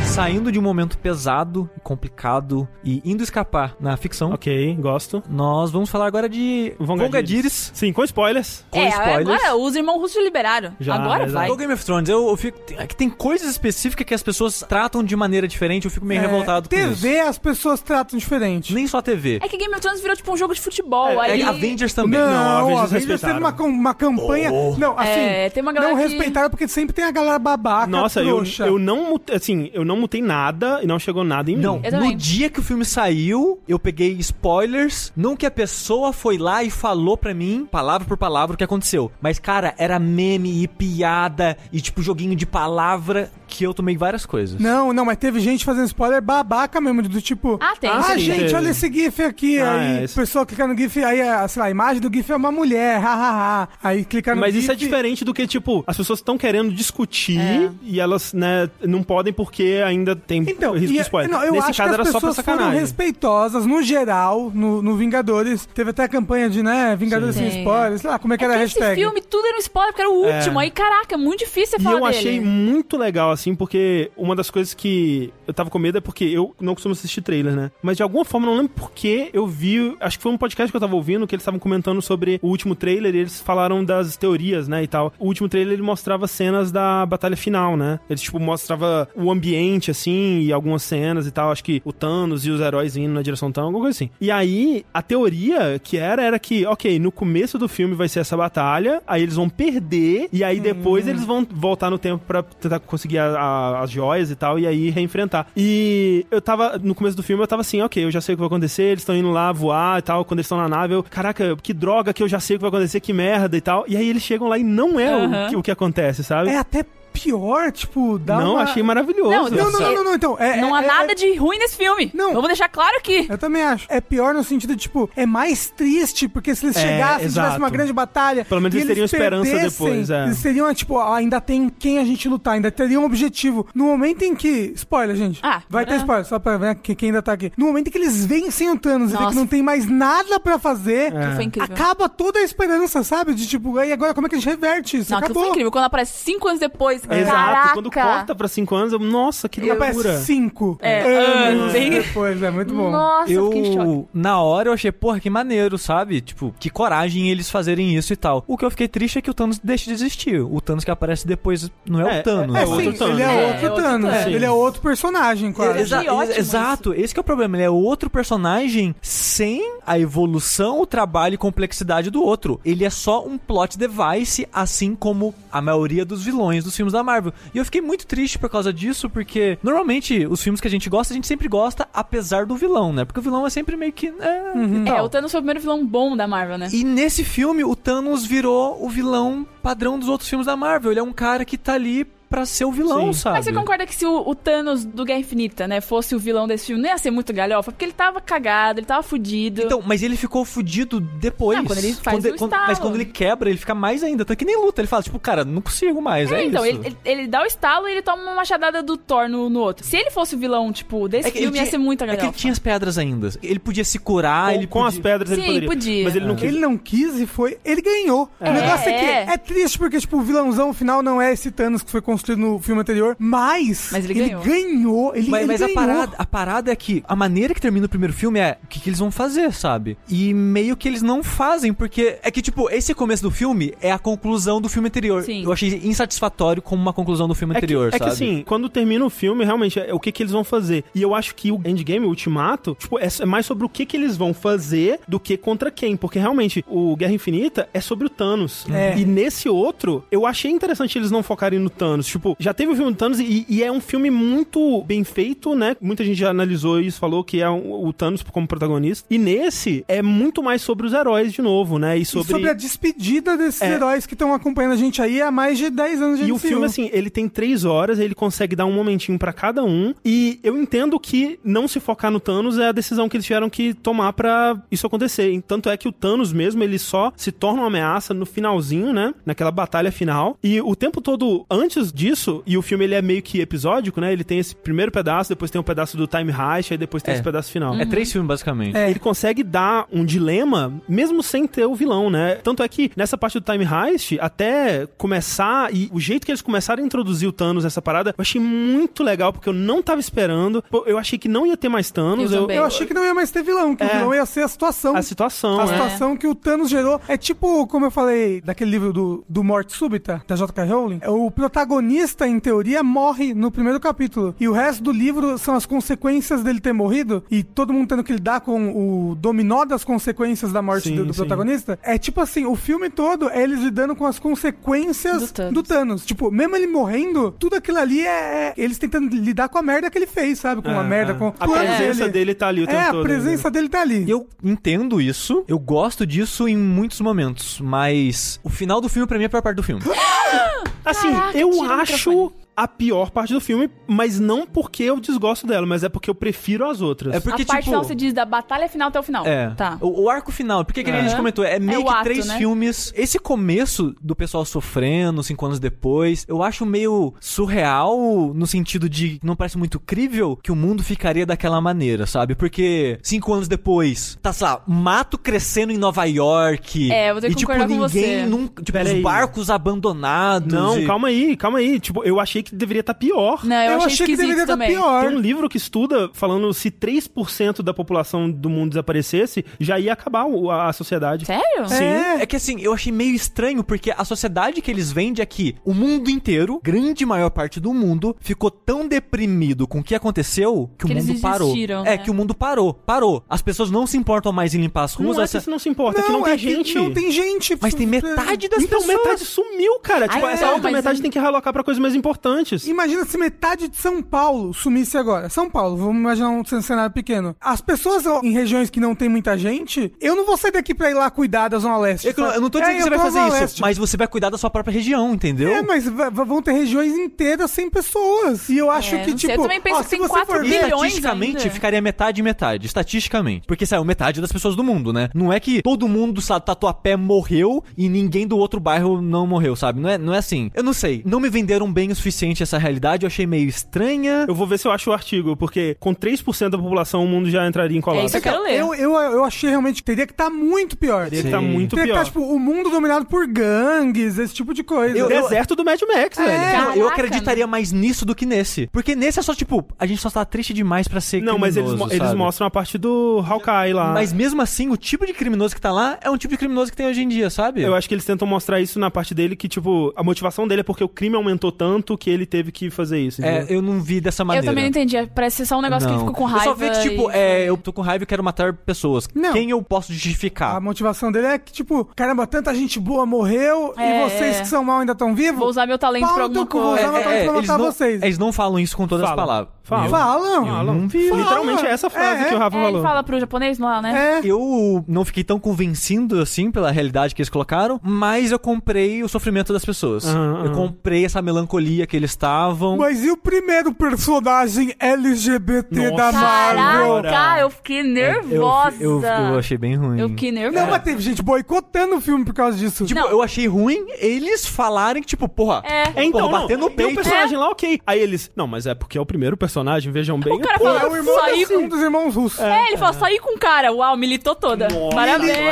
[SPEAKER 2] Saindo de um momento pesado, complicado e indo escapar na ficção,
[SPEAKER 1] Ok, gosto.
[SPEAKER 2] nós vamos falar agora de Vongadires.
[SPEAKER 1] Sim, com spoilers.
[SPEAKER 2] Com
[SPEAKER 4] é,
[SPEAKER 2] spoilers.
[SPEAKER 4] agora os irmãos russos liberaram.
[SPEAKER 1] Já,
[SPEAKER 4] agora
[SPEAKER 1] exato.
[SPEAKER 4] vai.
[SPEAKER 2] O Game of Thrones, eu, eu fico. Tem, é que tem coisas específicas que as pessoas tratam de maneira diferente, eu fico meio
[SPEAKER 3] É,
[SPEAKER 2] revoltado com isso.
[SPEAKER 3] TV as pessoas tratam diferente.
[SPEAKER 2] Nem só a TV.
[SPEAKER 4] É que Game of Thrones virou tipo um jogo de futebol.
[SPEAKER 2] É,
[SPEAKER 4] aí...
[SPEAKER 2] Avengers também.
[SPEAKER 1] Não,
[SPEAKER 3] Não,
[SPEAKER 1] Avengers
[SPEAKER 3] a Avengers
[SPEAKER 1] respeitaram. Oh.
[SPEAKER 3] teve é uma, cam- uma campanha. Não, assim.
[SPEAKER 4] É, tem uma galera
[SPEAKER 3] não
[SPEAKER 4] que-
[SPEAKER 3] respeitaram porque sempre tem a galera babaca.
[SPEAKER 1] Nossa, eu,
[SPEAKER 3] trouxa.
[SPEAKER 1] eu não mutei, assim, eu não mutei nada e não chegou nada em
[SPEAKER 2] Não,
[SPEAKER 1] mim.
[SPEAKER 4] Eu
[SPEAKER 2] no
[SPEAKER 4] também.
[SPEAKER 2] dia que o filme saiu, eu peguei spoilers, não que a pessoa foi lá e falou pra mim, palavra por palavra, o que aconteceu. Mas, cara, era meme e piada e, tipo, joguinho de palavra que eu tomei várias coisas.
[SPEAKER 3] Não, não, mas teve gente fazendo spoiler babaca mesmo, do tipo.
[SPEAKER 4] Ah, tem,
[SPEAKER 3] Ah,
[SPEAKER 4] sim.
[SPEAKER 3] gente,
[SPEAKER 1] Teve.
[SPEAKER 3] olha esse GIF aqui.
[SPEAKER 1] Ah,
[SPEAKER 3] aí
[SPEAKER 1] é,
[SPEAKER 3] o
[SPEAKER 1] isso-
[SPEAKER 3] pessoal clica no GIF, aí, a- sei lá, a imagem do GIF é uma mulher, hahaha. Aí clica no
[SPEAKER 1] Mas
[SPEAKER 3] GIF.
[SPEAKER 1] isso é diferente do que, tipo, as pessoas estão querendo discutir e elas, né, não podem porque ainda tem
[SPEAKER 3] Então,
[SPEAKER 1] risco
[SPEAKER 3] e-
[SPEAKER 1] de spoiler.
[SPEAKER 3] não, eu
[SPEAKER 1] Nesse caso
[SPEAKER 3] acho que as
[SPEAKER 1] era só pra
[SPEAKER 3] pessoas foram
[SPEAKER 1] sacanagem.
[SPEAKER 3] respeitosas, no geral, no, no Vingadores. Teve até a campanha de, né, Vingadores
[SPEAKER 4] Sim.
[SPEAKER 3] sem spoilers, sei lá, como é que
[SPEAKER 4] É
[SPEAKER 3] era a
[SPEAKER 4] que
[SPEAKER 3] hashtag.
[SPEAKER 4] esse filme tudo era um spoiler, porque era o último. Aí, caraca, é muito difícil você
[SPEAKER 1] E
[SPEAKER 4] falar
[SPEAKER 1] eu
[SPEAKER 4] dele.
[SPEAKER 1] achei muito legal, assim, porque uma das coisas que eu tava com medo é porque eu não costumo assistir trailer, né? Mas de alguma forma, não lembro porquê, eu vi. Acho que foi um podcast que eu tava ouvindo que eles estavam comentando sobre o último trailer e eles falaram das teorias, né? E tal. O último trailer ele mostrava cenas da batalha final, né? Eles, tipo, mostrava o ambiente, assim, e algumas cenas e tal. Acho que o Thanos e os heróis indo na direção do Thanos, alguma coisa assim. E aí, a teoria que era era que, ok, no começo do filme vai ser essa batalha, aí eles vão perder, e aí
[SPEAKER 4] Hum.
[SPEAKER 1] depois eles vão voltar no tempo pra tentar conseguir a- a- as joias e tal, e aí reenfrentar. E eu tava, no começo do filme, eu tava assim, ok, eu já sei o que vai acontecer, eles estão indo lá voar e tal, quando eles estão na nave, eu, caraca, que droga que eu já sei o que vai acontecer, que merda e tal. E aí eles chegam lá e não é
[SPEAKER 4] Aham.
[SPEAKER 1] o, que, o que acontece, sabe?
[SPEAKER 3] É até pior, tipo, dá
[SPEAKER 1] não,
[SPEAKER 3] uma...
[SPEAKER 1] achei maravilhoso.
[SPEAKER 4] Não,
[SPEAKER 3] Não, não, não, não, não, então. É,
[SPEAKER 4] Não
[SPEAKER 3] é-
[SPEAKER 4] há
[SPEAKER 3] é-
[SPEAKER 4] nada de ruim nesse filme.
[SPEAKER 3] Não.
[SPEAKER 4] Vamos deixar claro aqui.
[SPEAKER 3] Eu também acho. É pior no sentido, tipo, é mais triste, porque se eles
[SPEAKER 1] É,
[SPEAKER 3] chegassem, se tivesse
[SPEAKER 1] exato.
[SPEAKER 3] uma grande batalha.
[SPEAKER 1] Pelo menos
[SPEAKER 3] e
[SPEAKER 1] eles teriam esperança
[SPEAKER 3] perdessem,
[SPEAKER 1] depois, é.
[SPEAKER 3] Eles teriam, tipo, ah, ainda tem quem a gente lutar, ainda teria um objetivo. No momento em que. Spoiler, gente.
[SPEAKER 4] Ah,
[SPEAKER 3] vai ter
[SPEAKER 4] é.
[SPEAKER 3] spoiler, só pra ver que- quem ainda tá aqui. No momento em que eles vencem o Thanos e vê
[SPEAKER 4] Nossa. É.
[SPEAKER 3] que não tem mais nada pra fazer.
[SPEAKER 4] Aquilo foi incrível.
[SPEAKER 3] Acaba toda a esperança, sabe? De tipo, e agora como é que a gente reverte isso?
[SPEAKER 4] Não, aquilo
[SPEAKER 3] Acabou.
[SPEAKER 4] foi incrível. Quando aparece cinco anos depois,
[SPEAKER 1] É,
[SPEAKER 4] cara.
[SPEAKER 1] Exato,
[SPEAKER 5] Caraca.
[SPEAKER 1] quando corta pra 5 anos, eu, nossa, que
[SPEAKER 3] Ela parece
[SPEAKER 1] loucura.
[SPEAKER 3] cinco
[SPEAKER 4] É,
[SPEAKER 3] anos
[SPEAKER 4] sim.
[SPEAKER 3] depois, é muito bom.
[SPEAKER 5] Nossa, eu fiquei em choque.
[SPEAKER 2] eu, na hora, eu achei, porra, que maneiro, sabe? Tipo, que coragem eles fazerem isso e tal. O que eu fiquei triste é que o Thanos deixa de existir. O Thanos que aparece depois não é,
[SPEAKER 1] É,
[SPEAKER 2] o Thanos.
[SPEAKER 1] é,
[SPEAKER 3] É,
[SPEAKER 1] outro
[SPEAKER 3] sim,
[SPEAKER 1] Thanos.
[SPEAKER 3] ele é
[SPEAKER 1] É,
[SPEAKER 3] outro
[SPEAKER 4] outro
[SPEAKER 3] Thanos.
[SPEAKER 1] Thanos.
[SPEAKER 3] Ele é outro personagem, quase.
[SPEAKER 2] Exa-
[SPEAKER 4] Achei ótimo
[SPEAKER 2] exato, esse que é o problema. Ele é outro personagem sem a evolução, o trabalho e complexidade do outro. Ele é só um plot device, assim como a maioria dos vilões dos filmes da Marvel. E eu fiquei muito triste por causa disso, porque normalmente os filmes que a gente gosta, a gente sempre gosta apesar do vilão, né? Porque o vilão é sempre meio que. É, e
[SPEAKER 4] É,
[SPEAKER 2] tal.
[SPEAKER 4] o Thanos foi o primeiro vilão bom da Marvel, né?
[SPEAKER 2] E nesse filme, o Thanos virou o vilão padrão dos outros filmes da Marvel. Ele é um cara que tá ali pra ser o vilão,
[SPEAKER 1] Sim.
[SPEAKER 2] sabe?
[SPEAKER 4] Mas você concorda que se o, o Thanos do Guerra Infinita, né, fosse o vilão desse filme, não ia ser muito galhofa, porque ele tava cagado, ele tava fudido.
[SPEAKER 2] Então, mas ele ficou fudido depois.
[SPEAKER 4] Ah, quando ele faz
[SPEAKER 2] Quando-
[SPEAKER 4] um
[SPEAKER 2] quando-
[SPEAKER 4] estalo.
[SPEAKER 2] Mas quando ele quebra, ele fica mais ainda. Tanto que nem luta. Ele fala, tipo, cara, não consigo mais. É,
[SPEAKER 4] É, então,
[SPEAKER 2] isso.
[SPEAKER 4] ele, ele- ele dá o estalo e ele toma uma machadada do Thor no, no outro. Se ele fosse o vilão, tipo, desse
[SPEAKER 2] É que ele
[SPEAKER 4] filme, ia
[SPEAKER 2] tinha-
[SPEAKER 4] ser muita
[SPEAKER 2] É que
[SPEAKER 4] galhofa.
[SPEAKER 2] ele tinha as pedras ainda. Ele podia se curar, ele
[SPEAKER 1] Ah, Ele com
[SPEAKER 2] podia...
[SPEAKER 1] as pedras ele
[SPEAKER 4] Sim,
[SPEAKER 1] poderia.
[SPEAKER 4] podia.
[SPEAKER 1] Mas ele não quis.
[SPEAKER 3] Ele não quis e foi. Ele ganhou.
[SPEAKER 1] É.
[SPEAKER 3] O negócio é que
[SPEAKER 4] É.
[SPEAKER 3] é triste porque, tipo, o vilãozão final não é esse Thanos que foi construído no filme anterior, mas.
[SPEAKER 4] Mas ele ganhou.
[SPEAKER 3] ganhou, Ele,
[SPEAKER 2] Mas,
[SPEAKER 3] ele
[SPEAKER 2] mas a,
[SPEAKER 3] ganhou.
[SPEAKER 2] parada, a parada é que a maneira que termina o primeiro filme é o que, que eles vão fazer, sabe? E meio que eles não fazem, porque é que, tipo, esse começo do filme é a conclusão do filme anterior.
[SPEAKER 4] Sim.
[SPEAKER 2] Eu achei insatisfatório como uma conclusão do filme
[SPEAKER 1] É que-
[SPEAKER 2] anterior,
[SPEAKER 1] é que,
[SPEAKER 2] sabe?
[SPEAKER 1] assim, quando termina o filme, realmente, é o que, que eles vão fazer. E eu acho que o Endgame, o Ultimato, tipo, é é mais sobre o que, que eles vão fazer do que contra quem. Porque realmente, o Guerra Infinita é sobre o Thanos.
[SPEAKER 3] É.
[SPEAKER 1] E nesse outro, eu achei interessante eles não focarem no Thanos. Tipo, já teve o filme do Thanos e, e é um filme muito bem feito, né? Muita gente já analisou isso, falou que é um- o Thanos como protagonista. E nesse, é muito mais sobre os heróis de novo, né? E
[SPEAKER 3] E sobre...
[SPEAKER 1] sobre.
[SPEAKER 3] a despedida desses
[SPEAKER 1] É.
[SPEAKER 3] heróis que estão acompanhando a gente aí há mais de 10 anos de
[SPEAKER 1] E o
[SPEAKER 3] MCU.
[SPEAKER 1] filme, assim, ele tem três horas, ele consegue dar um momentinho pra cada um. E eu entendo que não se focar no Thanos é a decisão que eles tiveram que tomar pra isso acontecer. E Tanto é que o Thanos mesmo, ele só se torna uma ameaça no finalzinho, né? Naquela batalha final. E o tempo todo antes disso, e o filme ele é meio que episódico, né? Ele tem esse primeiro pedaço, depois tem o pedaço do Time Heist, aí depois tem
[SPEAKER 2] É.
[SPEAKER 1] esse pedaço final.
[SPEAKER 2] É três filmes, basicamente.
[SPEAKER 1] Ele consegue dar um dilema, mesmo sem ter o vilão, né? Tanto é que nessa parte do Time Heist, até começar, e o jeito que eles começaram a introduzir o Thanos nessa parada, eu achei muito legal, porque eu não tava esperando. Pô, Eu achei que não ia ter mais Thanos.
[SPEAKER 4] Eu
[SPEAKER 1] Eu
[SPEAKER 4] também.
[SPEAKER 3] Eu achei que não ia mais ter vilão, que o
[SPEAKER 1] É.
[SPEAKER 3] vilão ia ser a situação.
[SPEAKER 1] a situação,
[SPEAKER 3] A
[SPEAKER 1] né?
[SPEAKER 3] situação que o Thanos gerou é tipo, como eu falei, daquele livro do, do Morte Súbita, da J.K. Rowling. O protagonista, em teoria, morre no primeiro capítulo. E o resto do livro são as consequências dele ter morrido e todo mundo tendo que lidar com o dominó das consequências da morte
[SPEAKER 1] Sim,
[SPEAKER 3] do, do
[SPEAKER 1] sim.
[SPEAKER 3] protagonista. É tipo assim, o filme todo é eles lidando com as consequências
[SPEAKER 4] Do Thanos.
[SPEAKER 3] do Thanos. Tipo, mesmo ele morrendo, tudo aquilo ali é, é eles tentando lidar com a merda que ele fez, sabe? Com
[SPEAKER 1] É,
[SPEAKER 3] a merda,
[SPEAKER 1] é.
[SPEAKER 3] com o
[SPEAKER 1] A
[SPEAKER 3] plano
[SPEAKER 1] presença
[SPEAKER 3] dele.
[SPEAKER 1] dele tá ali o tempo
[SPEAKER 3] É, a
[SPEAKER 1] todo.
[SPEAKER 3] presença dele tá ali.
[SPEAKER 2] E Eu entendo isso, eu gosto disso em muitos momentos, mas o final do filme pra mim é a pior parte do filme.
[SPEAKER 1] Assim,
[SPEAKER 4] Caraca,
[SPEAKER 1] eu
[SPEAKER 4] tira o
[SPEAKER 1] acho
[SPEAKER 4] microfone.
[SPEAKER 1] a pior parte do filme, mas não porque eu desgosto dela, mas é porque eu prefiro as outras.
[SPEAKER 2] É porque
[SPEAKER 4] a parte
[SPEAKER 2] tipo,
[SPEAKER 4] final você diz da batalha final até o final.
[SPEAKER 2] é,
[SPEAKER 4] Tá.
[SPEAKER 2] o, o arco final, porque que nem a gente
[SPEAKER 4] Aham.
[SPEAKER 2] comentou, é meio
[SPEAKER 4] o
[SPEAKER 2] que
[SPEAKER 4] ato,
[SPEAKER 2] três
[SPEAKER 4] né?
[SPEAKER 2] filmes. Esse começo do pessoal sofrendo cinco anos depois, eu acho meio surreal no sentido de não parece muito crível que o mundo ficaria daquela maneira, sabe? Porque cinco anos depois, tá, sei lá, mato crescendo em Nova York.
[SPEAKER 4] É, eu vou ter que
[SPEAKER 2] e, tipo,
[SPEAKER 4] concordar com
[SPEAKER 2] ninguém
[SPEAKER 4] você.
[SPEAKER 2] nunca, tipo,
[SPEAKER 1] Pera
[SPEAKER 2] os
[SPEAKER 1] aí.
[SPEAKER 2] barcos abandonados.
[SPEAKER 1] Não,
[SPEAKER 2] e-
[SPEAKER 1] calma aí, calma aí. Tipo, eu achei que deveria estar pior.
[SPEAKER 4] Não, eu,
[SPEAKER 3] Eu
[SPEAKER 4] achei,
[SPEAKER 3] achei que
[SPEAKER 4] esquisito
[SPEAKER 3] deveria estar
[SPEAKER 4] também.
[SPEAKER 3] pior.
[SPEAKER 1] Tem um livro que estuda falando se 3% da população do mundo desaparecesse, já ia acabar o- a a sociedade.
[SPEAKER 4] Sério?
[SPEAKER 1] Sim.
[SPEAKER 3] É.
[SPEAKER 2] É que assim, eu achei meio estranho porque a sociedade que eles vendem é que o mundo inteiro, grande maior parte do mundo, ficou tão deprimido com o que aconteceu que, o
[SPEAKER 4] Que eles
[SPEAKER 2] mundo parou.
[SPEAKER 4] desistiram,
[SPEAKER 2] É
[SPEAKER 4] né?
[SPEAKER 2] que o mundo parou, parou. As pessoas não se importam mais em limpar as
[SPEAKER 1] Não
[SPEAKER 2] ruas.
[SPEAKER 1] é
[SPEAKER 2] essa-
[SPEAKER 1] que você não se importa, é que não tem
[SPEAKER 3] é
[SPEAKER 1] gente.
[SPEAKER 3] não tem gente. é.
[SPEAKER 2] Mas tem metade das
[SPEAKER 1] então
[SPEAKER 2] pessoas.
[SPEAKER 1] metade sumiu, cara. Tipo,
[SPEAKER 4] Ah,
[SPEAKER 1] essa
[SPEAKER 4] é,
[SPEAKER 1] outra
[SPEAKER 4] mas
[SPEAKER 1] metade
[SPEAKER 4] é-
[SPEAKER 1] tem que realocar pra coisas mais importantes.
[SPEAKER 3] Imagina se metade de São Paulo sumisse agora. São Paulo, vamos imaginar um cenário pequeno. As pessoas em regiões que não tem muita gente, eu não vou sair daqui pra ir lá cuidar da Zona Leste.
[SPEAKER 2] Eu, que não- eu não tô
[SPEAKER 3] sabe?
[SPEAKER 2] dizendo
[SPEAKER 3] É,
[SPEAKER 2] que você vai
[SPEAKER 3] eu tô na
[SPEAKER 2] fazer
[SPEAKER 3] Zona
[SPEAKER 2] isso,
[SPEAKER 3] Leste.
[SPEAKER 2] mas você vai cuidar da sua própria região, entendeu?
[SPEAKER 3] É, mas va- va- vão ter regiões inteiras sem pessoas. E eu acho
[SPEAKER 4] É,
[SPEAKER 3] que,
[SPEAKER 4] não sei,
[SPEAKER 3] tipo.
[SPEAKER 4] eu também penso
[SPEAKER 3] ó,
[SPEAKER 4] que
[SPEAKER 3] se
[SPEAKER 4] tem
[SPEAKER 3] você
[SPEAKER 4] quatro
[SPEAKER 3] for
[SPEAKER 2] E
[SPEAKER 3] ver,
[SPEAKER 4] bilhões
[SPEAKER 2] estatisticamente
[SPEAKER 4] ainda.
[SPEAKER 2] ficaria metade e metade, estatisticamente. Porque saiu metade das pessoas do mundo, né? Não é que todo mundo, sabe, Tatuapé morreu e ninguém do outro bairro não morreu, sabe? Não é, não é assim. Eu não sei. Não me venderam bem o consciente dessa realidade, eu achei meio estranha.
[SPEAKER 1] Eu vou ver se eu acho o artigo, porque com 3% da população o mundo já entraria em colapso.
[SPEAKER 4] É isso Eu quero ler.
[SPEAKER 3] Eu, eu, eu achei realmente que teria que estar muito pior.
[SPEAKER 1] Ele
[SPEAKER 2] Sim.
[SPEAKER 1] tá muito
[SPEAKER 3] Teria que
[SPEAKER 1] pior.
[SPEAKER 3] estar, tipo, o mundo dominado por gangues, esse tipo de coisa.
[SPEAKER 1] o deserto do Mad
[SPEAKER 3] É.
[SPEAKER 1] Max, velho.
[SPEAKER 2] Não, eu
[SPEAKER 4] Caraca,
[SPEAKER 2] acreditaria mais nisso do que nesse. Porque nesse é só tipo, a gente só tá triste demais pra ser
[SPEAKER 1] Não, mas eles,
[SPEAKER 2] criminoso,
[SPEAKER 1] mo- eles
[SPEAKER 2] sabe?
[SPEAKER 1] mostram a parte do Hawkeye lá.
[SPEAKER 2] Mas mesmo assim, o tipo de criminoso que tá lá é um tipo de criminoso que tem hoje em dia, sabe?
[SPEAKER 1] Eu acho que eles tentam mostrar isso na parte dele que, tipo, a motivação dele é porque o crime aumentou tanto que ele teve que fazer isso. entendeu?
[SPEAKER 2] É, eu não vi dessa maneira.
[SPEAKER 4] Eu também não entendi. é- Parece ser só um negócio que
[SPEAKER 2] Não.
[SPEAKER 4] ele ficou com raiva.
[SPEAKER 2] Eu só vi que, tipo,
[SPEAKER 4] e-
[SPEAKER 2] é, eu tô com raiva e quero matar pessoas.
[SPEAKER 3] Não.
[SPEAKER 2] Quem eu posso justificar?
[SPEAKER 1] Ah.
[SPEAKER 3] A motivação dele é que, tipo, caramba, tanta gente boa morreu
[SPEAKER 4] É,
[SPEAKER 3] e vocês
[SPEAKER 4] é.
[SPEAKER 3] que são mal ainda estão vivos?
[SPEAKER 4] Vou usar meu talento
[SPEAKER 3] Pau
[SPEAKER 4] pra
[SPEAKER 3] no
[SPEAKER 4] alguma
[SPEAKER 3] cu, vou
[SPEAKER 4] coisa.
[SPEAKER 3] usar meu- pra
[SPEAKER 2] É, eles,
[SPEAKER 3] matar
[SPEAKER 2] não,
[SPEAKER 3] vocês.
[SPEAKER 2] eles não falam isso com todas
[SPEAKER 1] Fala.
[SPEAKER 2] as palavras.
[SPEAKER 1] Fala.
[SPEAKER 3] Falam.
[SPEAKER 2] Eu não vi.
[SPEAKER 3] Fala.
[SPEAKER 1] Literalmente é essa frase
[SPEAKER 3] É,
[SPEAKER 1] que o Rafa
[SPEAKER 4] É, ele
[SPEAKER 1] falou.
[SPEAKER 4] fala pro japonês lá, né?
[SPEAKER 3] É.
[SPEAKER 2] Eu não fiquei tão convencido assim pela realidade que eles colocaram, mas eu comprei o sofrimento das pessoas.
[SPEAKER 1] Aham,
[SPEAKER 2] Eu
[SPEAKER 1] aham.
[SPEAKER 2] comprei essa melancolia que eles estavam.
[SPEAKER 3] Mas e o primeiro personagem LGBT
[SPEAKER 1] Nossa.
[SPEAKER 3] da Marvel?
[SPEAKER 4] Caraca, eu fiquei nervosa.
[SPEAKER 2] Eu, eu, eu achei bem ruim.
[SPEAKER 4] Eu fiquei nervosa. É.
[SPEAKER 3] Não, mas teve gente boicotando o filme por causa disso.
[SPEAKER 2] Tipo, eu achei ruim eles falarem que, tipo, porra,
[SPEAKER 4] É.
[SPEAKER 1] É, então,
[SPEAKER 2] porra,
[SPEAKER 1] não,
[SPEAKER 2] bater no
[SPEAKER 1] tem um
[SPEAKER 2] peito.
[SPEAKER 1] personagem lá, ok. Aí eles, não, mas é porque é o primeiro personagem, vejam bem.
[SPEAKER 4] O cara
[SPEAKER 1] Pô,
[SPEAKER 4] fala,
[SPEAKER 3] é o irmão
[SPEAKER 4] saí
[SPEAKER 3] desse-
[SPEAKER 4] com-
[SPEAKER 3] um dos irmãos russos.
[SPEAKER 4] É, ele fala, saí com o cara. Uau, militou toda.
[SPEAKER 3] É,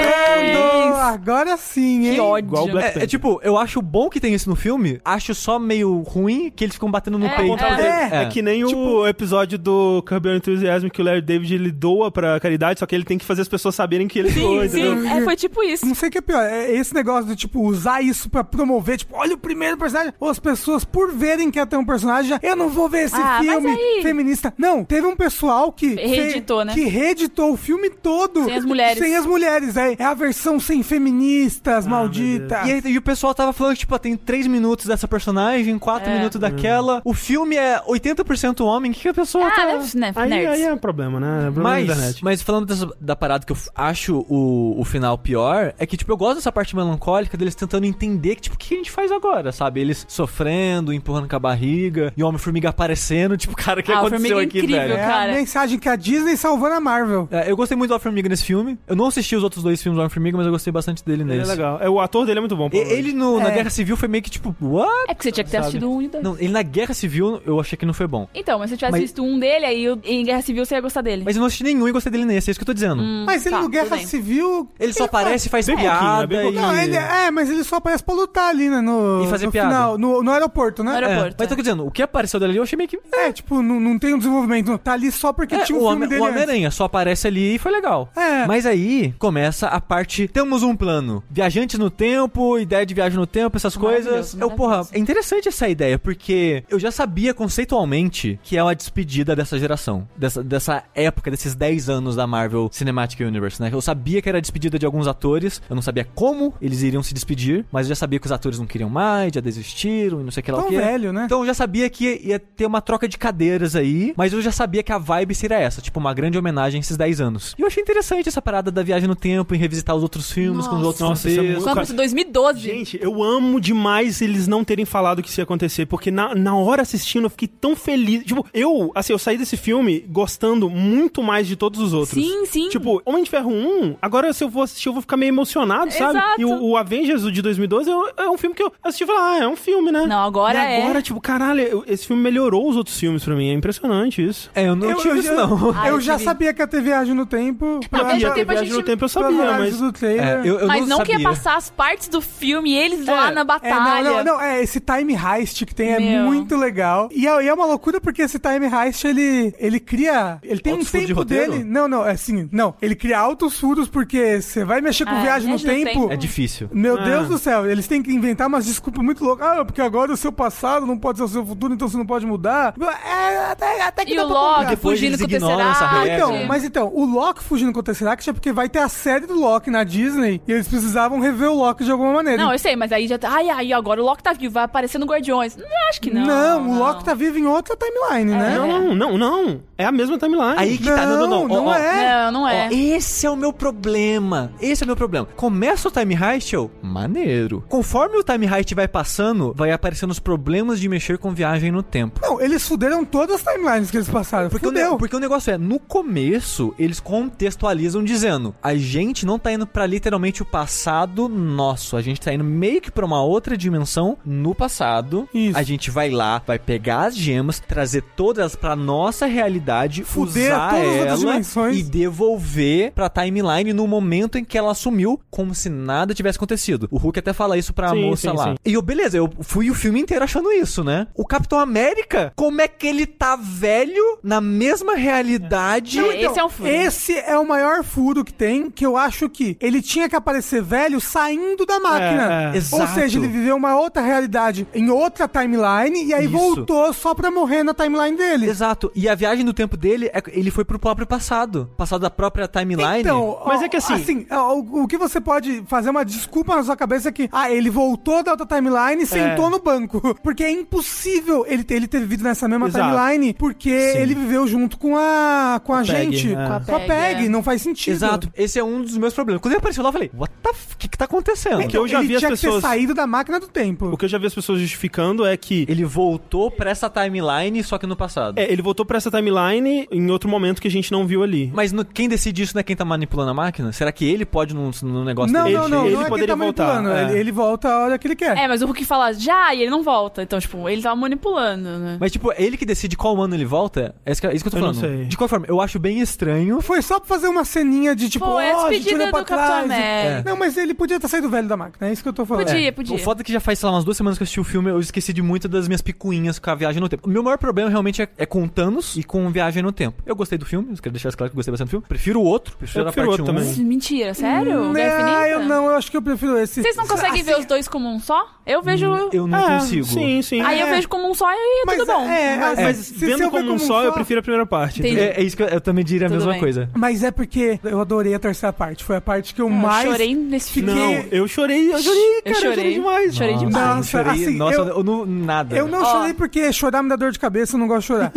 [SPEAKER 3] Quando?
[SPEAKER 4] Parabéns.
[SPEAKER 3] Agora sim, hein?
[SPEAKER 4] Que ódio.
[SPEAKER 1] Igual o Black
[SPEAKER 2] É, é
[SPEAKER 1] Panther.
[SPEAKER 2] tipo, eu acho bom que tem isso no filme, acho só meio ruim que eles ficam batendo no
[SPEAKER 4] É,
[SPEAKER 2] peito.
[SPEAKER 3] é.
[SPEAKER 1] É, que nem
[SPEAKER 2] Tipo-
[SPEAKER 1] o episódio do Curb Your Enthusiasm que o Larry David ele doa pra caridade, só que ele tem que fazer as pessoas saberem que ele doa,
[SPEAKER 4] Sim,
[SPEAKER 1] entendeu?
[SPEAKER 4] sim. É, foi tipo isso.
[SPEAKER 3] Não sei o que é pior. É esse negócio de, tipo, usar isso pra promover. Tipo, olha o primeiro personagem. Ou as pessoas, por verem que ia ter um personagem, já, eu não vou ver esse
[SPEAKER 4] Ah, mas
[SPEAKER 3] filme
[SPEAKER 4] aí-
[SPEAKER 3] feminista. Não, teve um pessoal que...
[SPEAKER 4] Reeditou,
[SPEAKER 3] fe-
[SPEAKER 4] né?
[SPEAKER 3] Que reeditou o filme todo.
[SPEAKER 4] Sem as mulheres.
[SPEAKER 3] Sem as mulheres, é. É a versão sem
[SPEAKER 2] Ah,
[SPEAKER 3] feministas, maldita.
[SPEAKER 2] E, aí- e o pessoal tava falando que, tipo, ah, tem 3 minutos dessa personagem, 4
[SPEAKER 4] É.
[SPEAKER 2] minutos
[SPEAKER 1] Hum.
[SPEAKER 2] daquela. O filme é 80% homem, o que, que a pessoa
[SPEAKER 4] Ah,
[SPEAKER 2] tá.
[SPEAKER 4] nerds, né?
[SPEAKER 1] Aí, aí
[SPEAKER 4] nerds.
[SPEAKER 1] é um problema, né? É problema da
[SPEAKER 2] Mas,
[SPEAKER 1] internet.
[SPEAKER 2] mas falando dessa- da parada que eu f- acho o, o final pior, é que, tipo, eu gosto dessa parte melancólica deles tentando entender que, tipo, o que a gente faz agora, sabe? Eles sofrendo, empurrando com a barriga, e o Homem-Formiga aparecendo, tipo, cara, o que
[SPEAKER 4] Ah, o
[SPEAKER 2] aconteceu
[SPEAKER 4] Formiga é
[SPEAKER 2] aqui,
[SPEAKER 4] incrível,
[SPEAKER 2] velho?
[SPEAKER 3] É
[SPEAKER 4] cara. Hum,
[SPEAKER 3] a mensagem que a Disney salvando a Marvel.
[SPEAKER 2] É, eu gostei muito do Homem-Formiga nesse filme. Eu não assisti os outros dois filmes do Homem-Formiga, mas eu gostei bastante dele
[SPEAKER 1] Ele é
[SPEAKER 2] nesse.
[SPEAKER 1] legal. É, O ator dele é muito bom.
[SPEAKER 2] E- Ele no- na
[SPEAKER 3] É.
[SPEAKER 2] Guerra Civil foi meio que tipo, what?
[SPEAKER 4] É porque você tinha que ter
[SPEAKER 2] Sabe?
[SPEAKER 4] assistido um e dois.
[SPEAKER 2] Não, ele na Guerra Civil eu achei que não foi bom.
[SPEAKER 4] Então, mas se eu tivesse
[SPEAKER 2] Mas-
[SPEAKER 4] visto um dele, aí eu- em Guerra Civil você ia gostar dele.
[SPEAKER 2] Mas eu não assisti nenhum e gostei dele nesse, é isso que eu tô dizendo.
[SPEAKER 4] Hum,
[SPEAKER 3] Mas ele
[SPEAKER 4] tá,
[SPEAKER 3] no Guerra
[SPEAKER 4] tudo bem.
[SPEAKER 3] Civil...
[SPEAKER 2] Ele só aparece e faz
[SPEAKER 1] Bem
[SPEAKER 2] piada.
[SPEAKER 1] pouquinho, né? Bem
[SPEAKER 2] e...
[SPEAKER 1] pouquinho.
[SPEAKER 3] Não, ele... É, mas ele só aparece pra lutar ali, né? No,
[SPEAKER 2] E fazer
[SPEAKER 3] no
[SPEAKER 2] piada.
[SPEAKER 3] Final, no, no aeroporto, né?
[SPEAKER 4] No
[SPEAKER 2] É,
[SPEAKER 4] aeroporto,
[SPEAKER 2] mas eu tô dizendo, o que apareceu dele ali eu achei meio que.
[SPEAKER 3] É, tipo, não, não tem um desenvolvimento. Tá ali só porque
[SPEAKER 2] É,
[SPEAKER 3] tinha um
[SPEAKER 2] o
[SPEAKER 3] filme
[SPEAKER 2] Homem-
[SPEAKER 3] dele.
[SPEAKER 2] o
[SPEAKER 3] antes.
[SPEAKER 2] Homem-Aranha só aparece ali e foi legal.
[SPEAKER 3] É.
[SPEAKER 2] Mas aí começa a parte. Temos um plano. Viajantes no tempo, ideia de viagem no tempo, essas
[SPEAKER 4] Maravilhoso,
[SPEAKER 2] coisas. Eu, porra,
[SPEAKER 4] maravilhoso.
[SPEAKER 2] é interessante essa ideia, porque eu já sabia conceitualmente que é uma despedida dessa geração. Dessa, dessa época, desses 10 anos da Marvel Cinematic Universe, né? Eu sabia que era a despedida de alguns atores. Eu não sabia como eles iriam se despedir, mas eu já sabia que os atores não queriam mais, já desistiram e não sei o que lá
[SPEAKER 3] Tão
[SPEAKER 2] o que.
[SPEAKER 3] velho, né?
[SPEAKER 2] Então eu já sabia que ia ter uma troca de cadeiras aí, mas eu já sabia que a vibe seria essa, tipo, uma grande homenagem a esses 10 anos. E eu achei interessante essa parada da viagem no tempo, em revisitar os outros filmes com os
[SPEAKER 4] Nossa.
[SPEAKER 2] outros
[SPEAKER 1] Nossa, isso é
[SPEAKER 2] franceses.
[SPEAKER 1] muito-
[SPEAKER 4] Quando fosse 2012.
[SPEAKER 1] Gente, eu amo demais eles não terem falado que isso ia acontecer, porque na, na hora assistindo eu fiquei tão feliz. Tipo, eu, assim, eu saí desse filme gostando muito mais de todos os outros.
[SPEAKER 4] Sim, sim.
[SPEAKER 1] Tipo, Homem de Ferro 1, agora se eu vou assistir, eu vou ficar meio emocionado, sabe?
[SPEAKER 4] Exato.
[SPEAKER 1] E o, o Avengers o de 2012 é um- é um filme que eu assisti e falei, ah, é um filme, né?
[SPEAKER 4] Não, agora
[SPEAKER 1] e
[SPEAKER 4] é.
[SPEAKER 1] agora, tipo, caralho, eu- esse filme melhorou os outros filmes pra mim. É impressionante isso.
[SPEAKER 2] É, eu não tive isso não.
[SPEAKER 4] Ah,
[SPEAKER 3] eu
[SPEAKER 4] eu
[SPEAKER 3] já
[SPEAKER 4] tive.
[SPEAKER 3] sabia que ia ter viagem no tempo.
[SPEAKER 4] Não, viagem
[SPEAKER 1] E
[SPEAKER 4] no
[SPEAKER 1] até
[SPEAKER 4] tempo a
[SPEAKER 1] viagem
[SPEAKER 4] gente-
[SPEAKER 1] no tempo eu
[SPEAKER 3] pelas
[SPEAKER 1] sabia,
[SPEAKER 3] análises
[SPEAKER 1] mas...
[SPEAKER 3] do trailer.
[SPEAKER 2] É, eu, eu
[SPEAKER 4] mas não,
[SPEAKER 2] não
[SPEAKER 4] que ia
[SPEAKER 2] sabia.
[SPEAKER 4] passar as partes do filme e eles lá
[SPEAKER 3] É,
[SPEAKER 4] na
[SPEAKER 3] É,
[SPEAKER 4] batalha.
[SPEAKER 3] não, não, não, é, esse time heist que tem é
[SPEAKER 4] Meu.
[SPEAKER 3] muito legal. E é, e é uma loucura porque esse time heist, ele, ele cria... Ele tem
[SPEAKER 2] Altos
[SPEAKER 3] um
[SPEAKER 2] furos de
[SPEAKER 3] tempo
[SPEAKER 2] roteiro?
[SPEAKER 3] dele... Não, não, é assim, não. Ele cria altos furos porque você vai mexer com
[SPEAKER 4] É,
[SPEAKER 3] viagem no
[SPEAKER 4] viagem no
[SPEAKER 3] tempo...
[SPEAKER 4] tempo.
[SPEAKER 2] É difícil.
[SPEAKER 3] Meu
[SPEAKER 1] Ah.
[SPEAKER 3] Deus do céu, eles têm que inventar umas desculpas muito loucas. Ah, porque agora o seu passado não pode ser o seu futuro, então você não pode mudar. É, até, até que
[SPEAKER 4] E
[SPEAKER 3] dá
[SPEAKER 4] o
[SPEAKER 3] pra comprar.
[SPEAKER 4] Loki
[SPEAKER 2] Depois
[SPEAKER 4] fugindo
[SPEAKER 2] eles
[SPEAKER 4] com o
[SPEAKER 2] ignoram
[SPEAKER 4] Tesseract.
[SPEAKER 2] essa
[SPEAKER 3] Ah,
[SPEAKER 2] É,
[SPEAKER 3] então,
[SPEAKER 2] sim.
[SPEAKER 3] mas então, o Loki fugindo com o Tesseract é porque vai ter a série do Loki na Disney e eles precisavam rever o Loki de alguma maneira.
[SPEAKER 4] Não, eu sei, mas aí já tá. Ai, ai, agora o Loki tá vivo, vai aparecer no Guardiões. Não, acho que não. É.
[SPEAKER 3] Não, o Loki tá vivo em outra timeline, né?
[SPEAKER 1] Não, não, não, não. É a mesma timeline.
[SPEAKER 2] Aí que tá, não, não, não. Ó,
[SPEAKER 3] não
[SPEAKER 2] ó,
[SPEAKER 3] é.
[SPEAKER 4] Não, não é.
[SPEAKER 2] Ó, esse é o meu problema. Esse é o meu problema. Começa o time heist, eu, maneiro. Conforme o time heist vai passando, vai aparecendo os problemas de mexer com viagem no tempo.
[SPEAKER 3] Não, eles fuderam todo todas as timelines que eles passaram.
[SPEAKER 2] Porque o, ne-
[SPEAKER 3] Fudeu.
[SPEAKER 2] porque o negócio é, no começo, eles contextualizam dizendo: a gente não tá indo pra literalmente o passado nosso, a gente tá indo meio que pra uma outra dimensão no passado.
[SPEAKER 3] Isso.
[SPEAKER 2] A gente vai lá, vai pegar as gemas, trazer todas pra nossa realidade,
[SPEAKER 3] Fuder
[SPEAKER 2] usar
[SPEAKER 3] todas as outras
[SPEAKER 2] ela
[SPEAKER 3] dimensões.
[SPEAKER 2] e devolver pra timeline no momento em que ela assumiu, como se nada tivesse acontecido. O Hulk até fala isso pra
[SPEAKER 1] Sim,
[SPEAKER 2] moça
[SPEAKER 1] sim,
[SPEAKER 2] lá.
[SPEAKER 1] sim.
[SPEAKER 2] E eu, beleza, eu fui o filme inteiro achando isso, né? O Capitão América, como é que ele tá velho na mesma realidade?
[SPEAKER 4] Não, Esse é um furo.
[SPEAKER 3] Esse é o maior furo que tem, que eu acho que ele tinha que aparecer velho saindo da máquina.
[SPEAKER 1] É, é.
[SPEAKER 3] Ou
[SPEAKER 2] Exato.
[SPEAKER 3] seja, ele viveu uma outra realidade em outra timeline e aí
[SPEAKER 2] Isso.
[SPEAKER 3] voltou só pra morrer na timeline dele.
[SPEAKER 2] Exato. E a viagem do tempo dele, é- ele foi pro próprio passado. Passado da própria timeline.
[SPEAKER 3] Então,
[SPEAKER 1] Mas
[SPEAKER 3] ó,
[SPEAKER 1] é que assim-
[SPEAKER 3] ó, o, o que você pode fazer uma desculpa na sua cabeça é que, ah, ele voltou da outra timeline
[SPEAKER 1] É.
[SPEAKER 3] e sentou no banco. Porque é impossível ele ter, ele ter vivido nessa mesma
[SPEAKER 1] Exato.
[SPEAKER 3] timeline, porque
[SPEAKER 2] Sim.
[SPEAKER 3] ele viveu junto com a, com a,
[SPEAKER 1] Peg,
[SPEAKER 3] gente.
[SPEAKER 1] é.
[SPEAKER 3] Com a
[SPEAKER 4] Com a
[SPEAKER 3] Peg,
[SPEAKER 4] Peg, é.
[SPEAKER 3] não faz sentido.
[SPEAKER 2] Exato. Esse é um dos meus problemas. Quando ele apareceu lá, eu falei, what the f... O que que tá acontecendo?
[SPEAKER 1] que eu já
[SPEAKER 3] Então, ele
[SPEAKER 1] vi as
[SPEAKER 3] tinha que ter
[SPEAKER 1] pessoas-
[SPEAKER 3] saído da máquina do tempo.
[SPEAKER 1] O que eu já vi as pessoas justificando é que
[SPEAKER 2] Ele voltou pra essa timeline, só que no passado.
[SPEAKER 1] É, ele voltou pra essa timeline em outro momento que a gente não viu ali.
[SPEAKER 2] Mas no- quem decide isso não é quem tá manipulando a máquina? Será que ele pode num, num negócio
[SPEAKER 3] Não,
[SPEAKER 2] dele?
[SPEAKER 3] não, não,
[SPEAKER 1] ele
[SPEAKER 3] não é quem
[SPEAKER 1] poderia
[SPEAKER 3] tá
[SPEAKER 1] voltar,
[SPEAKER 3] manipulando.
[SPEAKER 1] é.
[SPEAKER 3] Ele, ele volta a hora que ele quer.
[SPEAKER 4] É, mas o Hulk fala já e ele não volta. Então, tipo, ele tava manipulando, né?
[SPEAKER 2] Mas, tipo, ele que decide qual ano ele volta? É isso que, é isso que eu tô
[SPEAKER 1] Eu não
[SPEAKER 2] falando.
[SPEAKER 1] sei.
[SPEAKER 2] De qual forma? Eu acho bem estranho.
[SPEAKER 3] Foi só pra fazer uma ceninha de tipo,
[SPEAKER 4] Pô, é a
[SPEAKER 3] ó, a gente
[SPEAKER 4] despedida
[SPEAKER 3] olhou pra
[SPEAKER 4] do Capitão
[SPEAKER 3] trás.
[SPEAKER 4] América.
[SPEAKER 3] Não, mas ele podia ter saído velho da máquina, é isso que eu tô falando.
[SPEAKER 4] Podia,
[SPEAKER 2] É.
[SPEAKER 4] podia.
[SPEAKER 2] O foda é que já faz, sei lá, umas duas semanas que eu assisti o filme, eu esqueci de muitas das minhas picuinhas com a viagem no tempo. O meu maior problema realmente é, é com Thanos e com viagem no tempo. Eu gostei do filme, eu quero deixar isso claro que eu gostei bastante do filme. Prefiro o outro, prefiro
[SPEAKER 1] Eu
[SPEAKER 2] a
[SPEAKER 1] prefiro
[SPEAKER 2] parte
[SPEAKER 1] o outro
[SPEAKER 2] 1.
[SPEAKER 1] também.
[SPEAKER 4] Mentira, sério? Guerra
[SPEAKER 3] Ah,
[SPEAKER 4] Infinita?
[SPEAKER 3] eu não, eu acho que eu prefiro esse.
[SPEAKER 4] Vocês não conseguem ver os
[SPEAKER 3] Assim,
[SPEAKER 4] dois como um só? Eu vejo.
[SPEAKER 2] Hum, Eu não
[SPEAKER 1] É,
[SPEAKER 2] consigo.
[SPEAKER 1] Sim, sim.
[SPEAKER 4] Aí eu
[SPEAKER 3] É.
[SPEAKER 4] vejo como um só e
[SPEAKER 3] Mas
[SPEAKER 4] tudo bom.
[SPEAKER 3] é,
[SPEAKER 4] Mas-
[SPEAKER 3] é,
[SPEAKER 1] Mas
[SPEAKER 3] se- se
[SPEAKER 1] vendo
[SPEAKER 3] eu ver
[SPEAKER 1] como um só, eu prefiro a primeira parte.
[SPEAKER 4] Entendi.
[SPEAKER 2] É, é isso que eu, eu também diria a
[SPEAKER 4] Tudo
[SPEAKER 2] mesma
[SPEAKER 4] bem.
[SPEAKER 2] coisa.
[SPEAKER 3] Mas é porque eu adorei a terceira parte, foi a parte que eu
[SPEAKER 4] Ah, eu
[SPEAKER 3] é mais...
[SPEAKER 4] chorei nesse filme.
[SPEAKER 1] Não, eu chorei, eu chorei, cara, eu chorei,
[SPEAKER 4] chorei.
[SPEAKER 1] demais.
[SPEAKER 4] Chorei demais.
[SPEAKER 2] Nossa,
[SPEAKER 3] Nossa,
[SPEAKER 2] eu chorei,
[SPEAKER 3] assim,
[SPEAKER 2] nossa,
[SPEAKER 3] eu-
[SPEAKER 2] eu, não, nada.
[SPEAKER 3] Eu não
[SPEAKER 4] Ó.
[SPEAKER 3] chorei porque chorar me dá dor de cabeça, eu não gosto de chorar.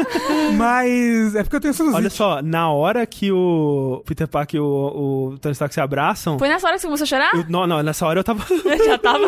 [SPEAKER 3] mas é porque eu tenho
[SPEAKER 1] Olha
[SPEAKER 3] sinusite.
[SPEAKER 1] só, na hora que o Peter Parker e o, o Tony Stark se abraçam,
[SPEAKER 4] Foi nessa hora que você começou a chorar?
[SPEAKER 1] eu- não, não, nessa hora eu tava...
[SPEAKER 4] Eu já tava.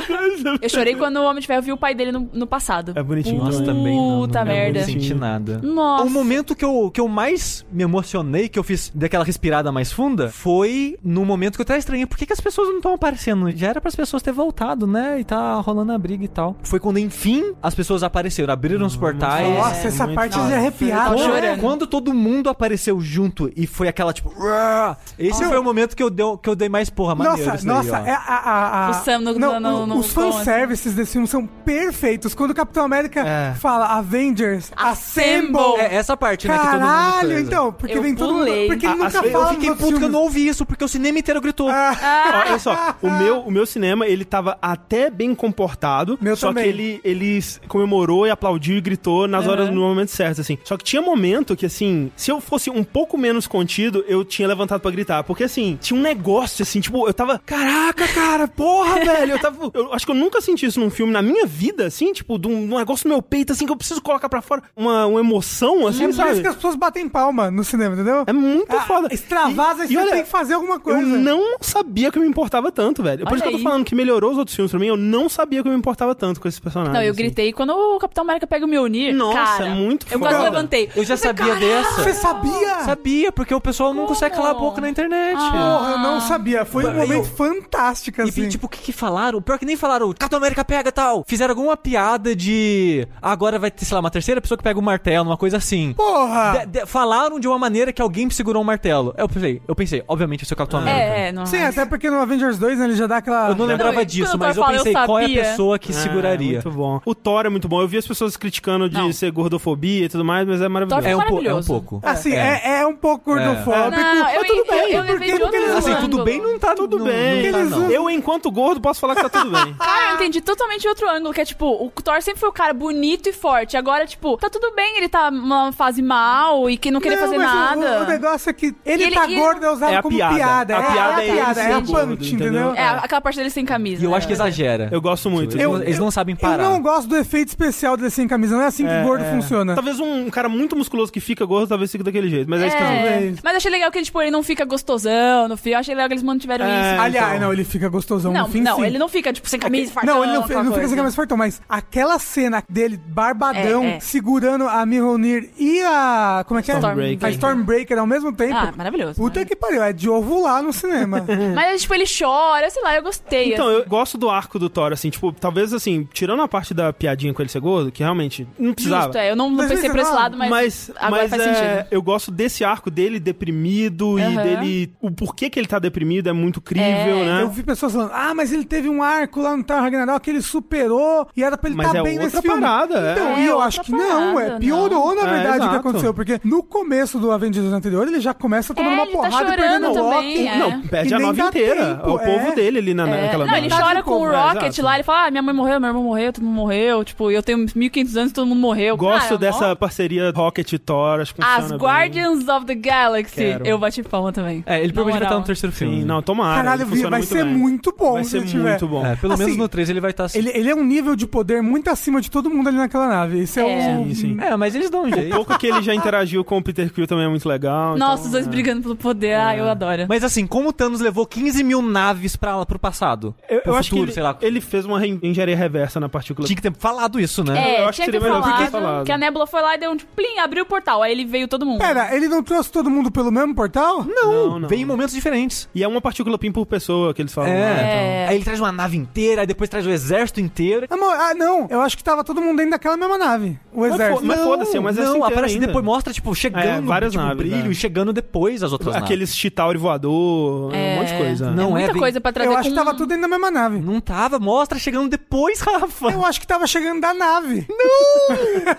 [SPEAKER 4] Eu chorei quando o Homem de Ferro viu o pai dele no, no passado.
[SPEAKER 1] É bonitinho.
[SPEAKER 2] Nossa,
[SPEAKER 1] também.
[SPEAKER 2] também não,
[SPEAKER 4] Puta
[SPEAKER 2] não, é
[SPEAKER 4] merda.
[SPEAKER 2] não senti nada.
[SPEAKER 4] Nossa.
[SPEAKER 3] Um
[SPEAKER 2] O momento que eu, que eu mais me emocionei, que eu fiz daquela respirada mais funda, foi no momento que eu até estranhei por que, que as pessoas não estão aparecendo. Já era para as pessoas ter voltado, né? E tá rolando a briga e tal. Foi quando, enfim, as pessoas apareceram, abriram os portais.
[SPEAKER 3] Hum, Nossa, essa
[SPEAKER 1] muito-
[SPEAKER 3] parte de
[SPEAKER 1] Nossa,
[SPEAKER 3] arrepiar.
[SPEAKER 4] eu tô
[SPEAKER 3] né?
[SPEAKER 4] chorando.
[SPEAKER 2] Quando, quando todo mundo apareceu junto e foi aquela tipo. "Uah!" Esse foi o momento que eu, deu, que eu dei mais porra, maneiro.
[SPEAKER 3] Nossa,
[SPEAKER 2] isso daí,
[SPEAKER 3] nossa,
[SPEAKER 2] ó.
[SPEAKER 3] é a, a, a-
[SPEAKER 4] O Sam no-
[SPEAKER 3] não,
[SPEAKER 4] no-
[SPEAKER 3] o-
[SPEAKER 4] no-
[SPEAKER 3] os
[SPEAKER 4] no- no-
[SPEAKER 3] fanservices desse filme são perfeitos. Quando o Capitão América
[SPEAKER 2] É.
[SPEAKER 3] fala Avengers Assemble,
[SPEAKER 4] Assemble.
[SPEAKER 2] É essa parte, né? Que todo mundo
[SPEAKER 3] caralho,
[SPEAKER 2] coisa.
[SPEAKER 3] então, porque
[SPEAKER 4] Eu
[SPEAKER 3] vem todo
[SPEAKER 4] pulei.
[SPEAKER 3] mundo, porque ele
[SPEAKER 1] Ah,
[SPEAKER 3] nunca
[SPEAKER 1] as ve-
[SPEAKER 3] fala Ah.
[SPEAKER 2] Eu
[SPEAKER 3] nos
[SPEAKER 2] fiquei
[SPEAKER 3] outros
[SPEAKER 2] puto que eu
[SPEAKER 3] filmes.
[SPEAKER 2] não ouvi isso, porque o cinema inteiro gritou.
[SPEAKER 1] Ó, Olha só, o meu, o meu cinema, ele tava até bem comportado,
[SPEAKER 3] Meu
[SPEAKER 1] só
[SPEAKER 3] também.
[SPEAKER 1] que ele, ele s- comemorou e aplaudiu e gritou nas
[SPEAKER 4] Aham.
[SPEAKER 1] horas, no momento certo, assim. Só que tinha momento que, assim, se eu fosse um pouco menos contido, eu tinha levantado pra gritar, porque, assim, tinha um negócio, assim, tipo, eu tava, caraca, cara, porra, velho, eu tava, eu acho que eu nunca senti isso num filme na minha vida, assim, tipo, de um, de um negócio no meu peito, assim, que eu preciso colocar pra fora, uma, uma emoção, assim,
[SPEAKER 3] É por isso
[SPEAKER 1] sabe?
[SPEAKER 3] que as pessoas batem palma no cinema, entendeu?
[SPEAKER 1] É muito
[SPEAKER 3] Ah,
[SPEAKER 1] foda.
[SPEAKER 3] Extravasa,
[SPEAKER 1] E-
[SPEAKER 3] e,
[SPEAKER 1] e
[SPEAKER 3] você
[SPEAKER 1] olha,
[SPEAKER 3] tem que fazer alguma coisa.
[SPEAKER 1] eu não sabia que eu me importava tanto, velho. É Por
[SPEAKER 4] Olha
[SPEAKER 1] isso que eu
[SPEAKER 4] aí.
[SPEAKER 1] tô falando que melhorou os outros filmes pra mim. Eu não sabia que eu me importava tanto com esses personagens.
[SPEAKER 4] Não, eu
[SPEAKER 1] assim.
[SPEAKER 4] gritei quando o Capitão América pega o Mjolnir.
[SPEAKER 1] Nossa, é
[SPEAKER 4] cara,
[SPEAKER 1] muito
[SPEAKER 4] Eu quase
[SPEAKER 1] foda.
[SPEAKER 4] levantei.
[SPEAKER 2] Eu já sabia
[SPEAKER 4] é
[SPEAKER 2] dessa.
[SPEAKER 3] Você sabia?
[SPEAKER 2] Sabia, porque o pessoal não consegue calar a boca na internet.
[SPEAKER 4] Ah.
[SPEAKER 3] Porra, eu
[SPEAKER 1] Ah.
[SPEAKER 3] não sabia. Foi um
[SPEAKER 2] Eu-
[SPEAKER 3] momento fantástico,
[SPEAKER 2] E
[SPEAKER 3] assim.
[SPEAKER 2] tipo, o que que falaram? Pior que nem falaram, Capitão América pega tal. Fizeram alguma piada de. ah, Agora vai ter, sei lá, uma terceira pessoa que pega o martelo, uma coisa assim.
[SPEAKER 3] Porra!
[SPEAKER 1] Ah.
[SPEAKER 2] De- de- falaram de uma maneira que alguém segurou um martelo. Eu pensei, eu pensei, obviamente esse é o
[SPEAKER 1] Ah.
[SPEAKER 2] Capitão América.
[SPEAKER 4] É, é, não.
[SPEAKER 3] Sim, até porque no Avengers 2 né, ele já dá aquela.
[SPEAKER 2] Eu não lembrava
[SPEAKER 4] Não, e
[SPEAKER 2] disso,
[SPEAKER 4] quando
[SPEAKER 2] mas eu
[SPEAKER 4] ela fala, eu
[SPEAKER 2] pensei qual é a
[SPEAKER 4] sabia.
[SPEAKER 2] pessoa que
[SPEAKER 1] Ah,
[SPEAKER 2] seguraria.
[SPEAKER 1] Muito bom. O Thor é muito bom. Eu vi as pessoas criticando de
[SPEAKER 4] Não.
[SPEAKER 1] ser gordofobia e tudo mais, mas é maravilhoso.
[SPEAKER 4] Thor
[SPEAKER 2] É um, po- é um
[SPEAKER 4] Maravilhoso.
[SPEAKER 2] pouco.
[SPEAKER 3] Assim, é, é um pouco
[SPEAKER 2] É.
[SPEAKER 3] gordofóbico.
[SPEAKER 4] Não, eu-
[SPEAKER 3] mas tudo
[SPEAKER 4] eu-
[SPEAKER 3] bem.
[SPEAKER 4] eu levei
[SPEAKER 3] Por quê?
[SPEAKER 4] de
[SPEAKER 3] Porque
[SPEAKER 4] outro
[SPEAKER 3] eles-
[SPEAKER 2] Assim,
[SPEAKER 4] ângulo.
[SPEAKER 2] tudo bem não tá
[SPEAKER 1] É, Tudo
[SPEAKER 2] não-
[SPEAKER 1] bem.
[SPEAKER 2] não tá, não.
[SPEAKER 1] Eu, enquanto gordo, posso falar que tá tudo bem.
[SPEAKER 4] Cara, eu entendi totalmente outro ângulo, que é tipo, o Thor sempre foi o cara bonito e forte. Agora, tipo, tá tudo bem ele tá numa fase mal e que não queria
[SPEAKER 3] Não,
[SPEAKER 4] fazer
[SPEAKER 3] mas o-
[SPEAKER 4] nada.
[SPEAKER 3] O, negócio é que ele,
[SPEAKER 4] E ele-
[SPEAKER 3] tá
[SPEAKER 4] e-
[SPEAKER 3] gordo é usado
[SPEAKER 1] É a
[SPEAKER 3] como
[SPEAKER 1] piada.
[SPEAKER 3] piada.
[SPEAKER 1] A
[SPEAKER 3] é,
[SPEAKER 1] piada
[SPEAKER 3] é
[SPEAKER 1] é
[SPEAKER 3] a
[SPEAKER 1] ele
[SPEAKER 3] piada,
[SPEAKER 1] ser
[SPEAKER 3] é a
[SPEAKER 1] gordo,
[SPEAKER 3] punch, entendeu?
[SPEAKER 1] entendeu?
[SPEAKER 4] É, aquela parte dele sem camisa.
[SPEAKER 2] E eu
[SPEAKER 4] né?
[SPEAKER 2] acho que exagera.
[SPEAKER 1] Eu gosto muito.
[SPEAKER 2] Eles,
[SPEAKER 3] Eu-
[SPEAKER 2] não, eles não sabem parar.
[SPEAKER 3] Eu não gosto do efeito especial dele sem camisa, não é assim que o gordo funciona.
[SPEAKER 1] Talvez um cara muito musculoso que fica gordo, talvez fique daquele jeito. Mas é, esquisito.
[SPEAKER 4] É, mas achei legal que ele, tipo, ele não fica gostosão no fim. Eu achei legal que eles mantiveram
[SPEAKER 1] É,
[SPEAKER 4] isso.
[SPEAKER 3] Aliás,
[SPEAKER 1] então.
[SPEAKER 3] não, ele fica gostosão
[SPEAKER 4] Não,
[SPEAKER 3] no fim,
[SPEAKER 4] não,
[SPEAKER 3] sim. É
[SPEAKER 4] ele não fica, tipo, sem camisa,
[SPEAKER 3] não,
[SPEAKER 4] fartão,
[SPEAKER 3] ele não, ele
[SPEAKER 4] aquela
[SPEAKER 3] não fica sem
[SPEAKER 4] coisa.
[SPEAKER 3] camisa fortão, mas aquela cena dele, barbadão,
[SPEAKER 4] É, é.
[SPEAKER 3] segurando a Mihonir e a. Como é que é?
[SPEAKER 1] Stormbreaker.
[SPEAKER 3] A Stormbreaker ao mesmo tempo.
[SPEAKER 4] Ah, maravilhoso.
[SPEAKER 3] Puta que pariu, é de ovo lá no cinema.
[SPEAKER 4] Mas, tipo, ele chora, sei lá, eu gostei. assim.
[SPEAKER 1] Então, eu gosto do arco do Thor, assim, tipo, talvez assim, tirando a parte da piadinha com ele ser gordo, que realmente não precisava.
[SPEAKER 4] Justo, é, eu não, não
[SPEAKER 3] Mas
[SPEAKER 4] pensei
[SPEAKER 3] isso
[SPEAKER 4] pra esse
[SPEAKER 3] não-
[SPEAKER 4] lado, mas, agora faz
[SPEAKER 1] é,
[SPEAKER 4] sentido.
[SPEAKER 1] eu gosto desse arco dele deprimido e
[SPEAKER 4] Aham.
[SPEAKER 1] dele. O porquê que ele tá deprimido é muito crível,
[SPEAKER 4] É.
[SPEAKER 1] né?
[SPEAKER 3] Eu vi pessoas falando, ah, mas ele teve um arco lá no Thor Ragnarok que ele superou e era pra ele
[SPEAKER 1] Mas
[SPEAKER 3] estar
[SPEAKER 1] é
[SPEAKER 3] bem nesse
[SPEAKER 1] outra
[SPEAKER 3] filme.
[SPEAKER 1] parada, é.
[SPEAKER 3] então,
[SPEAKER 4] É
[SPEAKER 3] e eu
[SPEAKER 4] outra
[SPEAKER 3] acho que não,
[SPEAKER 4] parada,
[SPEAKER 3] é. Piorou, na
[SPEAKER 1] não. É,
[SPEAKER 3] verdade, o que
[SPEAKER 1] exato.
[SPEAKER 3] aconteceu. Porque no começo do Avengers anterior, ele já começa tomando
[SPEAKER 4] É,
[SPEAKER 3] uma
[SPEAKER 4] ele tá
[SPEAKER 3] porrada e
[SPEAKER 4] chorando
[SPEAKER 3] perdendo o
[SPEAKER 4] também,
[SPEAKER 3] Loki.
[SPEAKER 4] é.
[SPEAKER 1] Não, perde
[SPEAKER 3] E
[SPEAKER 1] a
[SPEAKER 3] nem
[SPEAKER 1] nove
[SPEAKER 3] dá
[SPEAKER 1] inteira.
[SPEAKER 3] tempo,
[SPEAKER 1] o
[SPEAKER 3] é.
[SPEAKER 1] povo dele ali na,
[SPEAKER 4] É.
[SPEAKER 1] naquela
[SPEAKER 4] Não, ele
[SPEAKER 1] merda.
[SPEAKER 3] Verdade
[SPEAKER 4] chora
[SPEAKER 3] do
[SPEAKER 4] com o
[SPEAKER 3] povo,
[SPEAKER 1] é,
[SPEAKER 4] Rocket
[SPEAKER 1] exato.
[SPEAKER 4] lá, ele fala, ah, minha mãe morreu, meu irmão morreu, todo mundo morreu, tipo, eu tenho 1500 anos, todo mundo morreu.
[SPEAKER 1] Gosto
[SPEAKER 4] Ah,
[SPEAKER 1] dessa
[SPEAKER 4] mó-
[SPEAKER 1] parceria Rocket e Thor, acho que funciona
[SPEAKER 4] As
[SPEAKER 1] bem.
[SPEAKER 4] Guardians of the Galaxy.
[SPEAKER 1] Quero.
[SPEAKER 4] Eu bati palma também.
[SPEAKER 2] É, ele provavelmente vai
[SPEAKER 1] tá
[SPEAKER 2] estar
[SPEAKER 4] moral.
[SPEAKER 2] no terceiro filme.
[SPEAKER 1] Sim, não, tomara.
[SPEAKER 3] Caralho,
[SPEAKER 1] ele funciona
[SPEAKER 3] vai ser
[SPEAKER 1] bem.
[SPEAKER 3] muito bom
[SPEAKER 1] Vai
[SPEAKER 3] se
[SPEAKER 1] ser
[SPEAKER 3] ele tiver.
[SPEAKER 1] muito bom.
[SPEAKER 2] É, pelo
[SPEAKER 3] Assim,
[SPEAKER 2] menos no 3 ele vai estar assim.
[SPEAKER 3] Ele, ele é um nível de poder muito acima de todo mundo ali naquela nave. Isso é,
[SPEAKER 4] É.
[SPEAKER 3] um...
[SPEAKER 1] Sim, sim.
[SPEAKER 2] É, mas eles dão um
[SPEAKER 1] O
[SPEAKER 2] jeito.
[SPEAKER 1] pouco que ele já interagiu com o Peter Quill também é muito legal.
[SPEAKER 4] Nossa,
[SPEAKER 1] então,
[SPEAKER 4] os dois
[SPEAKER 1] é.
[SPEAKER 4] brigando pelo poder, ah, eu adoro.
[SPEAKER 2] Mas assim, como o Thanos levou 15 mil naves pra, lá- pro passado?
[SPEAKER 1] Eu,
[SPEAKER 2] pro
[SPEAKER 1] eu
[SPEAKER 2] futuro,
[SPEAKER 1] acho que ele,
[SPEAKER 2] sei lá.
[SPEAKER 1] ele fez uma re- engenharia reversa na partícula.
[SPEAKER 2] Tinha que ter falado isso, né?
[SPEAKER 4] É,
[SPEAKER 1] eu acho
[SPEAKER 4] tinha
[SPEAKER 1] que
[SPEAKER 4] que
[SPEAKER 1] seria
[SPEAKER 4] ter
[SPEAKER 1] melhor
[SPEAKER 4] falado,
[SPEAKER 1] ter falado.
[SPEAKER 4] que a Nebula foi lá e deu um tipo, plim, abriu o portal, aí ele veio todo mundo.
[SPEAKER 3] Pera, ele não trouxe todo mundo pelo mesmo portal?
[SPEAKER 2] Não,
[SPEAKER 1] Não, não.
[SPEAKER 2] vem em momentos diferentes.
[SPEAKER 1] E é uma partícula PIN por pessoa que eles falam.
[SPEAKER 2] É.
[SPEAKER 1] lá, então.
[SPEAKER 4] É.
[SPEAKER 2] Aí ele traz uma nave inteira, aí depois traz o exército inteiro.
[SPEAKER 3] Amor, ah, não. Eu acho que tava todo mundo dentro daquela mesma nave. O
[SPEAKER 1] Ah, Mas
[SPEAKER 3] exército.
[SPEAKER 1] fo- mas
[SPEAKER 2] Não,
[SPEAKER 1] foda-se, é uma exército
[SPEAKER 2] Não,
[SPEAKER 1] inteiro
[SPEAKER 2] aparece
[SPEAKER 1] ainda.
[SPEAKER 2] depois, mostra, tipo, chegando,
[SPEAKER 1] É, várias
[SPEAKER 2] tipo,
[SPEAKER 1] naves,
[SPEAKER 2] brilho,
[SPEAKER 1] é.
[SPEAKER 2] chegando depois as outras naves.
[SPEAKER 1] Aqueles Chitauri voador,
[SPEAKER 4] É.
[SPEAKER 1] um monte de coisa.
[SPEAKER 2] Não é
[SPEAKER 4] é muita
[SPEAKER 2] bem-
[SPEAKER 4] coisa pra trazer
[SPEAKER 3] Eu acho
[SPEAKER 4] com um-
[SPEAKER 3] que tava tudo dentro da mesma nave.
[SPEAKER 2] Não tava, mostra chegando depois, Rafa.
[SPEAKER 3] Eu acho que tava chegando da nave.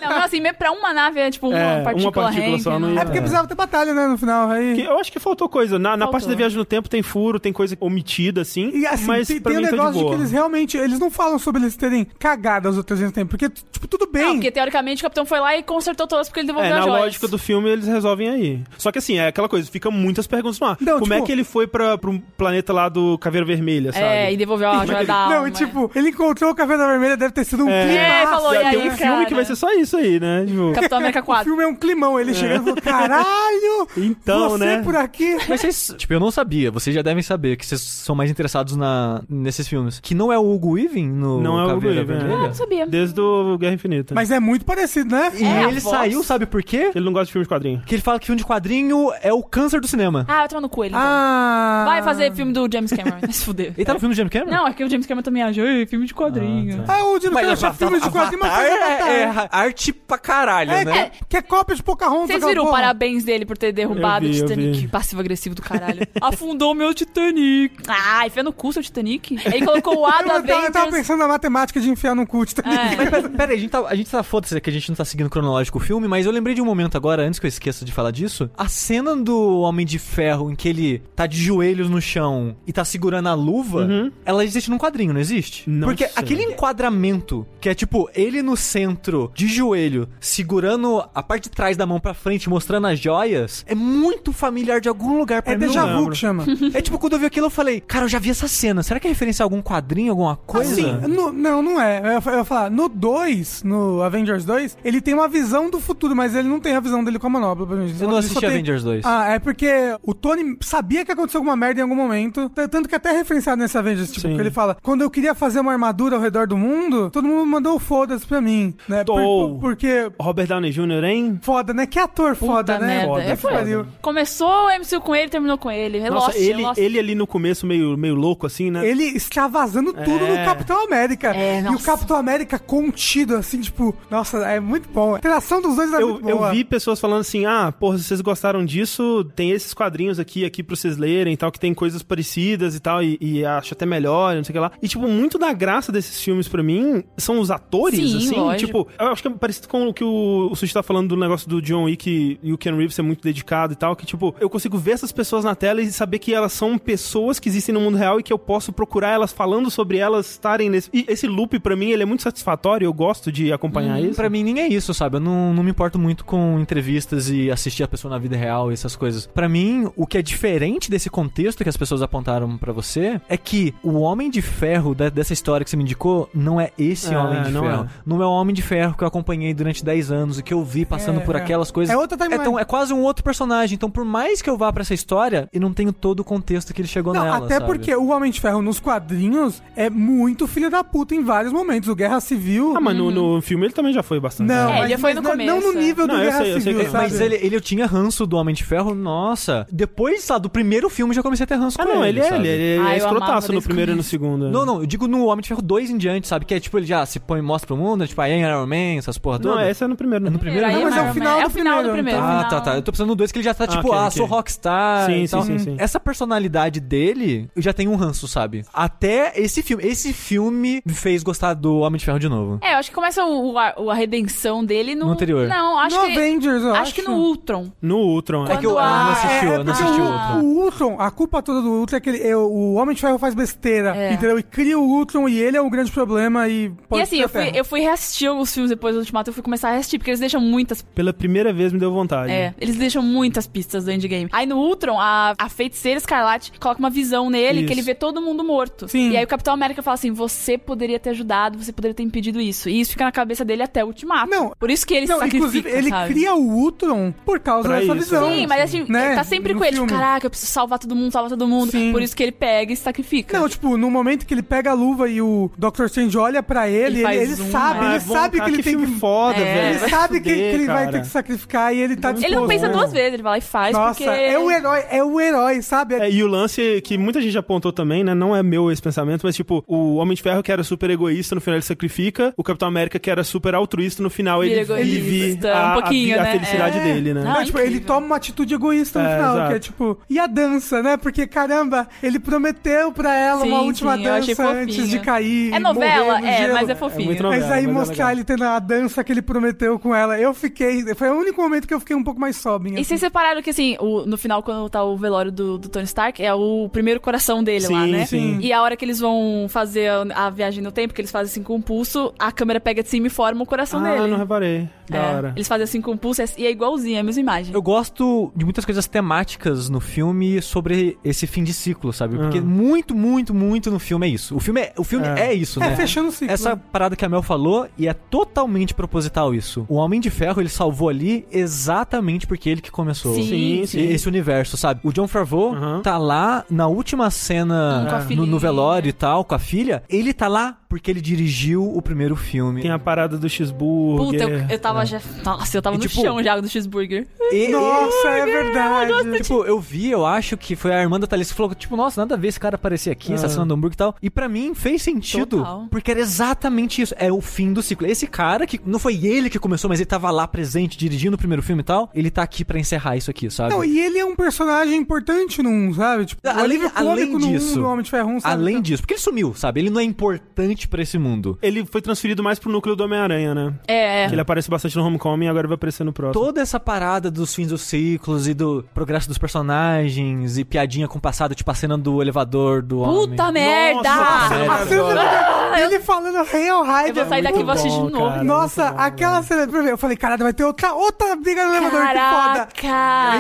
[SPEAKER 4] Não, mas assim, mesmo pra uma nave é tipo uma
[SPEAKER 1] É, uma
[SPEAKER 4] partícula,
[SPEAKER 1] partícula
[SPEAKER 4] Hank,
[SPEAKER 1] só não
[SPEAKER 3] É
[SPEAKER 1] ia-
[SPEAKER 4] né?
[SPEAKER 3] porque precisava ter batalha, né, no final. Aí...
[SPEAKER 1] Que eu acho que faltou coisa. Na, na
[SPEAKER 4] Faltou.
[SPEAKER 1] parte da viagem no tempo tem furo, tem coisa omitida, assim.
[SPEAKER 3] E assim,
[SPEAKER 1] mas
[SPEAKER 3] tem,
[SPEAKER 1] pra
[SPEAKER 3] tem um
[SPEAKER 1] mim tá de
[SPEAKER 3] negócio de,
[SPEAKER 1] boa.
[SPEAKER 3] que eles realmente. Eles não falam sobre eles terem cagado as outras vezes no tempo. Porque, tipo, tudo bem.
[SPEAKER 4] Não, porque tá teoricamente o capitão foi lá e consertou todas porque ele
[SPEAKER 1] É,
[SPEAKER 4] devolveu
[SPEAKER 1] na
[SPEAKER 4] as joias.
[SPEAKER 1] lógica do filme eles resolvem aí. Só que assim, é aquela coisa, fica muitas perguntas no ar.
[SPEAKER 3] Não,
[SPEAKER 1] Como
[SPEAKER 3] tipo-
[SPEAKER 1] é que ele foi pra, pro planeta lá do Caveira Vermelha, sabe?
[SPEAKER 4] É, e devolveu a joia da alma.
[SPEAKER 3] Não, e tipo, ele encontrou o Caveira Vermelha, deve ter sido um
[SPEAKER 1] É.
[SPEAKER 3] clima.
[SPEAKER 4] É, falou, e
[SPEAKER 1] Tem
[SPEAKER 4] aí,
[SPEAKER 1] um filme
[SPEAKER 4] cara?
[SPEAKER 1] que vai ser só isso aí, né? Tipo,
[SPEAKER 4] Capitão América
[SPEAKER 3] O
[SPEAKER 4] 4.
[SPEAKER 3] filme é um climão. Ele chegando e falou: caralho!
[SPEAKER 1] então,
[SPEAKER 3] você
[SPEAKER 1] né?
[SPEAKER 3] por aqui.
[SPEAKER 2] Mas vocês, tipo, eu não sabia, vocês já devem saber que vocês são mais interessados na, nesses filmes. Que não é o Hugo Weaving no
[SPEAKER 1] Não é o Hugo
[SPEAKER 2] Caveira
[SPEAKER 1] Weaving, é.
[SPEAKER 4] Ah,
[SPEAKER 2] Vermelha?
[SPEAKER 4] não sabia.
[SPEAKER 1] Desde o Guerra Infinita.
[SPEAKER 3] Mas é muito parecido, né?
[SPEAKER 2] E
[SPEAKER 4] É, a
[SPEAKER 2] ele
[SPEAKER 4] voz.
[SPEAKER 2] saiu, sabe por quê?
[SPEAKER 1] Ele não gosta de filme de quadrinho.
[SPEAKER 2] Que ele fala que filme de quadrinho é o câncer do cinema.
[SPEAKER 4] Ah, vai tomar no coelho. então.
[SPEAKER 3] Ah.
[SPEAKER 4] Vai fazer filme do James Cameron, vai se fuder.
[SPEAKER 2] Ele tá no filme do James Cameron?
[SPEAKER 4] Não, é que o James Cameron também achou, "Ei, filme de quadrinho.
[SPEAKER 3] Ah, o Dino Crush é filme de quadrinho, mas fez Avatar.
[SPEAKER 2] é, arte pra caralho,
[SPEAKER 3] É,
[SPEAKER 2] né?
[SPEAKER 3] que, que é cópia de Pocahontas.
[SPEAKER 4] Vocês
[SPEAKER 3] aquela
[SPEAKER 4] viram o
[SPEAKER 3] porra.
[SPEAKER 4] parabéns dele por ter derrubado
[SPEAKER 1] Eu vi,
[SPEAKER 4] o
[SPEAKER 1] eu
[SPEAKER 4] Titanic?
[SPEAKER 1] vi.
[SPEAKER 4] Passivo-agressivo do caralho. Afundou meu Titanic. Ah, enfia no cu seu Titanic. Ele colocou o A
[SPEAKER 3] Eu
[SPEAKER 4] do
[SPEAKER 3] tava- Eu tava
[SPEAKER 4] Avengers.
[SPEAKER 3] pensando na matemática de enfiar num culto também.
[SPEAKER 4] É.
[SPEAKER 2] Mas pera- peraí, a gente tá, a gente tá foda-se que a gente não tá seguindo cronológico o filme, mas eu lembrei de um momento agora, antes que eu esqueça de falar disso. A cena do Homem de Ferro em que ele tá de joelhos no chão e tá segurando a luva,
[SPEAKER 1] Uhum.
[SPEAKER 2] ela existe num quadrinho, não existe?
[SPEAKER 1] Não
[SPEAKER 2] Porque
[SPEAKER 1] sei.
[SPEAKER 2] aquele enquadramento que é tipo ele no centro, de joelho, segurando a parte de trás da mão pra frente, mostrando as joias, é muito familiar de algum lugar pra
[SPEAKER 3] É
[SPEAKER 2] mim.
[SPEAKER 3] déjà
[SPEAKER 1] não
[SPEAKER 3] vu
[SPEAKER 1] lembro.
[SPEAKER 3] que chama.
[SPEAKER 2] É tipo, quando eu vi aquilo, eu falei, cara, eu já vi essa cena. Será que é referência a algum quadrinho, alguma coisa?
[SPEAKER 1] Assim,
[SPEAKER 3] No- não, não é. Eu, ia fa- eu ia falar, no 2, no Avengers 2, ele tem uma visão do futuro, mas ele não tem a visão dele com a manobra. obviamente. Ele
[SPEAKER 2] eu não
[SPEAKER 3] só
[SPEAKER 2] assisti
[SPEAKER 3] tem-
[SPEAKER 2] Avengers 2.
[SPEAKER 3] Ah, é porque o Tony sabia que aconteceu alguma merda em algum momento. t- Tanto que até é referenciado nesse Avengers, tipo,
[SPEAKER 1] Sim.
[SPEAKER 3] que ele fala: quando eu queria fazer uma armadura ao redor do mundo, todo mundo mandou foda-se pra mim. Né? Por-
[SPEAKER 1] Tô.
[SPEAKER 3] por- porque.
[SPEAKER 1] Robert Downey Jr., hein?
[SPEAKER 3] Foda, né? Que ator foda, né?
[SPEAKER 4] merda,
[SPEAKER 1] Foda,
[SPEAKER 4] é
[SPEAKER 3] Que pariu.
[SPEAKER 4] foda. Começou o MCU com ele, terminou com ele. É
[SPEAKER 1] Nossa,
[SPEAKER 4] Lost, é
[SPEAKER 1] ele,
[SPEAKER 4] Lost.
[SPEAKER 1] ele ali no começo meio, meio louco, assim, né?
[SPEAKER 3] Ele está vazando tudo
[SPEAKER 1] É.
[SPEAKER 3] no Capitão América.
[SPEAKER 4] É,
[SPEAKER 3] e o
[SPEAKER 4] nossa.
[SPEAKER 3] Capitão América contido, assim, tipo, nossa, é muito bom. A interação dos dois é
[SPEAKER 1] Eu,
[SPEAKER 3] muito
[SPEAKER 1] eu
[SPEAKER 3] boa.
[SPEAKER 1] vi pessoas falando assim, ah, porra, se vocês gostaram disso, tem esses quadrinhos aqui, aqui pra vocês lerem e tal, que tem coisas parecidas e tal, e, e acho até melhor, e não sei o que lá. E, tipo, muito da graça desses filmes pra mim são os atores,
[SPEAKER 4] Sim,
[SPEAKER 1] assim.
[SPEAKER 4] lógico.
[SPEAKER 1] Tipo, eu acho que é parecido com o que o, o Sushi tá falando do negócio do John Wick e o Ken Reeves ser muito dedicado e tal, que, tipo, eu consigo ver essas pessoas na tela e saber que elas são pessoas que existem no mundo real e que eu posso procurar elas falando sobre elas estarem nesse... E esse loop, pra mim, ele é muito satisfatório, eu gosto de acompanhar
[SPEAKER 4] Uhum.
[SPEAKER 1] isso.
[SPEAKER 2] Pra mim nem é isso, sabe? Eu não, não me importo muito com entrevistas e assistir a pessoa na vida real e essas coisas. Pra mim, o que é diferente desse contexto que as pessoas apontaram pra você é que o Homem de Ferro da- dessa história que você me indicou não é esse
[SPEAKER 1] É,
[SPEAKER 2] Homem de
[SPEAKER 1] não
[SPEAKER 2] Ferro.
[SPEAKER 1] é.
[SPEAKER 2] Não é o Homem de Ferro que eu acompanhei durante 10 anos e que eu vi passando
[SPEAKER 3] É,
[SPEAKER 2] por
[SPEAKER 3] é.
[SPEAKER 2] aquelas coisas.
[SPEAKER 3] É outra timeline.
[SPEAKER 2] então, é quase um outro personagem. Então, por mais que eu vá pra essa história, eu não tenho todo o contexto que ele chegou
[SPEAKER 3] Não,
[SPEAKER 2] nela,
[SPEAKER 3] até
[SPEAKER 2] sabe?
[SPEAKER 3] porque o Homem de Ferro nos quadrinhos é muito filho da puta em vários momentos. O Guerra Civil.
[SPEAKER 4] Uhum.
[SPEAKER 1] Ah, mas no, no filme ele também já foi bastante.
[SPEAKER 3] Não,
[SPEAKER 4] É, ele foi no
[SPEAKER 3] não- Não no
[SPEAKER 4] começo.
[SPEAKER 3] nível do
[SPEAKER 1] Não, eu
[SPEAKER 3] Guerra
[SPEAKER 1] sei, eu sei
[SPEAKER 3] Civil,
[SPEAKER 1] que é,
[SPEAKER 3] sabe?
[SPEAKER 2] Mas ele, ele eu tinha ranço do Homem de Ferro, nossa. Depois, lá, do primeiro filme já comecei a ter ranço
[SPEAKER 1] Ah,
[SPEAKER 2] com
[SPEAKER 1] não, ele, é,
[SPEAKER 2] sabe?
[SPEAKER 1] ele, ele é
[SPEAKER 4] Ah, eu amava
[SPEAKER 1] escrotaço no
[SPEAKER 4] desde o
[SPEAKER 1] primeiro e no segundo. é.
[SPEAKER 2] Não, não, eu digo no Homem de Ferro 2 em diante, sabe? Que é tipo, ele já se põe e mostra pro mundo, né? tipo, aí Iron Man, essas porra
[SPEAKER 1] Não,
[SPEAKER 2] toda.
[SPEAKER 1] essa é no primeiro.
[SPEAKER 2] É
[SPEAKER 1] né?
[SPEAKER 2] no primeiro?
[SPEAKER 4] Aí
[SPEAKER 3] Não, mas é o
[SPEAKER 4] Iron Man.
[SPEAKER 3] final
[SPEAKER 4] É
[SPEAKER 3] do
[SPEAKER 4] o final do
[SPEAKER 3] primeiro,
[SPEAKER 4] primeiro.
[SPEAKER 2] Ah,
[SPEAKER 4] final.
[SPEAKER 2] tá, tá. Eu tô pensando no 2 que ele já tá tipo,
[SPEAKER 1] ok,
[SPEAKER 2] ah,
[SPEAKER 1] ok.
[SPEAKER 2] sou rockstar.
[SPEAKER 1] Sim,
[SPEAKER 2] e
[SPEAKER 1] sim,
[SPEAKER 2] tal.
[SPEAKER 1] sim, sim.
[SPEAKER 2] Essa personalidade dele, eu já tenho um ranço, sabe? Até esse filme. Esse filme me fez gostar do Homem de Ferro de novo.
[SPEAKER 4] É, eu acho que começa o, o- a, a redenção dele no...
[SPEAKER 2] No anterior.
[SPEAKER 4] Não, acho
[SPEAKER 3] no
[SPEAKER 4] que...
[SPEAKER 3] Avengers, eu
[SPEAKER 4] acho,
[SPEAKER 3] acho.
[SPEAKER 4] que no Ultron.
[SPEAKER 1] No Ultron,
[SPEAKER 2] É que eu, eu
[SPEAKER 4] Quando a-
[SPEAKER 2] não assisti,
[SPEAKER 3] É,
[SPEAKER 2] eu não
[SPEAKER 3] porque
[SPEAKER 2] assisti
[SPEAKER 3] o,
[SPEAKER 2] outro.
[SPEAKER 3] o Ultron, a culpa toda do Ultron é que ele, é, o Homem de Ferro faz besteira,
[SPEAKER 4] É.
[SPEAKER 3] entendeu? E cria o Ultron e ele é o grande problema e pode
[SPEAKER 4] e assim,
[SPEAKER 3] ser
[SPEAKER 4] eu fui, eu fui reassistir alguns filmes depois do Ultimato, eu fui começar a assistir, porque eles deixam muitas...
[SPEAKER 1] Pela primeira vez me deu vontade.
[SPEAKER 4] É, eles deixam muitas pistas do endgame. Aí no Ultron, a, a feiticeira escarlate coloca uma visão nele
[SPEAKER 1] Isso.
[SPEAKER 4] que ele vê todo mundo morto.
[SPEAKER 3] Sim.
[SPEAKER 4] E aí o Capitão América fala assim: você poderia ter ajudado, você poderia ter impedido isso. E isso fica na cabeça dele até o ultimato.
[SPEAKER 3] Não.
[SPEAKER 4] Por isso que ele se
[SPEAKER 3] Não,
[SPEAKER 4] sacrifica.
[SPEAKER 3] inclusive, ele
[SPEAKER 4] sabe?
[SPEAKER 3] cria o Ultron por causa
[SPEAKER 1] Pra
[SPEAKER 3] dessa
[SPEAKER 1] isso,
[SPEAKER 3] visão.
[SPEAKER 1] né?
[SPEAKER 4] Sim, mas assim,
[SPEAKER 3] né?
[SPEAKER 4] tá sempre
[SPEAKER 3] No
[SPEAKER 4] com ele. Tipo,
[SPEAKER 3] filme.
[SPEAKER 4] caraca, eu preciso salvar todo mundo, salvar todo mundo.
[SPEAKER 3] Sim.
[SPEAKER 4] Por isso que ele pega e se sacrifica.
[SPEAKER 3] Não, tipo, no momento que ele pega a luva e o Dr. Strange olha pra ele,
[SPEAKER 4] Ele
[SPEAKER 3] ele,
[SPEAKER 4] faz
[SPEAKER 3] ele
[SPEAKER 4] um,
[SPEAKER 3] sabe,
[SPEAKER 4] né?
[SPEAKER 1] Ah,
[SPEAKER 3] ele
[SPEAKER 1] bom,
[SPEAKER 3] sabe que
[SPEAKER 1] cara,
[SPEAKER 3] ele tem
[SPEAKER 1] filme
[SPEAKER 3] que...
[SPEAKER 1] foda,
[SPEAKER 4] É.
[SPEAKER 1] velho.
[SPEAKER 3] Ele
[SPEAKER 1] Vai
[SPEAKER 3] sabe que,
[SPEAKER 1] fuder,
[SPEAKER 3] que ele vai
[SPEAKER 1] cara.
[SPEAKER 3] ter que sacrificar e ele tá disposto.
[SPEAKER 4] ele não pensa
[SPEAKER 1] né?
[SPEAKER 4] duas vezes, ele vai lá e faz.
[SPEAKER 3] Nossa,
[SPEAKER 4] porque...
[SPEAKER 3] é o herói, é o herói, sabe?
[SPEAKER 1] É, e o lance que muita gente apontou também, né? Não é meu esse pensamento, mas tipo, o Homem de Ferro que era super egoísta, no final ele sacrifica. O Capitão América que era super altruísta, no final ele,
[SPEAKER 4] Vira
[SPEAKER 1] ele
[SPEAKER 4] egoísta,
[SPEAKER 1] vive a,
[SPEAKER 4] um pouquinho,
[SPEAKER 1] a, a
[SPEAKER 4] né?
[SPEAKER 1] felicidade
[SPEAKER 3] É.
[SPEAKER 1] dele, né?
[SPEAKER 4] Não,
[SPEAKER 3] Não, tipo, ele
[SPEAKER 4] incrível.
[SPEAKER 3] toma uma atitude egoísta no
[SPEAKER 1] É,
[SPEAKER 3] final,
[SPEAKER 1] exato.
[SPEAKER 3] que é tipo, e a dança, né? Porque caramba, ele prometeu pra ela
[SPEAKER 4] Sim,
[SPEAKER 3] uma última
[SPEAKER 4] sim, eu achei
[SPEAKER 3] dança antes de
[SPEAKER 4] fofinho.
[SPEAKER 3] cair.
[SPEAKER 4] É
[SPEAKER 3] e morrer
[SPEAKER 4] novela,
[SPEAKER 3] no
[SPEAKER 4] é,
[SPEAKER 3] gelo.
[SPEAKER 4] mas é fofinho.
[SPEAKER 1] muito novela.
[SPEAKER 3] Mas aí
[SPEAKER 1] mas é
[SPEAKER 3] mostrar
[SPEAKER 1] legal.
[SPEAKER 3] ele tendo a dança que ele prometeu com ela. Eu fiquei. Foi o único momento que eu fiquei um pouco mais sobrinha.
[SPEAKER 4] E
[SPEAKER 3] assim.
[SPEAKER 4] vocês separaram que, assim, o- no final, quando tá o velório do, do Tony Stark, é o primeiro coração dele lá,
[SPEAKER 1] Sim,
[SPEAKER 4] né?
[SPEAKER 1] sim.
[SPEAKER 4] E a hora que eles vão fazer a, a viagem no tempo, que eles fazem assim com o pulso, a câmera pega de cima e forma o coração
[SPEAKER 1] Ah,
[SPEAKER 4] dele.
[SPEAKER 1] não reparei. Da
[SPEAKER 4] É,
[SPEAKER 1] hora.
[SPEAKER 4] Eles fazem assim com o pulso e é igualzinho, é a mesma imagem.
[SPEAKER 2] Eu gosto de muitas coisas temáticas no filme sobre esse fim de ciclo, sabe? Porque
[SPEAKER 1] Uhum.
[SPEAKER 2] muito, muito, muito no filme é isso. O filme é, o filme
[SPEAKER 1] É.
[SPEAKER 2] é. isso,
[SPEAKER 3] É,
[SPEAKER 2] né?
[SPEAKER 3] fechando o ciclo.
[SPEAKER 2] Essa parada que a Mel falou, e é totalmente proposital isso. O Homem de Ferro, ele salvou ali exatamente porque ele que começou.
[SPEAKER 4] Sim,
[SPEAKER 1] Sim,
[SPEAKER 4] sim.
[SPEAKER 1] sim.
[SPEAKER 2] Esse universo, sabe? O John Favreau
[SPEAKER 1] Uhum.
[SPEAKER 2] tá lá na última cena
[SPEAKER 4] Hum, com a
[SPEAKER 2] no- no,
[SPEAKER 4] filhinha.
[SPEAKER 2] velório e tal, com a filha. Ele tá lá porque ele dirigiu o primeiro filme.
[SPEAKER 1] Tem a parada do cheeseburger.
[SPEAKER 4] Puta, eu, eu tava já. Nossa, eu tava
[SPEAKER 2] E,
[SPEAKER 4] no
[SPEAKER 2] tipo,
[SPEAKER 4] chão já do cheeseburger.
[SPEAKER 2] E-
[SPEAKER 3] Nossa, é verdade.
[SPEAKER 2] Tipo, eu vi, eu acho que foi a irmã da Thalys que falou, tipo, nossa, nada a ver esse cara aparecer aqui,
[SPEAKER 1] Ah.
[SPEAKER 2] assassinando hambúrguer e tal. E pra mim fez sentido,
[SPEAKER 4] Total.
[SPEAKER 2] porque era exatamente isso. É o fim do ciclo. Esse cara, que não foi ele que começou, mas ele tava lá presente, dirigindo o primeiro filme e tal, ele tá aqui pra encerrar isso aqui, sabe?
[SPEAKER 3] Não, e ele é um personagem importante num, sabe? Tipo,
[SPEAKER 2] Além-
[SPEAKER 3] o alívio
[SPEAKER 2] além
[SPEAKER 3] cômico no um
[SPEAKER 2] disso.
[SPEAKER 3] do Homem de Ferro 1, sabe? Então,
[SPEAKER 2] Além disso, porque ele sumiu, sabe? Ele não é importante pra esse mundo.
[SPEAKER 1] Ele foi transferido mais pro núcleo do Homem-Aranha, né?
[SPEAKER 4] É, é.
[SPEAKER 1] Que ele aparece bastante no Homecoming e agora vai aparecer no próximo.
[SPEAKER 2] Toda essa parada dos fins dos ciclos e do progresso dos personagens e piadinha com o passado, tipo a cena do elevador do homem.
[SPEAKER 4] Puta merda! Ah,
[SPEAKER 1] Nossa,
[SPEAKER 2] sério.
[SPEAKER 3] A cena do- ele falando real raiva.
[SPEAKER 4] eu vou sair daqui e vou assistir de
[SPEAKER 1] bom,
[SPEAKER 4] novo.
[SPEAKER 1] cara.
[SPEAKER 3] Nossa,
[SPEAKER 1] muito bom,
[SPEAKER 3] aquela cena. Eu falei, caralho, vai ter outra, outra briga no elevador, que foda. Aí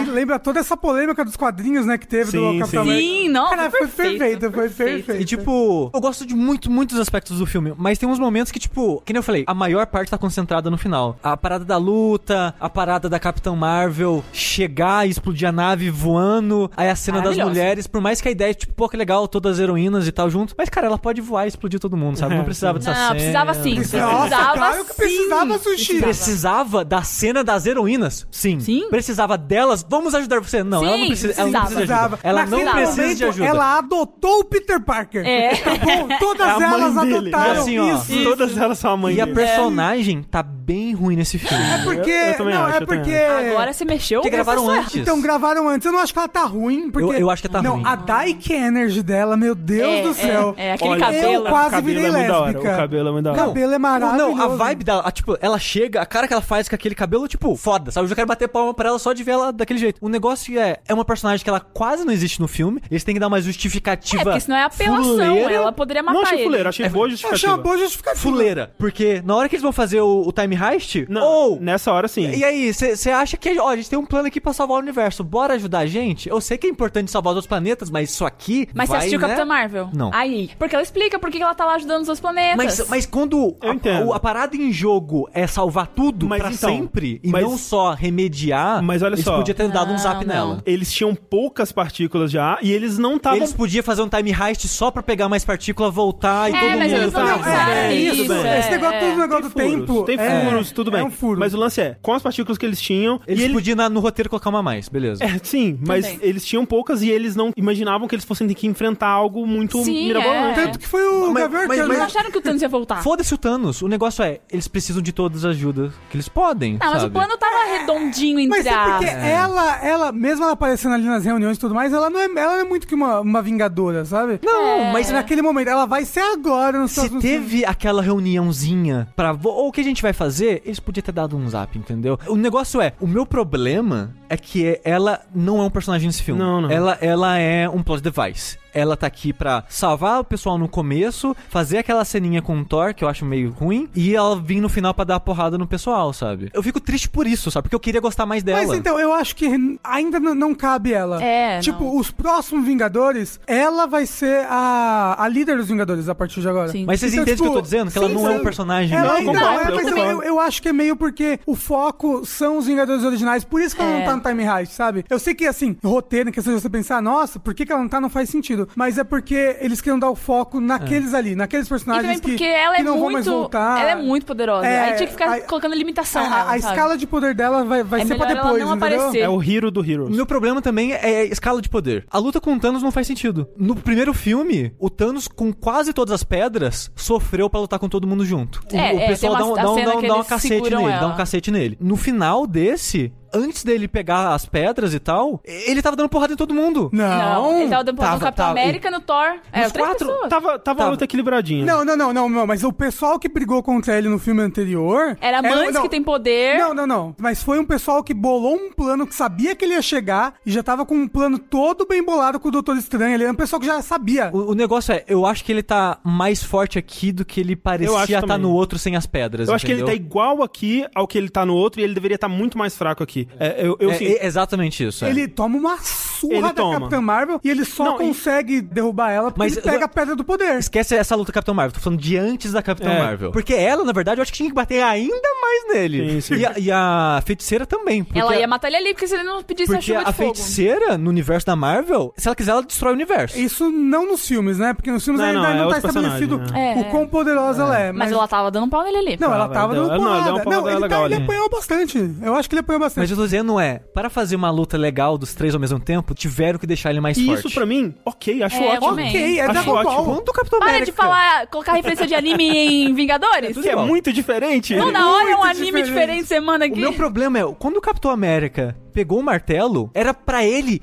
[SPEAKER 4] Caraca!
[SPEAKER 3] lembra toda essa polêmica dos quadrinhos, né, que teve
[SPEAKER 1] Sim,
[SPEAKER 3] do Capitão
[SPEAKER 1] sim.
[SPEAKER 3] América.
[SPEAKER 4] Sim, não.
[SPEAKER 3] Cara, foi perfeito, foi
[SPEAKER 2] E
[SPEAKER 3] perfeito.
[SPEAKER 2] tipo, eu gosto de muito, muitos aspectos do filme, mas tem uns momentos que, tipo, que nem eu falei, a maior parte tá concentrada no final. A parada da luta, a parada da Capitã Marvel chegar e explodir a nave voando, aí a cena das
[SPEAKER 4] Maravilhosa.
[SPEAKER 2] mulheres, por mais que a ideia é, tipo, pô, que legal, todas as heroínas e tal junto, mas, cara, ela pode voar e explodir todo mundo, sabe?
[SPEAKER 1] É,
[SPEAKER 2] Não precisava dessa cena.
[SPEAKER 4] Não, precisava sim.
[SPEAKER 3] Nossa,
[SPEAKER 4] Precisava
[SPEAKER 3] claro que
[SPEAKER 4] sim.
[SPEAKER 3] precisava, Sushi.
[SPEAKER 2] Precisava da cena das heroínas? Sim.
[SPEAKER 4] Sim.
[SPEAKER 2] Precisava delas? Vamos ajudar você? Não,
[SPEAKER 4] Sim,
[SPEAKER 2] ela não precisa, ela não precisa de
[SPEAKER 3] Precisava.
[SPEAKER 2] ajuda. Ela
[SPEAKER 3] Naquele
[SPEAKER 2] não precisa
[SPEAKER 3] momento,
[SPEAKER 2] de ajuda.
[SPEAKER 3] Ela adotou o Peter Parker.
[SPEAKER 4] É.
[SPEAKER 3] Tá bom? Todas
[SPEAKER 1] É a mãe
[SPEAKER 3] elas
[SPEAKER 1] dele.
[SPEAKER 3] adotaram
[SPEAKER 2] Assim, ó.
[SPEAKER 3] isso.
[SPEAKER 1] Todas elas são a mãe
[SPEAKER 2] E a
[SPEAKER 1] dele.
[SPEAKER 2] personagem tá bem ruim nesse filme.
[SPEAKER 3] É porque.
[SPEAKER 1] Eu- eu também
[SPEAKER 3] não,
[SPEAKER 1] acho,
[SPEAKER 3] é
[SPEAKER 1] eu
[SPEAKER 3] porque.
[SPEAKER 4] Agora você mexeu.
[SPEAKER 2] Porque gravaram
[SPEAKER 4] Nossa,
[SPEAKER 2] antes.
[SPEAKER 3] Então, gravaram antes. Eu não acho que ela tá ruim, porque...
[SPEAKER 2] Eu- eu acho que tá
[SPEAKER 3] não,
[SPEAKER 2] ruim.
[SPEAKER 3] a Dyke Energy dela, meu Deus
[SPEAKER 4] É,
[SPEAKER 3] do céu.
[SPEAKER 4] é, é, aquele
[SPEAKER 1] Olha,
[SPEAKER 4] cabelo.
[SPEAKER 3] eu quase
[SPEAKER 1] o cabelo
[SPEAKER 3] virei
[SPEAKER 1] é muito da hora,
[SPEAKER 3] lésbica.
[SPEAKER 1] O cabelo é muito da hora.
[SPEAKER 3] Não, cabelo é maravilhoso.
[SPEAKER 2] Não, a vibe dela, a, tipo, ela chega, a cara que ela faz com aquele cabelo, tipo, foda, sabe? Eu já quero bater palma pra ela só de ver ela daquele jeito. O negócio é, é uma personagem que ela quase não existe no filme, eles têm que dar uma
[SPEAKER 4] É,
[SPEAKER 2] justificativa
[SPEAKER 4] porque senão é apelação.
[SPEAKER 2] fuleira.
[SPEAKER 4] Ela poderia matar
[SPEAKER 1] não achei
[SPEAKER 4] ele.
[SPEAKER 1] fuleiro, achei boa
[SPEAKER 3] Eu achei
[SPEAKER 1] justificativa.
[SPEAKER 3] uma boa justificativa.
[SPEAKER 2] É fuleira. Porque na hora que eles vão fazer o, o time heist,
[SPEAKER 1] Não,
[SPEAKER 2] ou...
[SPEAKER 1] nessa hora sim.
[SPEAKER 2] E aí, você acha que, ó, a gente tem um plano aqui pra salvar o universo, bora ajudar a gente? Eu sei que é importante salvar os outros planetas, mas isso aqui
[SPEAKER 4] Mas você
[SPEAKER 2] vai,
[SPEAKER 4] assistiu
[SPEAKER 2] né?
[SPEAKER 4] Capitã Marvel?
[SPEAKER 2] Não.
[SPEAKER 4] Aí. Porque ela explica por que que ela tá lá ajudando os outros planetas.
[SPEAKER 2] Mas, mas quando
[SPEAKER 1] Eu entendo.
[SPEAKER 2] a, a parada em jogo é salvar tudo
[SPEAKER 1] Mas
[SPEAKER 2] pra
[SPEAKER 1] então,
[SPEAKER 2] sempre e
[SPEAKER 1] mas-
[SPEAKER 2] não só remediar,
[SPEAKER 1] Mas olha
[SPEAKER 2] eles
[SPEAKER 1] só.
[SPEAKER 2] podiam ter dado um
[SPEAKER 4] Não,
[SPEAKER 2] zap
[SPEAKER 4] não.
[SPEAKER 2] nela.
[SPEAKER 1] Eles tinham poucas partículas já e eles não estavam.
[SPEAKER 2] Eles podiam fazer um time heist só pra pegar mais partícula, voltar e
[SPEAKER 4] É,
[SPEAKER 2] todo
[SPEAKER 4] mas
[SPEAKER 2] mundo
[SPEAKER 4] eles não
[SPEAKER 2] tá-
[SPEAKER 3] Não,
[SPEAKER 1] Tudo bem,
[SPEAKER 3] é, é
[SPEAKER 1] tudo
[SPEAKER 3] isso.
[SPEAKER 1] bem.
[SPEAKER 3] Esse negócio
[SPEAKER 4] É,
[SPEAKER 3] todo
[SPEAKER 4] é.
[SPEAKER 3] negócio
[SPEAKER 1] Tem
[SPEAKER 3] do tempo.
[SPEAKER 1] furos, tem
[SPEAKER 3] é-
[SPEAKER 1] furos, tudo bem. também.
[SPEAKER 3] é um furo.
[SPEAKER 1] Mas o lance é, com as partículas que eles tinham,
[SPEAKER 2] Eles
[SPEAKER 1] e ele...
[SPEAKER 2] podiam na- no roteiro colocar uma a mais, beleza.
[SPEAKER 1] É, sim, mas
[SPEAKER 4] Também.
[SPEAKER 1] eles tinham poucas e eles não imaginavam que eles fossem ter que enfrentar algo muito
[SPEAKER 4] Sim,
[SPEAKER 1] mirabolante.
[SPEAKER 4] é.
[SPEAKER 3] Tanto que foi o
[SPEAKER 2] Mas-
[SPEAKER 3] Gavião
[SPEAKER 2] mas-
[SPEAKER 3] Arqueiro,
[SPEAKER 2] mas-
[SPEAKER 4] Vocês
[SPEAKER 3] né?
[SPEAKER 4] acharam que o Thanos ia voltar?
[SPEAKER 2] Foda-se o Thanos. O negócio é, eles precisam de todas as ajudas que eles podem.
[SPEAKER 4] Não, mas o
[SPEAKER 2] sabe?
[SPEAKER 4] plano tava redondinho
[SPEAKER 3] Mas
[SPEAKER 4] entre
[SPEAKER 3] é porque
[SPEAKER 4] a...
[SPEAKER 3] ela, ela, mesmo ela aparecendo ali nas reuniões e tudo mais, ela não é, ela não é muito que uma, uma vingadora, sabe?
[SPEAKER 2] Não,
[SPEAKER 4] É.
[SPEAKER 2] mas
[SPEAKER 3] Mas naquele momento, ela vai ser agora nos
[SPEAKER 2] se
[SPEAKER 3] próximos filmes.
[SPEAKER 2] teve aquela reuniãozinha pra. vo- Ou o que a gente vai fazer, eles podiam ter dado um zap, entendeu? O negócio é, o meu problema é que ela não é um personagem nesse filme.
[SPEAKER 1] Não, não.
[SPEAKER 2] Ela, ela é um plot device. Ela tá aqui pra salvar o pessoal no começo, fazer aquela ceninha com o Thor, que eu acho meio ruim, e ela vir no final pra dar a porrada no pessoal, sabe? Eu fico triste por isso, sabe? Porque eu queria gostar mais dela.
[SPEAKER 3] Mas então, eu acho que ainda n- não cabe ela.
[SPEAKER 4] É,
[SPEAKER 3] Tipo,
[SPEAKER 4] não.
[SPEAKER 3] os próximos Vingadores, ela vai ser a, a líder dos Vingadores a partir de agora.
[SPEAKER 4] Sim.
[SPEAKER 2] Mas vocês
[SPEAKER 3] Então,
[SPEAKER 2] entendem o que eu
[SPEAKER 3] tipo,
[SPEAKER 2] tô dizendo? Que ela
[SPEAKER 3] sim,
[SPEAKER 2] não é um
[SPEAKER 3] sim.
[SPEAKER 2] personagem.
[SPEAKER 3] Ela
[SPEAKER 1] Não,
[SPEAKER 2] mesmo.
[SPEAKER 3] ainda
[SPEAKER 1] concordo,
[SPEAKER 3] é,
[SPEAKER 1] eu
[SPEAKER 3] mas eu,
[SPEAKER 1] concordo.
[SPEAKER 3] eu- eu acho que é meio porque o foco são os Vingadores originais, por isso que ela
[SPEAKER 4] É.
[SPEAKER 3] não tá no Time Heist, sabe? Eu sei que, assim, roteiro, em questão de você pensar, nossa, por que, que ela não tá, não faz sentido. Mas é porque eles queriam dar o foco
[SPEAKER 2] É.
[SPEAKER 3] naqueles ali, naqueles
[SPEAKER 4] E
[SPEAKER 3] personagens
[SPEAKER 4] também porque
[SPEAKER 3] que,
[SPEAKER 4] ela
[SPEAKER 3] que
[SPEAKER 4] é
[SPEAKER 3] não vão mais
[SPEAKER 4] muito...
[SPEAKER 3] voltar.
[SPEAKER 4] Ela é muito poderosa.
[SPEAKER 3] É,
[SPEAKER 4] aí tinha que ficar
[SPEAKER 3] a-
[SPEAKER 4] colocando limitação
[SPEAKER 3] A,
[SPEAKER 4] nela,
[SPEAKER 3] a
[SPEAKER 4] sabe?
[SPEAKER 3] escala de poder dela vai, vai
[SPEAKER 4] É
[SPEAKER 3] ser pra
[SPEAKER 4] melhor ela
[SPEAKER 3] depois,
[SPEAKER 4] não
[SPEAKER 3] entendeu?
[SPEAKER 4] aparecer.
[SPEAKER 1] É o hero do Heroes.
[SPEAKER 2] O meu problema também é a escala de poder. A luta com o Thanos não faz sentido. No primeiro filme, o Thanos, com quase todas as pedras, sofreu pra lutar com todo mundo junto. O-
[SPEAKER 4] É,
[SPEAKER 2] o
[SPEAKER 4] é,
[SPEAKER 2] pessoal
[SPEAKER 4] tem
[SPEAKER 2] dá um,
[SPEAKER 4] uma-
[SPEAKER 2] dá
[SPEAKER 4] a
[SPEAKER 2] um-
[SPEAKER 4] cena
[SPEAKER 2] dá um-
[SPEAKER 4] que
[SPEAKER 2] dá um
[SPEAKER 4] eles
[SPEAKER 2] cacete
[SPEAKER 4] seguram
[SPEAKER 2] nele. Dá um
[SPEAKER 4] ela.
[SPEAKER 2] cacete nele. No final desse, antes dele pegar as pedras e tal, ele tava dando porrada em todo mundo.
[SPEAKER 3] Não. então
[SPEAKER 4] Não, ele tava dando porrada no
[SPEAKER 2] Tava-
[SPEAKER 4] Capitão
[SPEAKER 2] tava-
[SPEAKER 4] América, no Thor. É,
[SPEAKER 2] Nos
[SPEAKER 4] três
[SPEAKER 2] quatro-
[SPEAKER 4] pessoas.
[SPEAKER 1] Tava, tava, a
[SPEAKER 2] Tava.
[SPEAKER 1] luta equilibradinha.
[SPEAKER 3] Não, não, não, não, não, mas o pessoal que brigou contra ele no filme anterior. um
[SPEAKER 4] Era a Mans
[SPEAKER 3] não,
[SPEAKER 4] que tem poder.
[SPEAKER 3] Não, não, não. Mas foi um pessoal que bolou um plano que sabia que ele ia chegar e já tava com um plano todo bem bolado com o Doutor Estranho. Ele era um pessoal que já sabia.
[SPEAKER 2] O, o negócio é, eu acho que ele tá mais forte aqui do que ele parecia
[SPEAKER 1] acho
[SPEAKER 2] estar
[SPEAKER 1] também.
[SPEAKER 2] no outro sem as pedras.
[SPEAKER 1] Eu acho que ele tá
[SPEAKER 2] entendeu?
[SPEAKER 1] igual aqui ao que ele tá no outro e ele deveria estar muito mais fraco aqui. É, eu, eu,
[SPEAKER 2] É,
[SPEAKER 1] assim,
[SPEAKER 2] é exatamente isso. é.
[SPEAKER 3] Ele toma uma surra
[SPEAKER 1] Ele
[SPEAKER 3] da
[SPEAKER 1] toma.
[SPEAKER 3] Capitã Marvel e ele só
[SPEAKER 1] Não, e- é-
[SPEAKER 3] consegue derrubar ela porque
[SPEAKER 2] Mas-
[SPEAKER 3] ele pega a Pedra do Poder.
[SPEAKER 2] Esquece essa luta do Capitão Marvel, tô falando de antes da Capitã
[SPEAKER 1] É.
[SPEAKER 2] Marvel. Porque ela, na verdade, eu acho que tinha que bater ainda mais
[SPEAKER 1] Sim,
[SPEAKER 2] nele.
[SPEAKER 1] sim.
[SPEAKER 2] E, a, e a feiticeira também. Porque,
[SPEAKER 4] Ela ia matar ele ali, porque se ele não pedisse a
[SPEAKER 2] porque
[SPEAKER 4] chuva
[SPEAKER 2] a
[SPEAKER 4] de fogo.
[SPEAKER 2] feiticeira, no universo da Marvel, se ela quiser, ela destrói o universo.
[SPEAKER 3] Isso não nos filmes, né? Porque nos filmes
[SPEAKER 1] Não,
[SPEAKER 3] ainda
[SPEAKER 1] não,
[SPEAKER 3] não,
[SPEAKER 1] é
[SPEAKER 3] tá
[SPEAKER 1] outro
[SPEAKER 3] estabelecido
[SPEAKER 1] personagem,
[SPEAKER 4] né?
[SPEAKER 3] o quão poderosa ela é.
[SPEAKER 4] Mas ela tava dando um pau nele ali.
[SPEAKER 3] Não, ela
[SPEAKER 1] Ela
[SPEAKER 3] tava
[SPEAKER 1] deu-
[SPEAKER 3] dando
[SPEAKER 1] ela- Ah, então, não, ela deu uma
[SPEAKER 3] porrada. Não,
[SPEAKER 1] porrada né?
[SPEAKER 3] ele,
[SPEAKER 1] legal
[SPEAKER 3] tá, ele
[SPEAKER 1] ali.
[SPEAKER 3] apanhou bastante. Eu acho que ele apanhou bastante.
[SPEAKER 2] Mas eu tô dizendo é, para fazer uma luta legal dos três ao mesmo tempo, tiveram que deixar ele mais
[SPEAKER 1] e
[SPEAKER 2] forte.
[SPEAKER 1] isso pra mim, ok, acho
[SPEAKER 4] É, eu
[SPEAKER 1] ótimo.
[SPEAKER 4] também.
[SPEAKER 3] ok, é
[SPEAKER 1] Acho
[SPEAKER 3] Dragon
[SPEAKER 1] ótimo.
[SPEAKER 3] Ball.
[SPEAKER 2] Quanto o Capitão
[SPEAKER 4] Para de
[SPEAKER 2] América?
[SPEAKER 4] falar, colocar referência de anime em Vingadores.
[SPEAKER 1] Que é
[SPEAKER 2] igual.
[SPEAKER 1] muito diferente.
[SPEAKER 4] Toda hora é um
[SPEAKER 3] muito
[SPEAKER 4] anime
[SPEAKER 3] diferente.
[SPEAKER 4] diferente semana
[SPEAKER 2] O
[SPEAKER 4] aqui.
[SPEAKER 2] meu problema é, quando o Capitão América pegou o martelo, era pra ele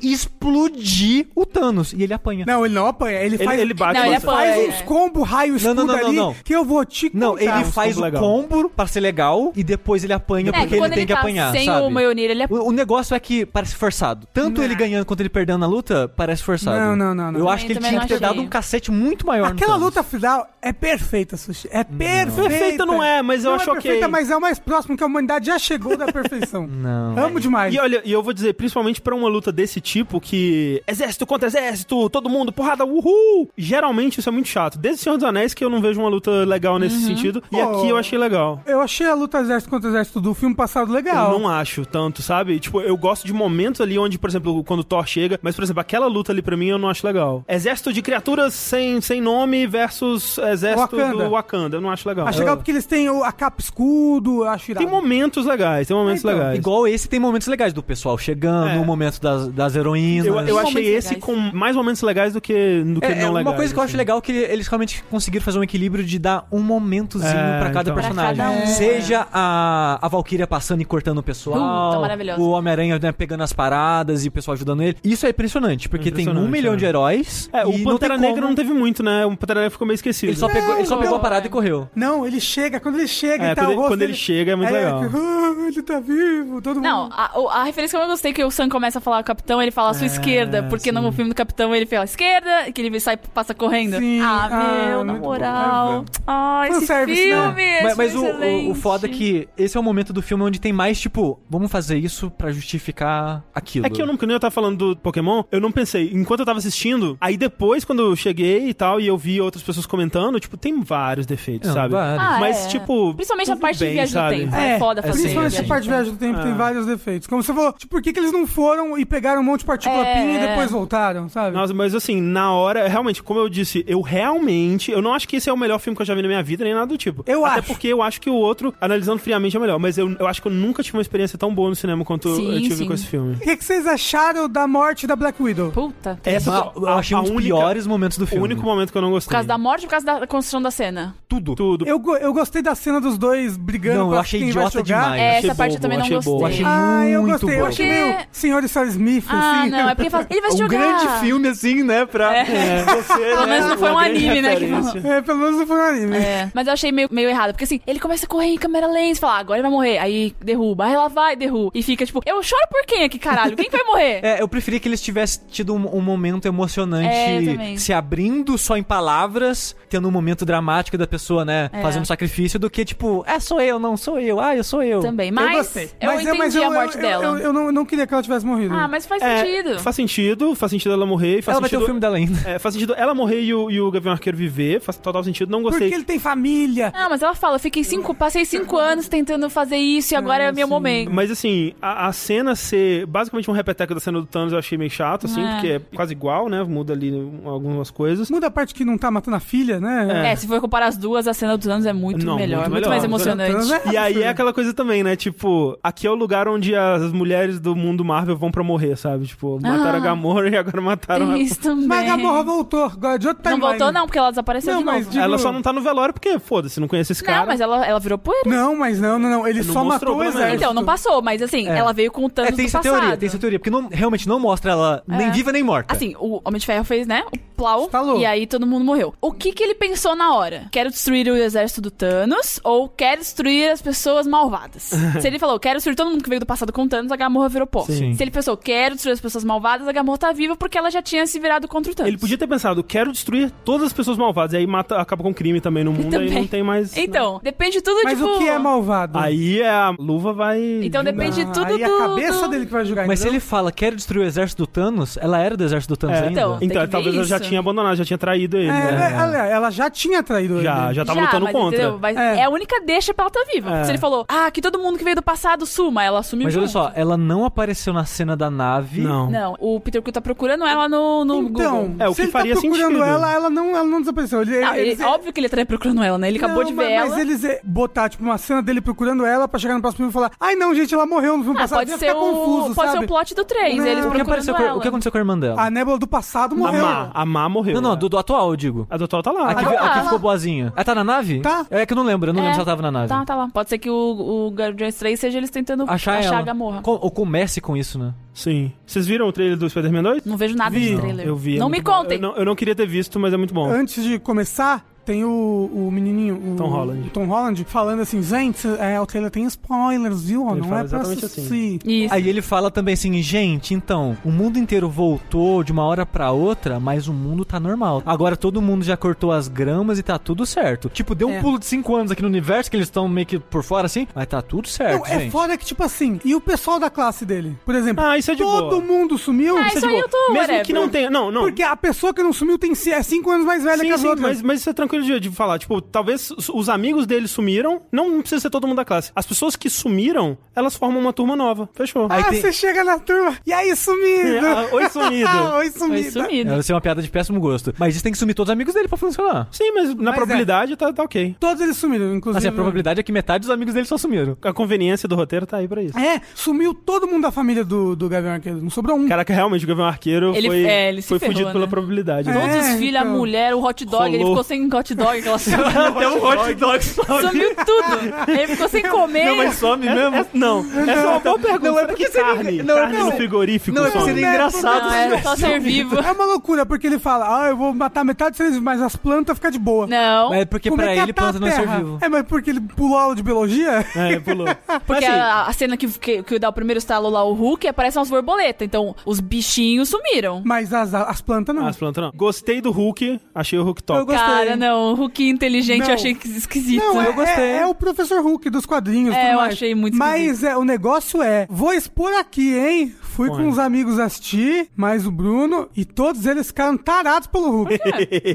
[SPEAKER 2] explodir o Thanos. E ele apanha.
[SPEAKER 3] Não, ele não apanha. Ele,
[SPEAKER 1] Ele,
[SPEAKER 3] faz,
[SPEAKER 1] ele bate
[SPEAKER 4] Não,
[SPEAKER 1] com
[SPEAKER 4] ele
[SPEAKER 1] as-
[SPEAKER 4] apanha.
[SPEAKER 3] faz
[SPEAKER 4] é.
[SPEAKER 3] uns combo raio escudo
[SPEAKER 2] não, não,
[SPEAKER 3] ali
[SPEAKER 2] não.
[SPEAKER 3] que eu vou te contar.
[SPEAKER 2] Não, ele
[SPEAKER 1] uns
[SPEAKER 2] faz
[SPEAKER 1] combos
[SPEAKER 2] o
[SPEAKER 1] legal.
[SPEAKER 2] combo pra ser legal e depois ele apanha
[SPEAKER 4] É,
[SPEAKER 2] porque ele
[SPEAKER 4] quando
[SPEAKER 2] tem
[SPEAKER 4] ele
[SPEAKER 2] que
[SPEAKER 4] tá
[SPEAKER 2] apanhar,
[SPEAKER 4] sem
[SPEAKER 2] sabe?
[SPEAKER 4] o Mjolnir, ele é...
[SPEAKER 2] O, o negócio é que parece forçado. Tanto ele ganhando quanto ele perdendo na luta, parece forçado.
[SPEAKER 3] Não, não, não, não.
[SPEAKER 2] Eu
[SPEAKER 3] Também-
[SPEAKER 2] acho que ele
[SPEAKER 4] também
[SPEAKER 2] tinha que
[SPEAKER 4] não
[SPEAKER 2] ter
[SPEAKER 4] achei.
[SPEAKER 2] dado um cacete muito maior no
[SPEAKER 3] Aquela
[SPEAKER 2] Thanos.
[SPEAKER 3] luta final é perfeita, Sushi. É perfeita.
[SPEAKER 1] Perfeita não é, mas eu
[SPEAKER 3] Não
[SPEAKER 1] acho
[SPEAKER 3] é
[SPEAKER 1] ok.
[SPEAKER 3] perfeita, mas é o mais próximo que a humanidade já chegou da perfeição.
[SPEAKER 2] Não.
[SPEAKER 3] Amo demais.
[SPEAKER 1] E olha, e eu vou dizer, principalmente pra uma luta desse tipo, que exército contra exército, todo mundo, porrada, uhul! Geralmente isso é muito chato. Desde o Senhor dos Anéis que eu não vejo uma luta legal
[SPEAKER 4] Uhum.
[SPEAKER 1] nesse sentido, e
[SPEAKER 3] Oh.
[SPEAKER 1] aqui eu achei legal.
[SPEAKER 3] Eu achei a luta exército contra exército do filme passado legal.
[SPEAKER 1] Eu não acho tanto, sabe? Tipo, eu gosto de momentos ali onde, por exemplo, quando o Thor chega, mas, por exemplo, aquela luta ali pra mim eu não acho legal. Exército de criaturas sem, sem nome versus exército
[SPEAKER 3] Wakanda.
[SPEAKER 1] do Wakanda. Eu não acho legal.
[SPEAKER 3] Acho legal porque eles têm o- a capa escudo, eu acho irado.
[SPEAKER 1] Tem momentos legais, tem momentos
[SPEAKER 3] Ah, então,
[SPEAKER 1] legais.
[SPEAKER 2] Igual esse tem momentos legais do pessoal chegando,
[SPEAKER 1] É.
[SPEAKER 2] o momento das, das heroínas.
[SPEAKER 1] Eu, eu achei
[SPEAKER 4] Tem momentos
[SPEAKER 1] esse
[SPEAKER 4] legais.
[SPEAKER 1] com mais momentos legais do que, do que
[SPEAKER 2] É,
[SPEAKER 1] não
[SPEAKER 2] é
[SPEAKER 1] legais.
[SPEAKER 2] uma coisa que eu acho
[SPEAKER 1] assim.
[SPEAKER 2] legal é que eles realmente conseguiram fazer um equilíbrio de dar um momentozinho
[SPEAKER 1] É,
[SPEAKER 2] pra cada
[SPEAKER 1] então.
[SPEAKER 2] personagem.
[SPEAKER 4] Pra cada um.
[SPEAKER 2] Seja a, a Valkyria passando e cortando o
[SPEAKER 4] Puta,
[SPEAKER 2] pessoal,
[SPEAKER 4] maravilhosa.
[SPEAKER 2] o Homem-Aranha né, pegando as paradas e o pessoal ajudando ele. Isso é impressionante, porque tem um
[SPEAKER 1] Impressionante,
[SPEAKER 2] milhão
[SPEAKER 1] é.
[SPEAKER 2] de heróis.
[SPEAKER 1] É,
[SPEAKER 2] e
[SPEAKER 1] o Pantera
[SPEAKER 2] não tem
[SPEAKER 1] Negra
[SPEAKER 2] como-
[SPEAKER 1] não teve muito, né? O Pantera Negra ficou meio esquecido.
[SPEAKER 2] Ele só, pegou, ele só
[SPEAKER 4] Não,
[SPEAKER 2] pegou a
[SPEAKER 4] é.
[SPEAKER 2] parada e correu.
[SPEAKER 3] Não, ele chega, quando ele chega
[SPEAKER 1] É,
[SPEAKER 3] e tá
[SPEAKER 1] quando
[SPEAKER 3] o
[SPEAKER 1] ele-
[SPEAKER 3] rosto
[SPEAKER 1] quando ele
[SPEAKER 3] dele-
[SPEAKER 1] chega é muito legal.
[SPEAKER 3] que, "Ah, ele tá vivo, todo
[SPEAKER 4] Não,
[SPEAKER 3] mundo.
[SPEAKER 4] a, o- a referência que eu gostei é que o Sam começa a falar o capitão, ele fala a sua
[SPEAKER 2] É,
[SPEAKER 4] esquerda, porque no filme do capitão ele fala esquerda, que ele sai passa correndo.
[SPEAKER 3] Sim,
[SPEAKER 4] ah,
[SPEAKER 3] ah,
[SPEAKER 4] meu, na
[SPEAKER 3] muito bom.
[SPEAKER 4] moral. Ah, esse
[SPEAKER 3] Fanservice, né?
[SPEAKER 4] filme,
[SPEAKER 2] É.
[SPEAKER 4] esse
[SPEAKER 2] Mas, mas
[SPEAKER 4] foi
[SPEAKER 2] o, o, o
[SPEAKER 4] excelente.
[SPEAKER 2] foda é que esse é o momento do filme onde tem mais, tipo, vamos fazer isso pra justificar aquilo.
[SPEAKER 1] É que eu não, que nem eu tava falando do Pokémon, eu não pensei. Enquanto eu tava assistindo, aí depois, quando eu cheguei e tal, e eu vi outras pessoas comentando, tipo, tem vários defeitos,
[SPEAKER 2] Não,
[SPEAKER 1] sabe?
[SPEAKER 2] vários.
[SPEAKER 4] Ah,
[SPEAKER 1] Mas,
[SPEAKER 4] é.
[SPEAKER 1] tipo,
[SPEAKER 4] Principalmente a
[SPEAKER 1] tudo
[SPEAKER 4] parte de
[SPEAKER 1] bem,
[SPEAKER 4] viagem
[SPEAKER 1] sabe?
[SPEAKER 4] do tempo. É, foda fazer né?
[SPEAKER 2] assim,
[SPEAKER 3] Principalmente
[SPEAKER 4] viagem
[SPEAKER 3] essa
[SPEAKER 4] do
[SPEAKER 3] parte de
[SPEAKER 4] tempo.
[SPEAKER 3] viagem do tempo
[SPEAKER 1] Ah.
[SPEAKER 3] tem vários defeitos. Como você falou, ficou. Tipo, por que, que eles não foram e pegaram um monte de partícula
[SPEAKER 4] É.
[SPEAKER 3] PIN e depois voltaram, sabe?
[SPEAKER 1] Nossa, mas assim, na hora, realmente, como eu disse, eu realmente. Eu não acho que esse é o melhor filme que eu já vi na minha vida, nem nada do tipo.
[SPEAKER 3] Eu
[SPEAKER 1] Até
[SPEAKER 3] acho.
[SPEAKER 1] porque eu acho que o outro, analisando friamente, é melhor. Mas eu, eu acho que eu nunca tive uma experiência tão boa no cinema quanto
[SPEAKER 4] Sim,
[SPEAKER 1] eu tive
[SPEAKER 4] sim.
[SPEAKER 1] com esse filme.
[SPEAKER 3] O que, que vocês acharam da morte da Black Widow?
[SPEAKER 4] Puta.
[SPEAKER 1] Essa
[SPEAKER 2] Ah,
[SPEAKER 1] foi
[SPEAKER 2] eu achei um dos
[SPEAKER 1] única-
[SPEAKER 2] piores momentos do
[SPEAKER 1] O
[SPEAKER 2] filme.
[SPEAKER 1] único momento que eu não gostei.
[SPEAKER 4] Por causa da morte ou por causa da construção da cena?
[SPEAKER 1] Tudo. Tudo.
[SPEAKER 3] Eu, go- eu gostei da cena dos dois brigando
[SPEAKER 2] Não, eu
[SPEAKER 3] pra
[SPEAKER 2] achei
[SPEAKER 3] quem vai
[SPEAKER 2] idiota
[SPEAKER 3] jogar.
[SPEAKER 2] demais.
[SPEAKER 4] É,
[SPEAKER 1] achei
[SPEAKER 4] essa parte
[SPEAKER 1] bobo,
[SPEAKER 4] eu também não
[SPEAKER 1] achei bobo.
[SPEAKER 4] gostei.
[SPEAKER 2] Achei
[SPEAKER 3] Ah, eu
[SPEAKER 2] Muito
[SPEAKER 3] gostei. Eu
[SPEAKER 2] bom.
[SPEAKER 3] achei
[SPEAKER 4] Porque-
[SPEAKER 3] meio senhor e Sarah Smith,
[SPEAKER 4] Ah,
[SPEAKER 3] assim.
[SPEAKER 4] não. É porque ele, fala- ele vai se jogar.
[SPEAKER 2] Um filme, assim, né? Pra
[SPEAKER 1] É, você,
[SPEAKER 4] Pelo
[SPEAKER 1] né,
[SPEAKER 4] menos não foi
[SPEAKER 1] uma
[SPEAKER 4] um
[SPEAKER 1] grande
[SPEAKER 4] anime, né, que
[SPEAKER 1] referência.
[SPEAKER 4] falou.
[SPEAKER 3] É, pelo menos não foi um anime.
[SPEAKER 4] É, mas eu achei meio, meio errado, porque assim, ele começa a correr em câmera lenta, fala, ah, agora ele vai morrer, aí derruba, aí ela vai, derruba, e fica tipo, eu choro por quem aqui, caralho? Quem que vai morrer?
[SPEAKER 2] É, eu preferi que eles tivessem tido um, um momento emocionante
[SPEAKER 4] É, eu também.
[SPEAKER 2] se abrindo só em palavras, tendo um momento dramático da pessoa, né?
[SPEAKER 4] É.
[SPEAKER 2] Fazendo sacrifício, do que tipo, é, sou eu, não sou eu, ah, eu sou eu.
[SPEAKER 4] Também,
[SPEAKER 3] Eu
[SPEAKER 4] mas eu,
[SPEAKER 3] gostei. Mas é,
[SPEAKER 4] entendi
[SPEAKER 3] mas eu-
[SPEAKER 4] a morte
[SPEAKER 3] eu-
[SPEAKER 4] dela.
[SPEAKER 3] Eu, eu, eu não, eu não queria que ela tivesse morrido.
[SPEAKER 4] Ah, mas faz
[SPEAKER 1] É,
[SPEAKER 4] sentido.
[SPEAKER 1] Faz sentido, faz sentido ela morrer. Faz
[SPEAKER 2] Ela vai ter
[SPEAKER 1] sentido,
[SPEAKER 2] o filme dela ainda.
[SPEAKER 1] é, faz sentido ela morrer e o, e o Gavião Arqueiro viver. Faz total sentido. Não
[SPEAKER 3] Porque
[SPEAKER 1] gostei.
[SPEAKER 3] ele tem família.
[SPEAKER 4] Ah, mas ela fala, eu fiquei cinco, passei cinco anos tentando fazer isso e agora é o meu momento.
[SPEAKER 1] Mas assim, a, a cena ser basicamente um repeteco da cena do Thanos eu achei meio chato, assim,
[SPEAKER 4] É.
[SPEAKER 1] porque é quase igual, né? Muda ali algumas coisas.
[SPEAKER 3] Muda a parte que não tá matando a filha, né?
[SPEAKER 4] É, se for comparar as duas, a cena do Thanos é muito
[SPEAKER 1] Não,
[SPEAKER 4] melhor,
[SPEAKER 1] muito melhor.
[SPEAKER 4] muito, mais
[SPEAKER 1] Mas
[SPEAKER 3] Ela
[SPEAKER 4] emocionante.
[SPEAKER 3] transa,
[SPEAKER 1] E aí é
[SPEAKER 3] absurdo.
[SPEAKER 1] aquela coisa também, né? Tipo, aqui é o lugar onde as mulheres do mundo Marvel vão pra morrer, sabe? Tipo, mataram a
[SPEAKER 4] Ah.
[SPEAKER 1] Gamora e agora mataram
[SPEAKER 4] Tem
[SPEAKER 1] a...
[SPEAKER 4] isso também.
[SPEAKER 3] Mas a Gamorra voltou. Agora de outro
[SPEAKER 4] É. Não
[SPEAKER 3] timeline.
[SPEAKER 4] voltou não, porque ela desapareceu
[SPEAKER 3] Não,
[SPEAKER 4] de
[SPEAKER 3] mas
[SPEAKER 4] novo.
[SPEAKER 3] de-
[SPEAKER 1] Ela
[SPEAKER 3] Digo-
[SPEAKER 1] só não tá no velório porque, foda-se, não conhece esse
[SPEAKER 4] Não,
[SPEAKER 1] cara.
[SPEAKER 4] mas é ela, ela virou poeira.
[SPEAKER 3] Não, mas não, não, não. Ele
[SPEAKER 1] Não
[SPEAKER 3] só
[SPEAKER 1] mostrou,
[SPEAKER 3] matou
[SPEAKER 1] pelo
[SPEAKER 3] o
[SPEAKER 1] menos.
[SPEAKER 3] exército.
[SPEAKER 4] Então, não passou, mas assim,
[SPEAKER 2] É.
[SPEAKER 4] ela veio com o Thanos
[SPEAKER 2] É, tem
[SPEAKER 4] do
[SPEAKER 2] essa
[SPEAKER 4] passado.
[SPEAKER 2] teoria, tem essa teoria, porque não- realmente não mostra ela nem
[SPEAKER 4] É.
[SPEAKER 2] viva nem morta.
[SPEAKER 4] Assim, o Homem de Ferro fez, né? O plau.
[SPEAKER 3] Estalou.
[SPEAKER 4] E aí todo mundo morreu. O que que ele pensou na hora? Quero destruir o exército do Thanos ou quero destruir as pessoas malvadas? Se ele falou, quero destruir todo mundo que veio do passado com o Thanos, a Gamorra virou pó.
[SPEAKER 2] Sim.
[SPEAKER 4] Se ele pensou, quero destruir as pessoas malvadas, a Gamorra tá viva porque ela já tinha se virado contra o Thanos.
[SPEAKER 1] Ele podia ter pensado, quero destruir todas as pessoas malvadas. E aí mata, acaba com crime também no mundo, aí
[SPEAKER 4] Também.
[SPEAKER 1] não tem mais... né?
[SPEAKER 4] Então, depende de tudo,
[SPEAKER 3] Mas
[SPEAKER 4] tipo...
[SPEAKER 3] o que é malvado?
[SPEAKER 1] Aí é a luva vai...
[SPEAKER 4] Então depende de
[SPEAKER 3] Ah,
[SPEAKER 4] tudo
[SPEAKER 3] aí
[SPEAKER 4] do-
[SPEAKER 3] a cabeça
[SPEAKER 4] do-
[SPEAKER 3] dele que vai jogar.
[SPEAKER 2] Mas se
[SPEAKER 3] entendeu?
[SPEAKER 2] ele fala, quero destruir o exército do Thanos, ela era do exército do Thanos
[SPEAKER 1] É.
[SPEAKER 2] ainda.
[SPEAKER 4] Então. Tem que
[SPEAKER 1] Então,
[SPEAKER 4] ver
[SPEAKER 1] talvez ela já
[SPEAKER 4] isso.
[SPEAKER 1] tinha abandonado, já tinha traído ele,
[SPEAKER 3] É,
[SPEAKER 1] né?
[SPEAKER 3] ela, ela já tinha traído
[SPEAKER 1] Já,
[SPEAKER 3] ele.
[SPEAKER 1] já tava
[SPEAKER 4] Já,
[SPEAKER 1] lutando
[SPEAKER 4] mas,
[SPEAKER 1] contra.
[SPEAKER 4] entendeu? Mas
[SPEAKER 3] É.
[SPEAKER 4] é. a única deixa pra ela tá viva.
[SPEAKER 1] É.
[SPEAKER 4] Se ele falou, ah, que todo mundo que veio do passado suma, ela sumiu
[SPEAKER 2] Mas olha
[SPEAKER 4] junto.
[SPEAKER 2] só, ela não apareceu na cena da nave.
[SPEAKER 1] Não.
[SPEAKER 4] Não, o Peter Quill tá procurando ela no, no Google.
[SPEAKER 3] Então,
[SPEAKER 1] É, o
[SPEAKER 3] se
[SPEAKER 1] que
[SPEAKER 3] ele tá
[SPEAKER 1] faria
[SPEAKER 3] procurando
[SPEAKER 1] sentido.
[SPEAKER 3] ela, ela não, ela não desapareceu. Ele,
[SPEAKER 4] Não, ele-
[SPEAKER 3] eles-
[SPEAKER 4] Óbvio que ele tá procurando ela, né? Ele acabou
[SPEAKER 3] Não,
[SPEAKER 4] de ver
[SPEAKER 3] mas,
[SPEAKER 4] ela.
[SPEAKER 3] Mas eles eh, botar, tipo, uma cena dele procurando ela pra chegar no próximo filme e falar Ai, não, gente, ela morreu no filme
[SPEAKER 4] Ah,
[SPEAKER 3] passado.
[SPEAKER 4] pode
[SPEAKER 3] ia
[SPEAKER 4] ser,
[SPEAKER 3] ficar
[SPEAKER 4] o...
[SPEAKER 3] confuso,
[SPEAKER 4] pode ser
[SPEAKER 3] sabe?
[SPEAKER 4] o plot do 3.
[SPEAKER 3] Não.
[SPEAKER 4] Eles
[SPEAKER 2] O que, apareceu
[SPEAKER 4] procurando
[SPEAKER 2] com-
[SPEAKER 4] ela.
[SPEAKER 2] o que aconteceu com a irmã dela?
[SPEAKER 3] A nébula do passado
[SPEAKER 1] A
[SPEAKER 3] morreu.
[SPEAKER 1] Tá Má, a Má morreu.
[SPEAKER 2] não, não,
[SPEAKER 1] né?
[SPEAKER 2] do, do atual, eu digo.
[SPEAKER 1] A do Total tá lá.
[SPEAKER 2] A que,
[SPEAKER 1] Ah,
[SPEAKER 2] a que
[SPEAKER 4] tá.
[SPEAKER 2] ficou boazinha. Ela tá na nave?
[SPEAKER 3] Tá.
[SPEAKER 2] É que eu não lembro, eu não
[SPEAKER 4] É.
[SPEAKER 2] lembro se ela tava na nave.
[SPEAKER 4] Tá, tá lá. Pode ser que o, o Guardians 3 seja eles tentando
[SPEAKER 3] tá.
[SPEAKER 2] Achar ela.
[SPEAKER 4] a Gamorra.
[SPEAKER 2] Com- ou comece com isso, né?
[SPEAKER 1] Sim. Vocês viram o trailer do Spider-Man 2?
[SPEAKER 4] Não vejo nada
[SPEAKER 3] Vi.
[SPEAKER 4] de
[SPEAKER 1] Não,
[SPEAKER 4] trailer.
[SPEAKER 1] Eu vi. é
[SPEAKER 4] não
[SPEAKER 1] muito
[SPEAKER 4] me
[SPEAKER 1] bom.
[SPEAKER 4] contem.
[SPEAKER 1] Eu não, eu não queria ter visto, mas é muito bom.
[SPEAKER 3] Antes de começar, tem o, o menininho, o
[SPEAKER 1] Tom Holland.
[SPEAKER 3] o Tom Holland, falando assim, gente, é, o trailer tem spoilers, viu?
[SPEAKER 1] Ele
[SPEAKER 3] não
[SPEAKER 1] fala
[SPEAKER 3] é pra
[SPEAKER 1] exatamente assim.
[SPEAKER 3] assistir.
[SPEAKER 4] Isso.
[SPEAKER 2] Aí ele fala também assim, gente, então, o mundo inteiro voltou de uma hora pra outra, mas o mundo tá normal. Agora todo mundo já cortou as gramas e tá tudo certo. Tipo, deu um
[SPEAKER 3] É.
[SPEAKER 2] pulo de 5 anos aqui no universo, que eles estão meio que por fora assim, mas tá tudo certo,
[SPEAKER 3] Não, é
[SPEAKER 2] gente.
[SPEAKER 3] foda que, tipo assim, e o pessoal da classe dele? Por exemplo,
[SPEAKER 1] Ah, isso é de
[SPEAKER 3] todo
[SPEAKER 1] boa.
[SPEAKER 3] mundo sumiu?
[SPEAKER 1] Isso
[SPEAKER 4] Ah,
[SPEAKER 1] é
[SPEAKER 4] isso
[SPEAKER 1] de
[SPEAKER 4] aí
[SPEAKER 1] boa.
[SPEAKER 4] eu tô,
[SPEAKER 1] Mesmo
[SPEAKER 4] whatever.
[SPEAKER 1] que não tenha... Não, não.
[SPEAKER 3] Porque a pessoa que não sumiu tem ci- é cinco anos mais velha que
[SPEAKER 1] Sim,
[SPEAKER 3] as
[SPEAKER 1] sim,
[SPEAKER 3] outras.
[SPEAKER 1] mas, mas isso é tranquilo de, de falar. Tipo, talvez os- os amigos dele sumiram. Não, não precisa ser todo mundo da classe. As pessoas que sumiram, elas formam uma turma nova. Fechou.
[SPEAKER 2] Aí
[SPEAKER 3] ah,
[SPEAKER 2] tem-
[SPEAKER 3] você chega na turma. E aí, sumido?
[SPEAKER 1] Ah, oi, sumido.
[SPEAKER 3] Oi,
[SPEAKER 4] Foi
[SPEAKER 3] sumido.
[SPEAKER 4] sumido.
[SPEAKER 2] Deve ser uma piada de péssimo gosto. Mas isso tem que sumir todos os amigos dele pra funcionar.
[SPEAKER 1] Sim, mas na
[SPEAKER 3] Mas
[SPEAKER 1] probabilidade tá, tá ok.
[SPEAKER 3] Todos eles sumiram, inclusive. né?
[SPEAKER 2] Assim, a probabilidade é que metade dos amigos dele só sumiram.
[SPEAKER 1] A conveniência do roteiro tá aí pra isso.
[SPEAKER 3] É, sumiu todo mundo da família do, do Gavião Arqueiro. Não sobrou um.
[SPEAKER 1] Caraca, realmente, o Gavião Arqueiro
[SPEAKER 4] Ele-
[SPEAKER 1] foi,
[SPEAKER 4] é, ele se
[SPEAKER 1] foi
[SPEAKER 4] ferrou,
[SPEAKER 1] fudido
[SPEAKER 4] né?
[SPEAKER 1] pela probabilidade.
[SPEAKER 3] É.
[SPEAKER 4] Todos os filhos, a
[SPEAKER 3] então.
[SPEAKER 4] mulher, o hot dog, ele
[SPEAKER 1] Rolou.
[SPEAKER 4] ficou sem hot dog, ela sumiu,
[SPEAKER 1] Até o hot dog sobe.
[SPEAKER 4] sumiu tudo. Ele ficou sem comer.
[SPEAKER 2] some
[SPEAKER 1] É, é, não, essa é uma boa pergunta. Não é porque carne,
[SPEAKER 2] não é
[SPEAKER 1] carne
[SPEAKER 2] porque-
[SPEAKER 1] no frigorífico
[SPEAKER 2] Não, é que
[SPEAKER 1] some.
[SPEAKER 2] seria
[SPEAKER 3] Não,
[SPEAKER 2] engraçado
[SPEAKER 4] não,
[SPEAKER 2] se
[SPEAKER 4] é
[SPEAKER 2] tivesse.
[SPEAKER 4] só ser vivo.
[SPEAKER 3] né? É uma loucura, porque ele fala, ah, eu vou matar metade dos seres vivos, mas as plantas ficam de boa.
[SPEAKER 4] Não,
[SPEAKER 2] É porque
[SPEAKER 3] Como
[SPEAKER 2] pra
[SPEAKER 3] é que
[SPEAKER 2] ele
[SPEAKER 3] tá a
[SPEAKER 2] planta não é ser
[SPEAKER 3] Terra?
[SPEAKER 2] vivo.
[SPEAKER 3] É, mas porque ele pulou aula de biologia?
[SPEAKER 1] É, pulou.
[SPEAKER 4] porque a, a cena que, que, que dá o primeiro estalo lá, o Hulk, aparecem umas borboletas. Então, os bichinhos sumiram.
[SPEAKER 3] Mas as, as plantas não.
[SPEAKER 1] As plantas Ah, não. Gostei do Hulk, achei o Hulk top.
[SPEAKER 3] Eu gostei.
[SPEAKER 4] Cara, não, o Hulk inteligente
[SPEAKER 3] Não.
[SPEAKER 4] eu achei que- esquisito.
[SPEAKER 3] Não, é,
[SPEAKER 2] eu gostei.
[SPEAKER 3] É, é o professor Hulk dos quadrinhos.
[SPEAKER 4] É,
[SPEAKER 3] tudo
[SPEAKER 4] eu
[SPEAKER 3] mais.
[SPEAKER 4] achei muito
[SPEAKER 3] Mas é, o negócio é, vou expor aqui, hein? fui com uns amigos assistir, mais o Bruno, e todos eles ficaram tarados pelo Hulk.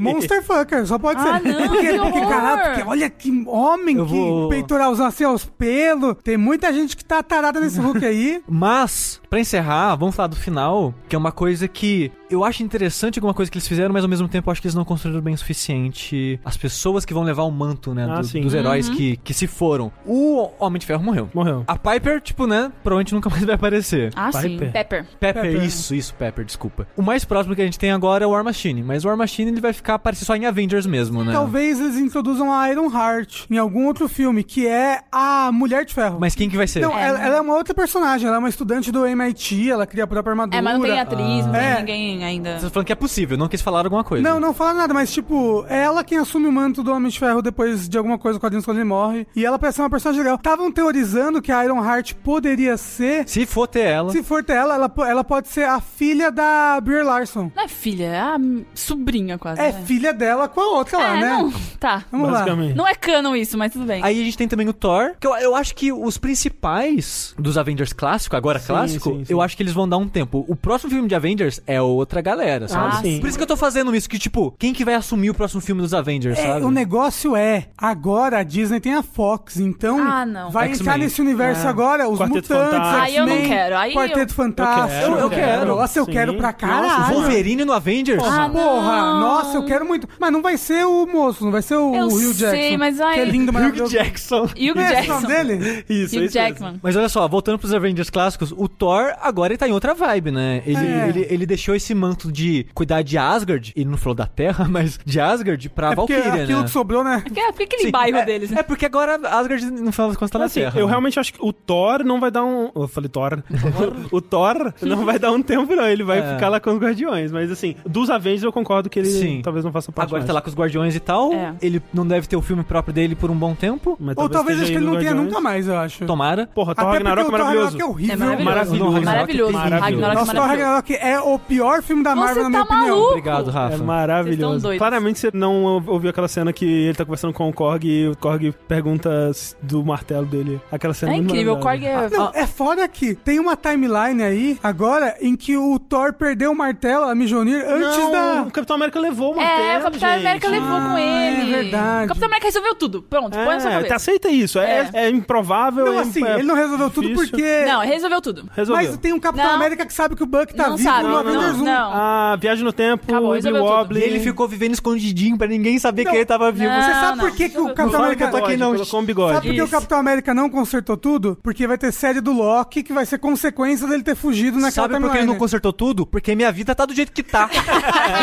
[SPEAKER 3] Monster fucker, só pode
[SPEAKER 4] É. Ah,
[SPEAKER 3] ser.
[SPEAKER 4] não, que
[SPEAKER 3] porque, porque,
[SPEAKER 4] horror!
[SPEAKER 3] caralho, porque olha que homem
[SPEAKER 2] Eu
[SPEAKER 3] que
[SPEAKER 2] vou-
[SPEAKER 3] peitoralzão assim aos pelos. Tem muita gente que tá tarada nesse Hulk aí.
[SPEAKER 2] Mas, pra encerrar, vamos falar do final, que é uma coisa que eu acho interessante alguma coisa que eles fizeram, mas ao mesmo tempo eu acho que eles não construíram bem o suficiente as pessoas que vão levar o manto, né,
[SPEAKER 1] Ah,
[SPEAKER 2] do-
[SPEAKER 1] sim.
[SPEAKER 2] dos heróis que, que se foram. O Homem de Ferro morreu.
[SPEAKER 1] Morreu.
[SPEAKER 2] A Piper, tipo, né, provavelmente nunca mais vai aparecer.
[SPEAKER 4] Ah, sim.
[SPEAKER 1] Piper.
[SPEAKER 4] Pepper.
[SPEAKER 2] Pepper,
[SPEAKER 3] Pepper.
[SPEAKER 2] isso, isso, Pepper, desculpa. O mais próximo que a gente tem agora é o War Machine, mas o War Machine ele vai ficar aparecer só em Avengers mesmo, né?
[SPEAKER 3] Talvez eles introduzam a Iron Heart em algum outro filme, que é a Mulher de Ferro.
[SPEAKER 2] Mas quem que vai ser?
[SPEAKER 3] Não,
[SPEAKER 4] É,
[SPEAKER 3] ela,
[SPEAKER 4] né?
[SPEAKER 3] ela é uma outra personagem, ela é uma estudante do MIT, ela cria a própria armadura.
[SPEAKER 4] É, mas não tem atriz, não tem
[SPEAKER 3] É.
[SPEAKER 4] ninguém ainda.
[SPEAKER 2] Vocês estão falando que é possível, não quis falar alguma coisa.
[SPEAKER 3] Não, não fala nada, mas tipo, é ela quem assume o manto do Homem de Ferro depois de alguma coisa com a James quando ele morre. E ela parece ser uma personagem legal. Estavam teorizando que a Iron Heart poderia ser.
[SPEAKER 2] Se for ter ela.
[SPEAKER 3] Se for ter ela, ela, po- ela pode ser a filha da Brie Larson.
[SPEAKER 4] Não é filha, é a sobrinha quase.
[SPEAKER 3] É
[SPEAKER 4] né?
[SPEAKER 3] filha dela com a outra lá,
[SPEAKER 4] é,
[SPEAKER 3] né?
[SPEAKER 4] não. Tá.
[SPEAKER 3] Vamos lá.
[SPEAKER 1] Basicamente.
[SPEAKER 4] Não é canon isso, mas tudo bem.
[SPEAKER 2] Aí a gente tem também o Thor, que eu, eu acho que os principais dos Avengers clássico, agora
[SPEAKER 1] Sim,
[SPEAKER 2] clássico,
[SPEAKER 1] sim, sim.
[SPEAKER 2] eu acho que eles vão dar um tempo. O próximo filme de Avengers é outra galera, sabe?
[SPEAKER 4] Ah,
[SPEAKER 1] sim.
[SPEAKER 2] Por isso que eu tô fazendo isso, que tipo, quem que vai assumir o próximo filme dos Avengers,
[SPEAKER 3] É,
[SPEAKER 2] sabe?
[SPEAKER 3] o negócio é, agora a Disney tem a Fox, então
[SPEAKER 4] Ah, não.
[SPEAKER 3] vai
[SPEAKER 2] X-Men.
[SPEAKER 3] entrar nesse universo
[SPEAKER 1] É.
[SPEAKER 3] agora os
[SPEAKER 1] Quarteto
[SPEAKER 3] mutantes,
[SPEAKER 1] Fantástico.
[SPEAKER 4] Aí eu não
[SPEAKER 3] X-Men,
[SPEAKER 4] quero, aí eu-
[SPEAKER 3] Quarteto Fantástico.
[SPEAKER 2] Eu- eu quero.
[SPEAKER 3] Nossa, eu
[SPEAKER 1] Sim.
[SPEAKER 3] quero pra
[SPEAKER 1] Nossa,
[SPEAKER 2] Nossa,
[SPEAKER 3] caralho.
[SPEAKER 2] o Wolverine no Avengers?
[SPEAKER 4] Ah, não.
[SPEAKER 3] Porra, nossa, eu quero muito. Mas não vai ser o moço, não vai ser o
[SPEAKER 4] Eu
[SPEAKER 3] Hugh Jackson.
[SPEAKER 4] sei, mas ai-
[SPEAKER 3] Que é lindo,
[SPEAKER 2] Hugh
[SPEAKER 3] maravilhoso.
[SPEAKER 2] Jackson.
[SPEAKER 4] Hugh
[SPEAKER 3] Não é esse o nome
[SPEAKER 4] Jackson.
[SPEAKER 3] dele?
[SPEAKER 1] Isso,
[SPEAKER 4] Hugh
[SPEAKER 1] isso mesmo.
[SPEAKER 4] Jackman.
[SPEAKER 2] Mas olha só, voltando pros Avengers clássicos, o Thor agora ele tá em outra vibe, né? Ele,
[SPEAKER 3] É.
[SPEAKER 2] ele, ele deixou esse manto de cuidar de Asgard, ele não falou da Terra, mas de Asgard pra
[SPEAKER 3] É porque
[SPEAKER 2] Valkyria,
[SPEAKER 3] aquilo
[SPEAKER 2] né?
[SPEAKER 3] que sobrou, né?
[SPEAKER 4] Porque, porque aquele
[SPEAKER 2] Sim,
[SPEAKER 4] bairro
[SPEAKER 2] é,
[SPEAKER 4] deles, né?
[SPEAKER 2] É porque agora Asgard, no final das contas, tá na
[SPEAKER 1] Assim,
[SPEAKER 2] Terra.
[SPEAKER 1] eu
[SPEAKER 2] né?
[SPEAKER 1] realmente acho que o Thor não vai dar um. Eu falei Thor. o Thor não vai dar um tempo, não. Ele vai
[SPEAKER 2] É.
[SPEAKER 1] ficar lá com os Guardiões. Mas assim, dos Avengers eu concordo que ele
[SPEAKER 2] Sim.
[SPEAKER 1] talvez não faça parte.
[SPEAKER 2] Agora
[SPEAKER 1] mais.
[SPEAKER 2] tá lá com os Guardiões e tal.
[SPEAKER 4] É.
[SPEAKER 2] Ele não deve ter o filme próprio dele por um bom tempo.
[SPEAKER 1] Mas
[SPEAKER 3] Ou talvez
[SPEAKER 1] esteja
[SPEAKER 3] acho que
[SPEAKER 1] aí
[SPEAKER 3] ele não
[SPEAKER 1] nos
[SPEAKER 3] tenha
[SPEAKER 1] Guardiões.
[SPEAKER 3] nunca mais, eu acho.
[SPEAKER 2] Tomara.
[SPEAKER 1] Porra, Thor
[SPEAKER 3] Até porque
[SPEAKER 1] Ragnarok é
[SPEAKER 3] o Thor
[SPEAKER 1] maravilhoso.
[SPEAKER 3] Ragnarok é horrível.
[SPEAKER 4] É maravilhoso.
[SPEAKER 1] Maravilhoso.
[SPEAKER 2] Ragnarok
[SPEAKER 4] Maravilhoso.
[SPEAKER 2] é terrível.
[SPEAKER 4] Ragnarok é
[SPEAKER 3] Nossa, Thor
[SPEAKER 4] maravilhoso.
[SPEAKER 3] Ragnarok é o pior filme da
[SPEAKER 4] Você
[SPEAKER 3] Marvel, na minha
[SPEAKER 4] tá
[SPEAKER 3] opinião.
[SPEAKER 4] maluco?
[SPEAKER 2] Obrigado,
[SPEAKER 1] É
[SPEAKER 2] Rafa.
[SPEAKER 4] Vocês
[SPEAKER 1] maravilhoso.
[SPEAKER 4] estão doidos.
[SPEAKER 1] Claramente você não ou- ouviu aquela cena que ele tá conversando com o Korg e o Korg pergunta s- do martelo dele. Aquela cena
[SPEAKER 4] É
[SPEAKER 1] muito
[SPEAKER 4] incrível, o Korg
[SPEAKER 1] maravilhosa.
[SPEAKER 4] é...
[SPEAKER 3] Não, é fora que tem uma timeline aí, agora, em que o Thor perdeu o martelo, a Mjolnir, antes
[SPEAKER 1] Não,
[SPEAKER 3] da...
[SPEAKER 1] O Capitão América levou o martelo.
[SPEAKER 4] É, o Capitão
[SPEAKER 1] um gente.
[SPEAKER 4] América levou
[SPEAKER 3] Ah,
[SPEAKER 4] com ele.
[SPEAKER 3] é verdade.
[SPEAKER 4] O Capitão América resolveu tudo. Pronto, põe na sua
[SPEAKER 1] É,
[SPEAKER 4] cabeça.
[SPEAKER 1] tá, aceita isso. É, é improvável.
[SPEAKER 3] Não,
[SPEAKER 1] é-
[SPEAKER 3] assim,
[SPEAKER 1] é
[SPEAKER 3] ele não resolveu tudo
[SPEAKER 1] difícil.
[SPEAKER 3] porque...
[SPEAKER 4] Não, resolveu tudo.
[SPEAKER 1] Resolveu.
[SPEAKER 3] Mas tem um Capitão
[SPEAKER 4] Não.
[SPEAKER 3] América que sabe que o Buck tá
[SPEAKER 4] não
[SPEAKER 3] vivo
[SPEAKER 4] sabe.
[SPEAKER 3] no
[SPEAKER 4] Não,
[SPEAKER 3] Avengers 1.
[SPEAKER 4] não.
[SPEAKER 1] Ah, viagem no tempo,
[SPEAKER 4] Acabou,
[SPEAKER 1] Willy
[SPEAKER 4] resolveu tudo.
[SPEAKER 1] Wobbly.
[SPEAKER 2] E ele ficou vivendo escondidinho pra ninguém saber
[SPEAKER 3] Não.
[SPEAKER 2] que ele tava vivo.
[SPEAKER 4] Não. É,
[SPEAKER 3] Você sabe por que, que o
[SPEAKER 4] Não
[SPEAKER 3] Capitão
[SPEAKER 1] Fala
[SPEAKER 3] América
[SPEAKER 1] que eu tô aqui, não.
[SPEAKER 2] Colocou
[SPEAKER 1] um bigode.
[SPEAKER 3] Sabe por que o
[SPEAKER 4] Isso.
[SPEAKER 3] Capitão América não consertou tudo? Porque vai ter série do Loki que vai ser consequência dele ter fugido naquela
[SPEAKER 4] tá
[SPEAKER 2] Sabe por que ele não
[SPEAKER 3] timeline.
[SPEAKER 2] consertou tudo? Porque minha vida tá do jeito que tá.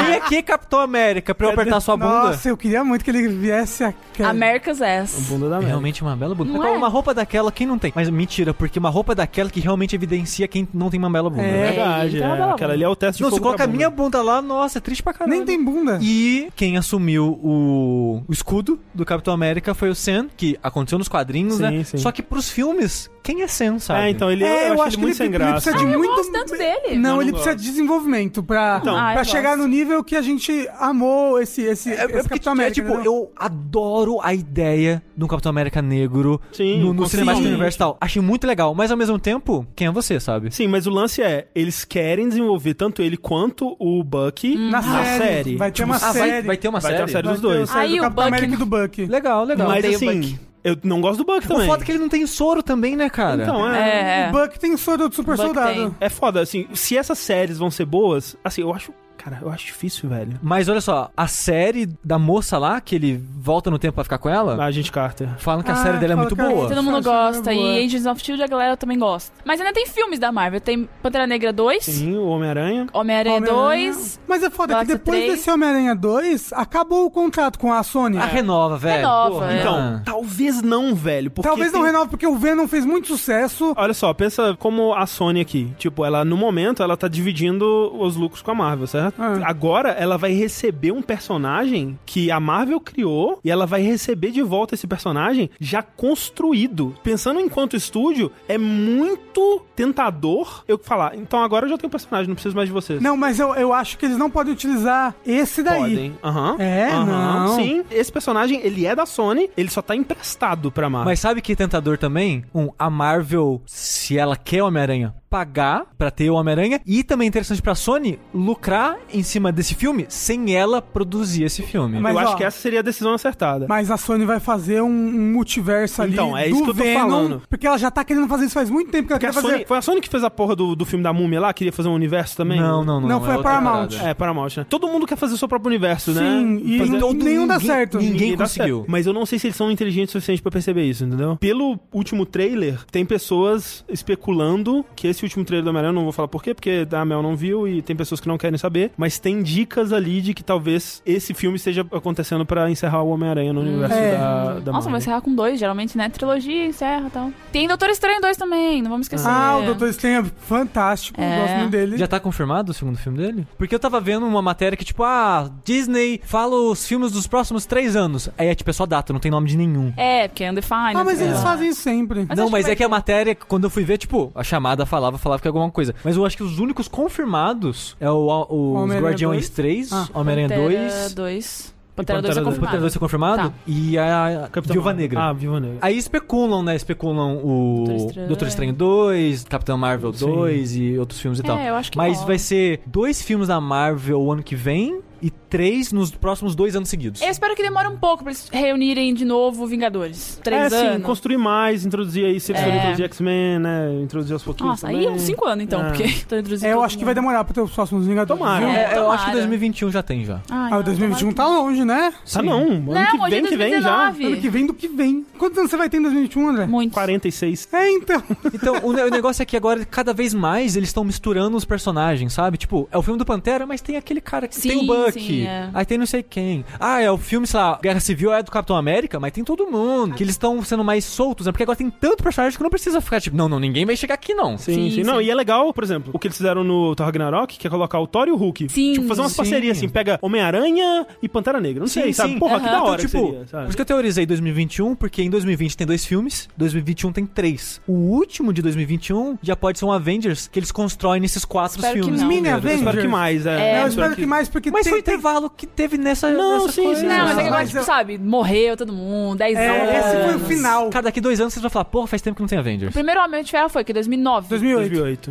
[SPEAKER 2] Vem aqui, Capitão América,
[SPEAKER 4] É
[SPEAKER 2] pra eu apertar sua bunda. É
[SPEAKER 3] Nossa, eu queria muito que ele viesse a...
[SPEAKER 4] America's
[SPEAKER 3] Tá
[SPEAKER 4] Ass.
[SPEAKER 1] Bunda da
[SPEAKER 2] É
[SPEAKER 1] merda.
[SPEAKER 2] Realmente uma bela bunda.
[SPEAKER 4] Não
[SPEAKER 2] Agora,
[SPEAKER 4] é?
[SPEAKER 2] Uma roupa daquela, quem não tem? Mas mentira, porque uma roupa daquela que realmente evidencia quem não tem uma bela bunda.
[SPEAKER 1] É
[SPEAKER 2] né?
[SPEAKER 1] verdade,
[SPEAKER 4] então é
[SPEAKER 1] é.
[SPEAKER 4] uma
[SPEAKER 1] Aquela
[SPEAKER 4] bunda.
[SPEAKER 1] ali é o teste de
[SPEAKER 2] Não, se
[SPEAKER 1] fogo
[SPEAKER 2] coloca a
[SPEAKER 1] pra
[SPEAKER 2] minha bunda lá, nossa, é triste pra caralho.
[SPEAKER 3] Nem tem bunda.
[SPEAKER 2] E quem assumiu o, o escudo do Capitão América foi o Sam, que aconteceu nos quadrinhos,
[SPEAKER 1] Sim,
[SPEAKER 2] né?
[SPEAKER 1] sim.
[SPEAKER 2] Só que pros filmes, quem é Sam, sabe?
[SPEAKER 1] É, então, ele,
[SPEAKER 3] É,
[SPEAKER 1] eu, acho ele muito sem graça.
[SPEAKER 3] precisa de
[SPEAKER 4] Ah, eu
[SPEAKER 3] muito...
[SPEAKER 4] gosto tanto dele.
[SPEAKER 3] Não,
[SPEAKER 1] Não,
[SPEAKER 3] ele
[SPEAKER 1] não
[SPEAKER 3] precisa de desenvolvimento pra,
[SPEAKER 1] Então.
[SPEAKER 4] Ah, eu
[SPEAKER 3] pra chegar
[SPEAKER 4] gosto.
[SPEAKER 3] no nível que a gente amou esse, esse,
[SPEAKER 2] É, é
[SPEAKER 3] esse
[SPEAKER 2] porque,
[SPEAKER 3] Capitão América.
[SPEAKER 2] é, tipo,
[SPEAKER 3] entendeu?
[SPEAKER 2] eu adoro a ideia do Capitão América negro
[SPEAKER 1] Sim,
[SPEAKER 2] no, no
[SPEAKER 1] com
[SPEAKER 2] Cinematic
[SPEAKER 1] certeza.
[SPEAKER 2] Universe e tal. Achei muito legal, mas ao mesmo tempo, quem é você, sabe?
[SPEAKER 1] Sim, mas o lance é, eles querem desenvolver tanto ele quanto o Bucky
[SPEAKER 3] Na série. Vai ter uma
[SPEAKER 2] ah, vai-
[SPEAKER 3] série.
[SPEAKER 2] vai ter uma
[SPEAKER 1] Vai ter
[SPEAKER 2] série?
[SPEAKER 1] uma série
[SPEAKER 3] Vai
[SPEAKER 1] dos
[SPEAKER 3] ter
[SPEAKER 1] dois.
[SPEAKER 3] a série
[SPEAKER 4] Aí
[SPEAKER 3] do
[SPEAKER 4] o
[SPEAKER 3] Capitão
[SPEAKER 4] Buck-
[SPEAKER 3] América e do Buck.
[SPEAKER 2] Legal, legal.
[SPEAKER 1] Mas
[SPEAKER 4] odeio
[SPEAKER 1] assim,
[SPEAKER 4] Bucky.
[SPEAKER 1] eu não gosto do Buck
[SPEAKER 2] o
[SPEAKER 1] também.
[SPEAKER 2] foda é que ele não tem soro também, né, cara?
[SPEAKER 1] Então, é. é.
[SPEAKER 4] É,
[SPEAKER 3] O
[SPEAKER 4] é.
[SPEAKER 3] Buck tem soro do super
[SPEAKER 4] Buck
[SPEAKER 3] soldado.
[SPEAKER 4] tem.
[SPEAKER 1] foda, assim, se essas séries vão ser boas, assim, eu acho. Cara, eu acho difícil, velho.
[SPEAKER 2] Mas olha só, a série da moça lá, que ele volta no tempo pra ficar com ela,
[SPEAKER 1] A gente Carter.
[SPEAKER 2] falam que a
[SPEAKER 3] Ah,
[SPEAKER 2] série dela é
[SPEAKER 3] fala
[SPEAKER 2] muito
[SPEAKER 3] que a-
[SPEAKER 2] boa.
[SPEAKER 4] Todo mundo
[SPEAKER 3] Acho que é uma
[SPEAKER 4] gosta.
[SPEAKER 3] boa.
[SPEAKER 4] E Agents of S.H.I.E.L.D. a galera também gosta. Mas ainda tem filmes da Marvel. Tem Pantera Negra 2,
[SPEAKER 1] Sim, o Homem-Aranha.
[SPEAKER 4] Homem-Aranha
[SPEAKER 3] Homem-Aranha.
[SPEAKER 4] 2...
[SPEAKER 3] Mas é foda que
[SPEAKER 4] Galáxia
[SPEAKER 3] depois
[SPEAKER 4] 3.
[SPEAKER 3] desse Homem-Aranha 2, acabou o contrato com a Sony.
[SPEAKER 2] Ah, renova, velho.
[SPEAKER 4] Renova,
[SPEAKER 2] Porra,
[SPEAKER 4] é.
[SPEAKER 1] Então,
[SPEAKER 2] Então,
[SPEAKER 1] talvez não, velho. porque
[SPEAKER 3] Talvez não
[SPEAKER 1] tem-
[SPEAKER 3] renove, porque o Venom fez muito sucesso.
[SPEAKER 1] Olha só, pensa como a Sony aqui. Tipo, ela no momento ela tá dividindo os lucros com a Marvel, certo?
[SPEAKER 3] Ah.
[SPEAKER 1] Agora ela vai receber um personagem que a Marvel criou e ela vai receber de volta esse personagem já construído. Pensando enquanto estúdio, é muito tentador eu falar, então agora eu já tenho um personagem, não preciso mais de vocês.
[SPEAKER 3] Não, mas eu, eu acho que eles não podem utilizar esse daí.
[SPEAKER 1] Podem. Aham.
[SPEAKER 3] É,
[SPEAKER 1] Aham.
[SPEAKER 3] não.
[SPEAKER 1] Sim, esse personagem, ele é da Sony, ele só tá emprestado pra Marvel.
[SPEAKER 2] mas sabe que é tentador também? Um, a Marvel, se ela quer Homem-Aranha, pagar pra ter o Homem-Aranha e também é interessante pra Sony lucrar em cima desse filme sem ela produzir esse filme.
[SPEAKER 3] Mas,
[SPEAKER 1] eu
[SPEAKER 3] ó,
[SPEAKER 1] acho que essa seria a decisão acertada.
[SPEAKER 3] Mas a Sony vai fazer um, um multiverso ali
[SPEAKER 1] Então, é
[SPEAKER 3] do
[SPEAKER 1] isso que eu tô
[SPEAKER 3] Venom,
[SPEAKER 1] falando.
[SPEAKER 3] porque ela já tá querendo fazer isso faz muito tempo que ela
[SPEAKER 1] Porque
[SPEAKER 3] quer
[SPEAKER 1] a
[SPEAKER 3] fazer.
[SPEAKER 1] Sony, foi a Sony que fez a porra do, do filme da múmia lá? Queria fazer um universo também?
[SPEAKER 2] Não, não, não.
[SPEAKER 3] Não, foi a
[SPEAKER 2] outra
[SPEAKER 3] Paramount.
[SPEAKER 2] parada.
[SPEAKER 1] É, Paramount, né? Todo mundo quer fazer o seu próprio universo, né?
[SPEAKER 3] Sim, e
[SPEAKER 1] Fazer-
[SPEAKER 3] todo- nenhum dá
[SPEAKER 2] ninguém-
[SPEAKER 3] certo.
[SPEAKER 2] Ninguém,
[SPEAKER 1] dá
[SPEAKER 2] conseguiu.
[SPEAKER 1] certo. Mas eu não sei se eles são inteligentes o suficiente pra perceber isso, entendeu? Pelo último trailer, tem pessoas especulando que esse último trailer da Amarelo, eu não vou falar por quê, porque a Mel não viu e tem pessoas que não querem saber, mas tem dicas ali de que talvez esse filme esteja acontecendo pra encerrar o Homem-Aranha no universo
[SPEAKER 3] É.
[SPEAKER 1] da, da
[SPEAKER 4] Nossa,
[SPEAKER 1] Marvel.
[SPEAKER 4] vai encerrar com dois, geralmente, né? Trilogia, encerra e tal. Tem Doutor Estranho 2 também, não vamos esquecer.
[SPEAKER 3] Ah, o Doutor Estranho é fantástico,
[SPEAKER 4] É.
[SPEAKER 3] gosto muito dele.
[SPEAKER 2] Já tá confirmado o segundo filme dele? Porque eu tava vendo uma matéria que, tipo, ah, Disney fala os filmes dos próximos três anos. Aí é tipo, é só data, não tem nome de nenhum.
[SPEAKER 4] É, porque é Undefined.
[SPEAKER 3] Ah, mas
[SPEAKER 4] é.
[SPEAKER 3] eles fazem isso sempre.
[SPEAKER 4] Mas
[SPEAKER 2] não,
[SPEAKER 4] acho
[SPEAKER 2] mas
[SPEAKER 4] que
[SPEAKER 2] é que a
[SPEAKER 4] vai um
[SPEAKER 2] matéria, quando eu fui ver, tipo, a chamada falava, falava que era alguma coisa. Mas eu acho que os únicos confirmados é o, o, os
[SPEAKER 3] Homem-Aranha
[SPEAKER 2] Guardiões
[SPEAKER 3] 2?
[SPEAKER 2] 3,
[SPEAKER 3] Ah.
[SPEAKER 2] Homem-Aranha
[SPEAKER 4] Pantera
[SPEAKER 2] 2,
[SPEAKER 4] 2.
[SPEAKER 1] Pantera
[SPEAKER 4] Pantera 2 é
[SPEAKER 1] dois.
[SPEAKER 2] Pantera 2
[SPEAKER 4] confirmado.
[SPEAKER 2] foi confirmado,
[SPEAKER 4] Tá.
[SPEAKER 2] e a
[SPEAKER 1] Capitão
[SPEAKER 2] Viúva
[SPEAKER 1] Marvel.
[SPEAKER 2] Negra.
[SPEAKER 1] Ah, Viúva Negra.
[SPEAKER 2] Aí especulam, né? Especulam o
[SPEAKER 4] Doutor Estranho.
[SPEAKER 2] Doutor Estranho 2, Capitão Marvel
[SPEAKER 1] Sim.
[SPEAKER 2] 2 e outros filmes e tal.
[SPEAKER 4] É, eu acho que
[SPEAKER 2] Mas
[SPEAKER 4] rola.
[SPEAKER 2] vai ser dois filmes da Marvel o ano que vem e três nos próximos dois anos seguidos.
[SPEAKER 4] Eu espero que demore um pouco pra eles reunirem de novo Vingadores. Três
[SPEAKER 1] é, sim,
[SPEAKER 4] anos.
[SPEAKER 1] construir mais, introduzir aí, se eles
[SPEAKER 4] É.
[SPEAKER 1] forem introduzir X-Men, né? Introduzir aos pouquinhos.
[SPEAKER 4] Nossa, aí
[SPEAKER 1] também.
[SPEAKER 4] é uns cinco anos, então,
[SPEAKER 1] É.
[SPEAKER 4] porque tô introduzindo
[SPEAKER 3] É, eu
[SPEAKER 4] todo
[SPEAKER 3] acho que vai
[SPEAKER 4] mundo.
[SPEAKER 3] demorar pra ter os próximos Vingadores.
[SPEAKER 1] Tomara.
[SPEAKER 3] viu?
[SPEAKER 4] É,
[SPEAKER 2] É, eu acho que
[SPEAKER 4] tomara.
[SPEAKER 2] 2021 já tem já.
[SPEAKER 4] Ai,
[SPEAKER 3] Ah, o
[SPEAKER 4] não,
[SPEAKER 3] 2021 tá
[SPEAKER 4] tomara
[SPEAKER 3] longe, né?
[SPEAKER 1] Ah, não. Ano
[SPEAKER 4] que-
[SPEAKER 1] que vem, que vem já.
[SPEAKER 4] Não,
[SPEAKER 3] Ano que
[SPEAKER 4] 2019.
[SPEAKER 3] vem do que vem. Quantos anos você vai ter em 2021, André?
[SPEAKER 4] Muito.
[SPEAKER 1] 46.
[SPEAKER 3] É, então.
[SPEAKER 2] Então, o, ne- o negócio é que agora, cada vez mais, eles estão misturando os personagens, sabe? Tipo, é o filme do Pantera, mas tem aquele cara que tem o
[SPEAKER 4] Sim,
[SPEAKER 2] Buck.
[SPEAKER 4] sim, é.
[SPEAKER 2] Aí tem não sei quem. Ah, é o filme, sei lá, Guerra Civil é do Capitão América, mas tem todo mundo. Que eles estão sendo mais soltos, né? Porque agora tem tanto personagem que não precisa ficar, tipo, não, não, ninguém vai chegar aqui, não.
[SPEAKER 1] Sim, sim,
[SPEAKER 4] Sim,
[SPEAKER 1] Não,
[SPEAKER 4] sim.
[SPEAKER 1] e é legal, por exemplo, o que eles fizeram no Thor Ragnarok, que é colocar o Thor e o Hulk.
[SPEAKER 4] Sim,
[SPEAKER 1] Tipo, fazer umas
[SPEAKER 2] sim.
[SPEAKER 1] parcerias assim, pega Homem-Aranha e Pantera Negra. Não
[SPEAKER 2] Sim,
[SPEAKER 1] sei, sabe?
[SPEAKER 2] sim.
[SPEAKER 1] Porra, que
[SPEAKER 4] Aham.
[SPEAKER 1] da hora
[SPEAKER 2] Então, tipo,
[SPEAKER 1] que seria,
[SPEAKER 2] por
[SPEAKER 1] sabe?
[SPEAKER 2] isso que eu teorizei 2021, porque em 2020 tem dois filmes, 2021 tem três. O último de 2021 já pode ser um Avengers que eles constroem nesses quatro
[SPEAKER 4] Espero que
[SPEAKER 2] filmes.
[SPEAKER 4] não.
[SPEAKER 3] Mini
[SPEAKER 1] Eu
[SPEAKER 3] Avengers.
[SPEAKER 1] espero que mais, é.
[SPEAKER 4] É,
[SPEAKER 3] Não, eu
[SPEAKER 4] eu
[SPEAKER 3] espero que mais, porque
[SPEAKER 2] Mas
[SPEAKER 3] tem-
[SPEAKER 2] foi o
[SPEAKER 3] tem-
[SPEAKER 2] intervalo que teve nessa.
[SPEAKER 1] Não,
[SPEAKER 2] nessa
[SPEAKER 1] sim,
[SPEAKER 2] coisa.
[SPEAKER 1] sim,
[SPEAKER 4] Não, mas é que agora,
[SPEAKER 3] um, Mas
[SPEAKER 4] tipo,
[SPEAKER 3] eu-
[SPEAKER 4] sabe, morreu todo mundo, 10 anos.
[SPEAKER 3] É, esse foi o final.
[SPEAKER 2] Cara, daqui dois anos vocês vão falar, porra, faz tempo que não tem
[SPEAKER 4] O
[SPEAKER 2] Avengers.
[SPEAKER 4] primeiro Homem de Ferro foi que 2009.
[SPEAKER 3] 2008.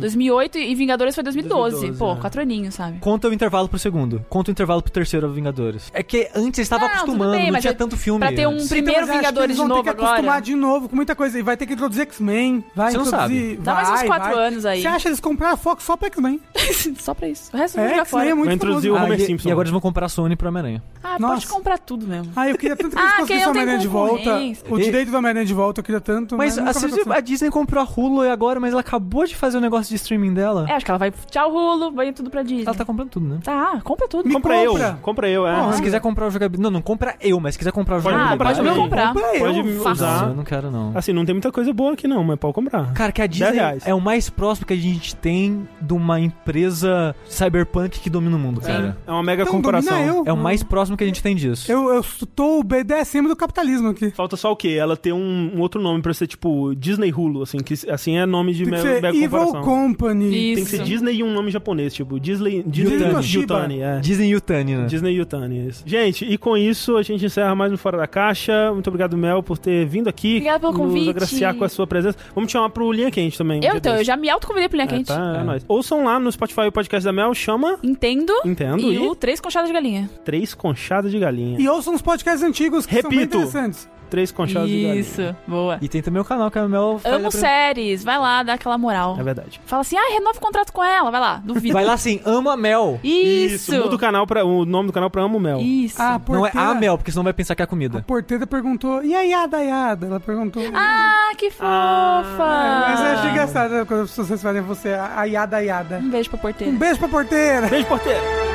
[SPEAKER 1] 2008.
[SPEAKER 4] 2008 e Vingadores foi 2012.
[SPEAKER 1] 2012,
[SPEAKER 4] Pô,
[SPEAKER 1] é.
[SPEAKER 4] quatro aninhos, sabe?
[SPEAKER 2] Conta o intervalo pro segundo. Conta o intervalo pro terceiro Vingadores. É que antes eles estavam
[SPEAKER 4] Não, tudo
[SPEAKER 2] acostumando,
[SPEAKER 4] bem,
[SPEAKER 2] não
[SPEAKER 4] mas
[SPEAKER 2] tinha
[SPEAKER 4] é-
[SPEAKER 2] tanto filme.
[SPEAKER 4] pra ter um
[SPEAKER 2] antes.
[SPEAKER 4] prim- Primeiro
[SPEAKER 3] mas eu acho que
[SPEAKER 4] Vingadores
[SPEAKER 3] eles vão
[SPEAKER 4] de
[SPEAKER 3] ter
[SPEAKER 4] novo
[SPEAKER 3] que acostumar
[SPEAKER 4] agora.
[SPEAKER 3] de novo com muita coisa. E vai ter que introduzir X-Men. Vai
[SPEAKER 2] Você não
[SPEAKER 3] introduzir.
[SPEAKER 2] sabe.
[SPEAKER 4] Dá mais uns
[SPEAKER 3] vai,
[SPEAKER 4] quatro
[SPEAKER 3] vai.
[SPEAKER 4] anos aí.
[SPEAKER 3] Você acha eles compraram a Fox só pra X-Men?
[SPEAKER 4] Só pra isso. O resto do mundo
[SPEAKER 3] É,
[SPEAKER 4] já
[SPEAKER 3] X-Men
[SPEAKER 4] fora.
[SPEAKER 3] é muito
[SPEAKER 1] Vai introduzir o
[SPEAKER 3] famoso.
[SPEAKER 2] Ah,
[SPEAKER 1] Homer
[SPEAKER 2] e-
[SPEAKER 1] Simpson.
[SPEAKER 2] E agora eles vão comprar a Sony pro Homem-Aranha.
[SPEAKER 4] Ah,
[SPEAKER 3] Nossa.
[SPEAKER 4] pode comprar tudo mesmo.
[SPEAKER 3] Ah, eu queria tanto que eles
[SPEAKER 4] Ah,
[SPEAKER 3] conseguissem
[SPEAKER 4] que
[SPEAKER 3] o
[SPEAKER 4] não tem
[SPEAKER 3] Homem-Aranha de volta.
[SPEAKER 4] concorrência.
[SPEAKER 3] O
[SPEAKER 2] E-
[SPEAKER 3] direito do Homem-Aranha de volta eu queria tanto.
[SPEAKER 2] Mas
[SPEAKER 3] nunca
[SPEAKER 2] assim,
[SPEAKER 3] vai acontecer.
[SPEAKER 2] a Disney comprou a Hulu agora, mas ela acabou de fazer o negócio de streaming dela.
[SPEAKER 3] Ah.
[SPEAKER 4] É, acho que ela vai. Tchau, Rulo, vai tudo pra Disney.
[SPEAKER 2] Ela tá comprando tudo, né?
[SPEAKER 4] Tá, compra tudo.
[SPEAKER 3] Me
[SPEAKER 1] Compra eu,
[SPEAKER 3] compra.
[SPEAKER 1] compra eu, é.
[SPEAKER 3] Porra,
[SPEAKER 2] Se quiser comprar o jogabilidade. Não, não compra eu, mas se quiser comprar o
[SPEAKER 1] Pode
[SPEAKER 4] Ah,
[SPEAKER 2] jogabilidade.
[SPEAKER 1] comprar
[SPEAKER 4] pode me
[SPEAKER 1] também.
[SPEAKER 4] comprar.
[SPEAKER 3] Compra eu.
[SPEAKER 1] Pode me
[SPEAKER 4] Fácil.
[SPEAKER 2] Não, eu
[SPEAKER 1] usar.
[SPEAKER 2] não quero, não.
[SPEAKER 1] Assim, não tem muita coisa boa aqui não, mas pode comprar.
[SPEAKER 2] Cara, que a Disney
[SPEAKER 1] reais.
[SPEAKER 2] é o mais próximo que a gente tem de uma empresa cyberpunk que domina o mundo, cara.
[SPEAKER 1] É uma mega
[SPEAKER 3] Então,
[SPEAKER 1] comparação. um-
[SPEAKER 3] domina eu.
[SPEAKER 2] É o mais próximo que a gente tem disso.
[SPEAKER 3] Eu, eu tô o BDSM do capitalismo aqui.
[SPEAKER 1] Falta só o quê? Ela ter um, um outro nome pra ser tipo Disney Hulu, assim, que assim é nome de
[SPEAKER 3] Tem que
[SPEAKER 1] mega,
[SPEAKER 3] ser
[SPEAKER 1] mega
[SPEAKER 3] Evil
[SPEAKER 1] comparação.
[SPEAKER 3] Company.
[SPEAKER 4] Isso.
[SPEAKER 1] Tem que ser Disney e um nome japonês, tipo Disney, Disney
[SPEAKER 2] Yutani.
[SPEAKER 1] Yutani, é.
[SPEAKER 2] Disney Yutani, né?
[SPEAKER 1] Disney Yutani, é isso. Gente, e com isso a gente encerra mais um Fora da Caixa. Muito obrigado, Mel, por ter vindo aqui.
[SPEAKER 4] Obrigada pelo
[SPEAKER 1] nos
[SPEAKER 4] convite.
[SPEAKER 1] agraciar com a sua presença. Vamos te chamar pro Linha Quente também. um
[SPEAKER 4] Eu,
[SPEAKER 1] dia
[SPEAKER 4] então, eu
[SPEAKER 1] desse.
[SPEAKER 4] já me autoconvidei pro Linha
[SPEAKER 1] É,
[SPEAKER 4] Quente.
[SPEAKER 1] tá, é,
[SPEAKER 2] É.
[SPEAKER 1] nóis. Ouçam lá no Spotify o podcast da Mel, chama
[SPEAKER 4] Entendo.
[SPEAKER 1] Entendo
[SPEAKER 4] E
[SPEAKER 1] e,
[SPEAKER 4] o Três Conchadas de Galinha.
[SPEAKER 1] Três Conchadas de Galinha.
[SPEAKER 3] E ouçam os podcasts antigos que são bem
[SPEAKER 1] Repito.
[SPEAKER 3] interessantes.
[SPEAKER 1] Três Conchadas de Galinha.
[SPEAKER 4] Isso, boa.
[SPEAKER 2] E tem também o canal que a Mel faz
[SPEAKER 4] Amo
[SPEAKER 2] a pre-
[SPEAKER 4] séries, vai lá, dá aquela moral.
[SPEAKER 1] É verdade.
[SPEAKER 4] Fala assim, ah, renova o contrato com ela, vai lá, duvido.
[SPEAKER 2] Vai lá assim, amo a Mel.
[SPEAKER 4] Isso.
[SPEAKER 1] Muda o canal para o nome do canal pra Amo Mel.
[SPEAKER 4] Isso.
[SPEAKER 3] Ah, a
[SPEAKER 2] Não é
[SPEAKER 3] porteira,
[SPEAKER 2] a Mel, porque senão vai pensar que é a
[SPEAKER 3] A
[SPEAKER 2] comida.
[SPEAKER 3] porteira perguntou, e a Yada Yada? Ela perguntou.
[SPEAKER 4] Ah, que fofa.
[SPEAKER 3] Mas eu
[SPEAKER 4] Ah.
[SPEAKER 3] achei engraçado né, quando as pessoas fazem você, a Yada Yada.
[SPEAKER 4] Um beijo pra porteira.
[SPEAKER 3] Um beijo pra porteira!
[SPEAKER 1] Beijo, porteiro!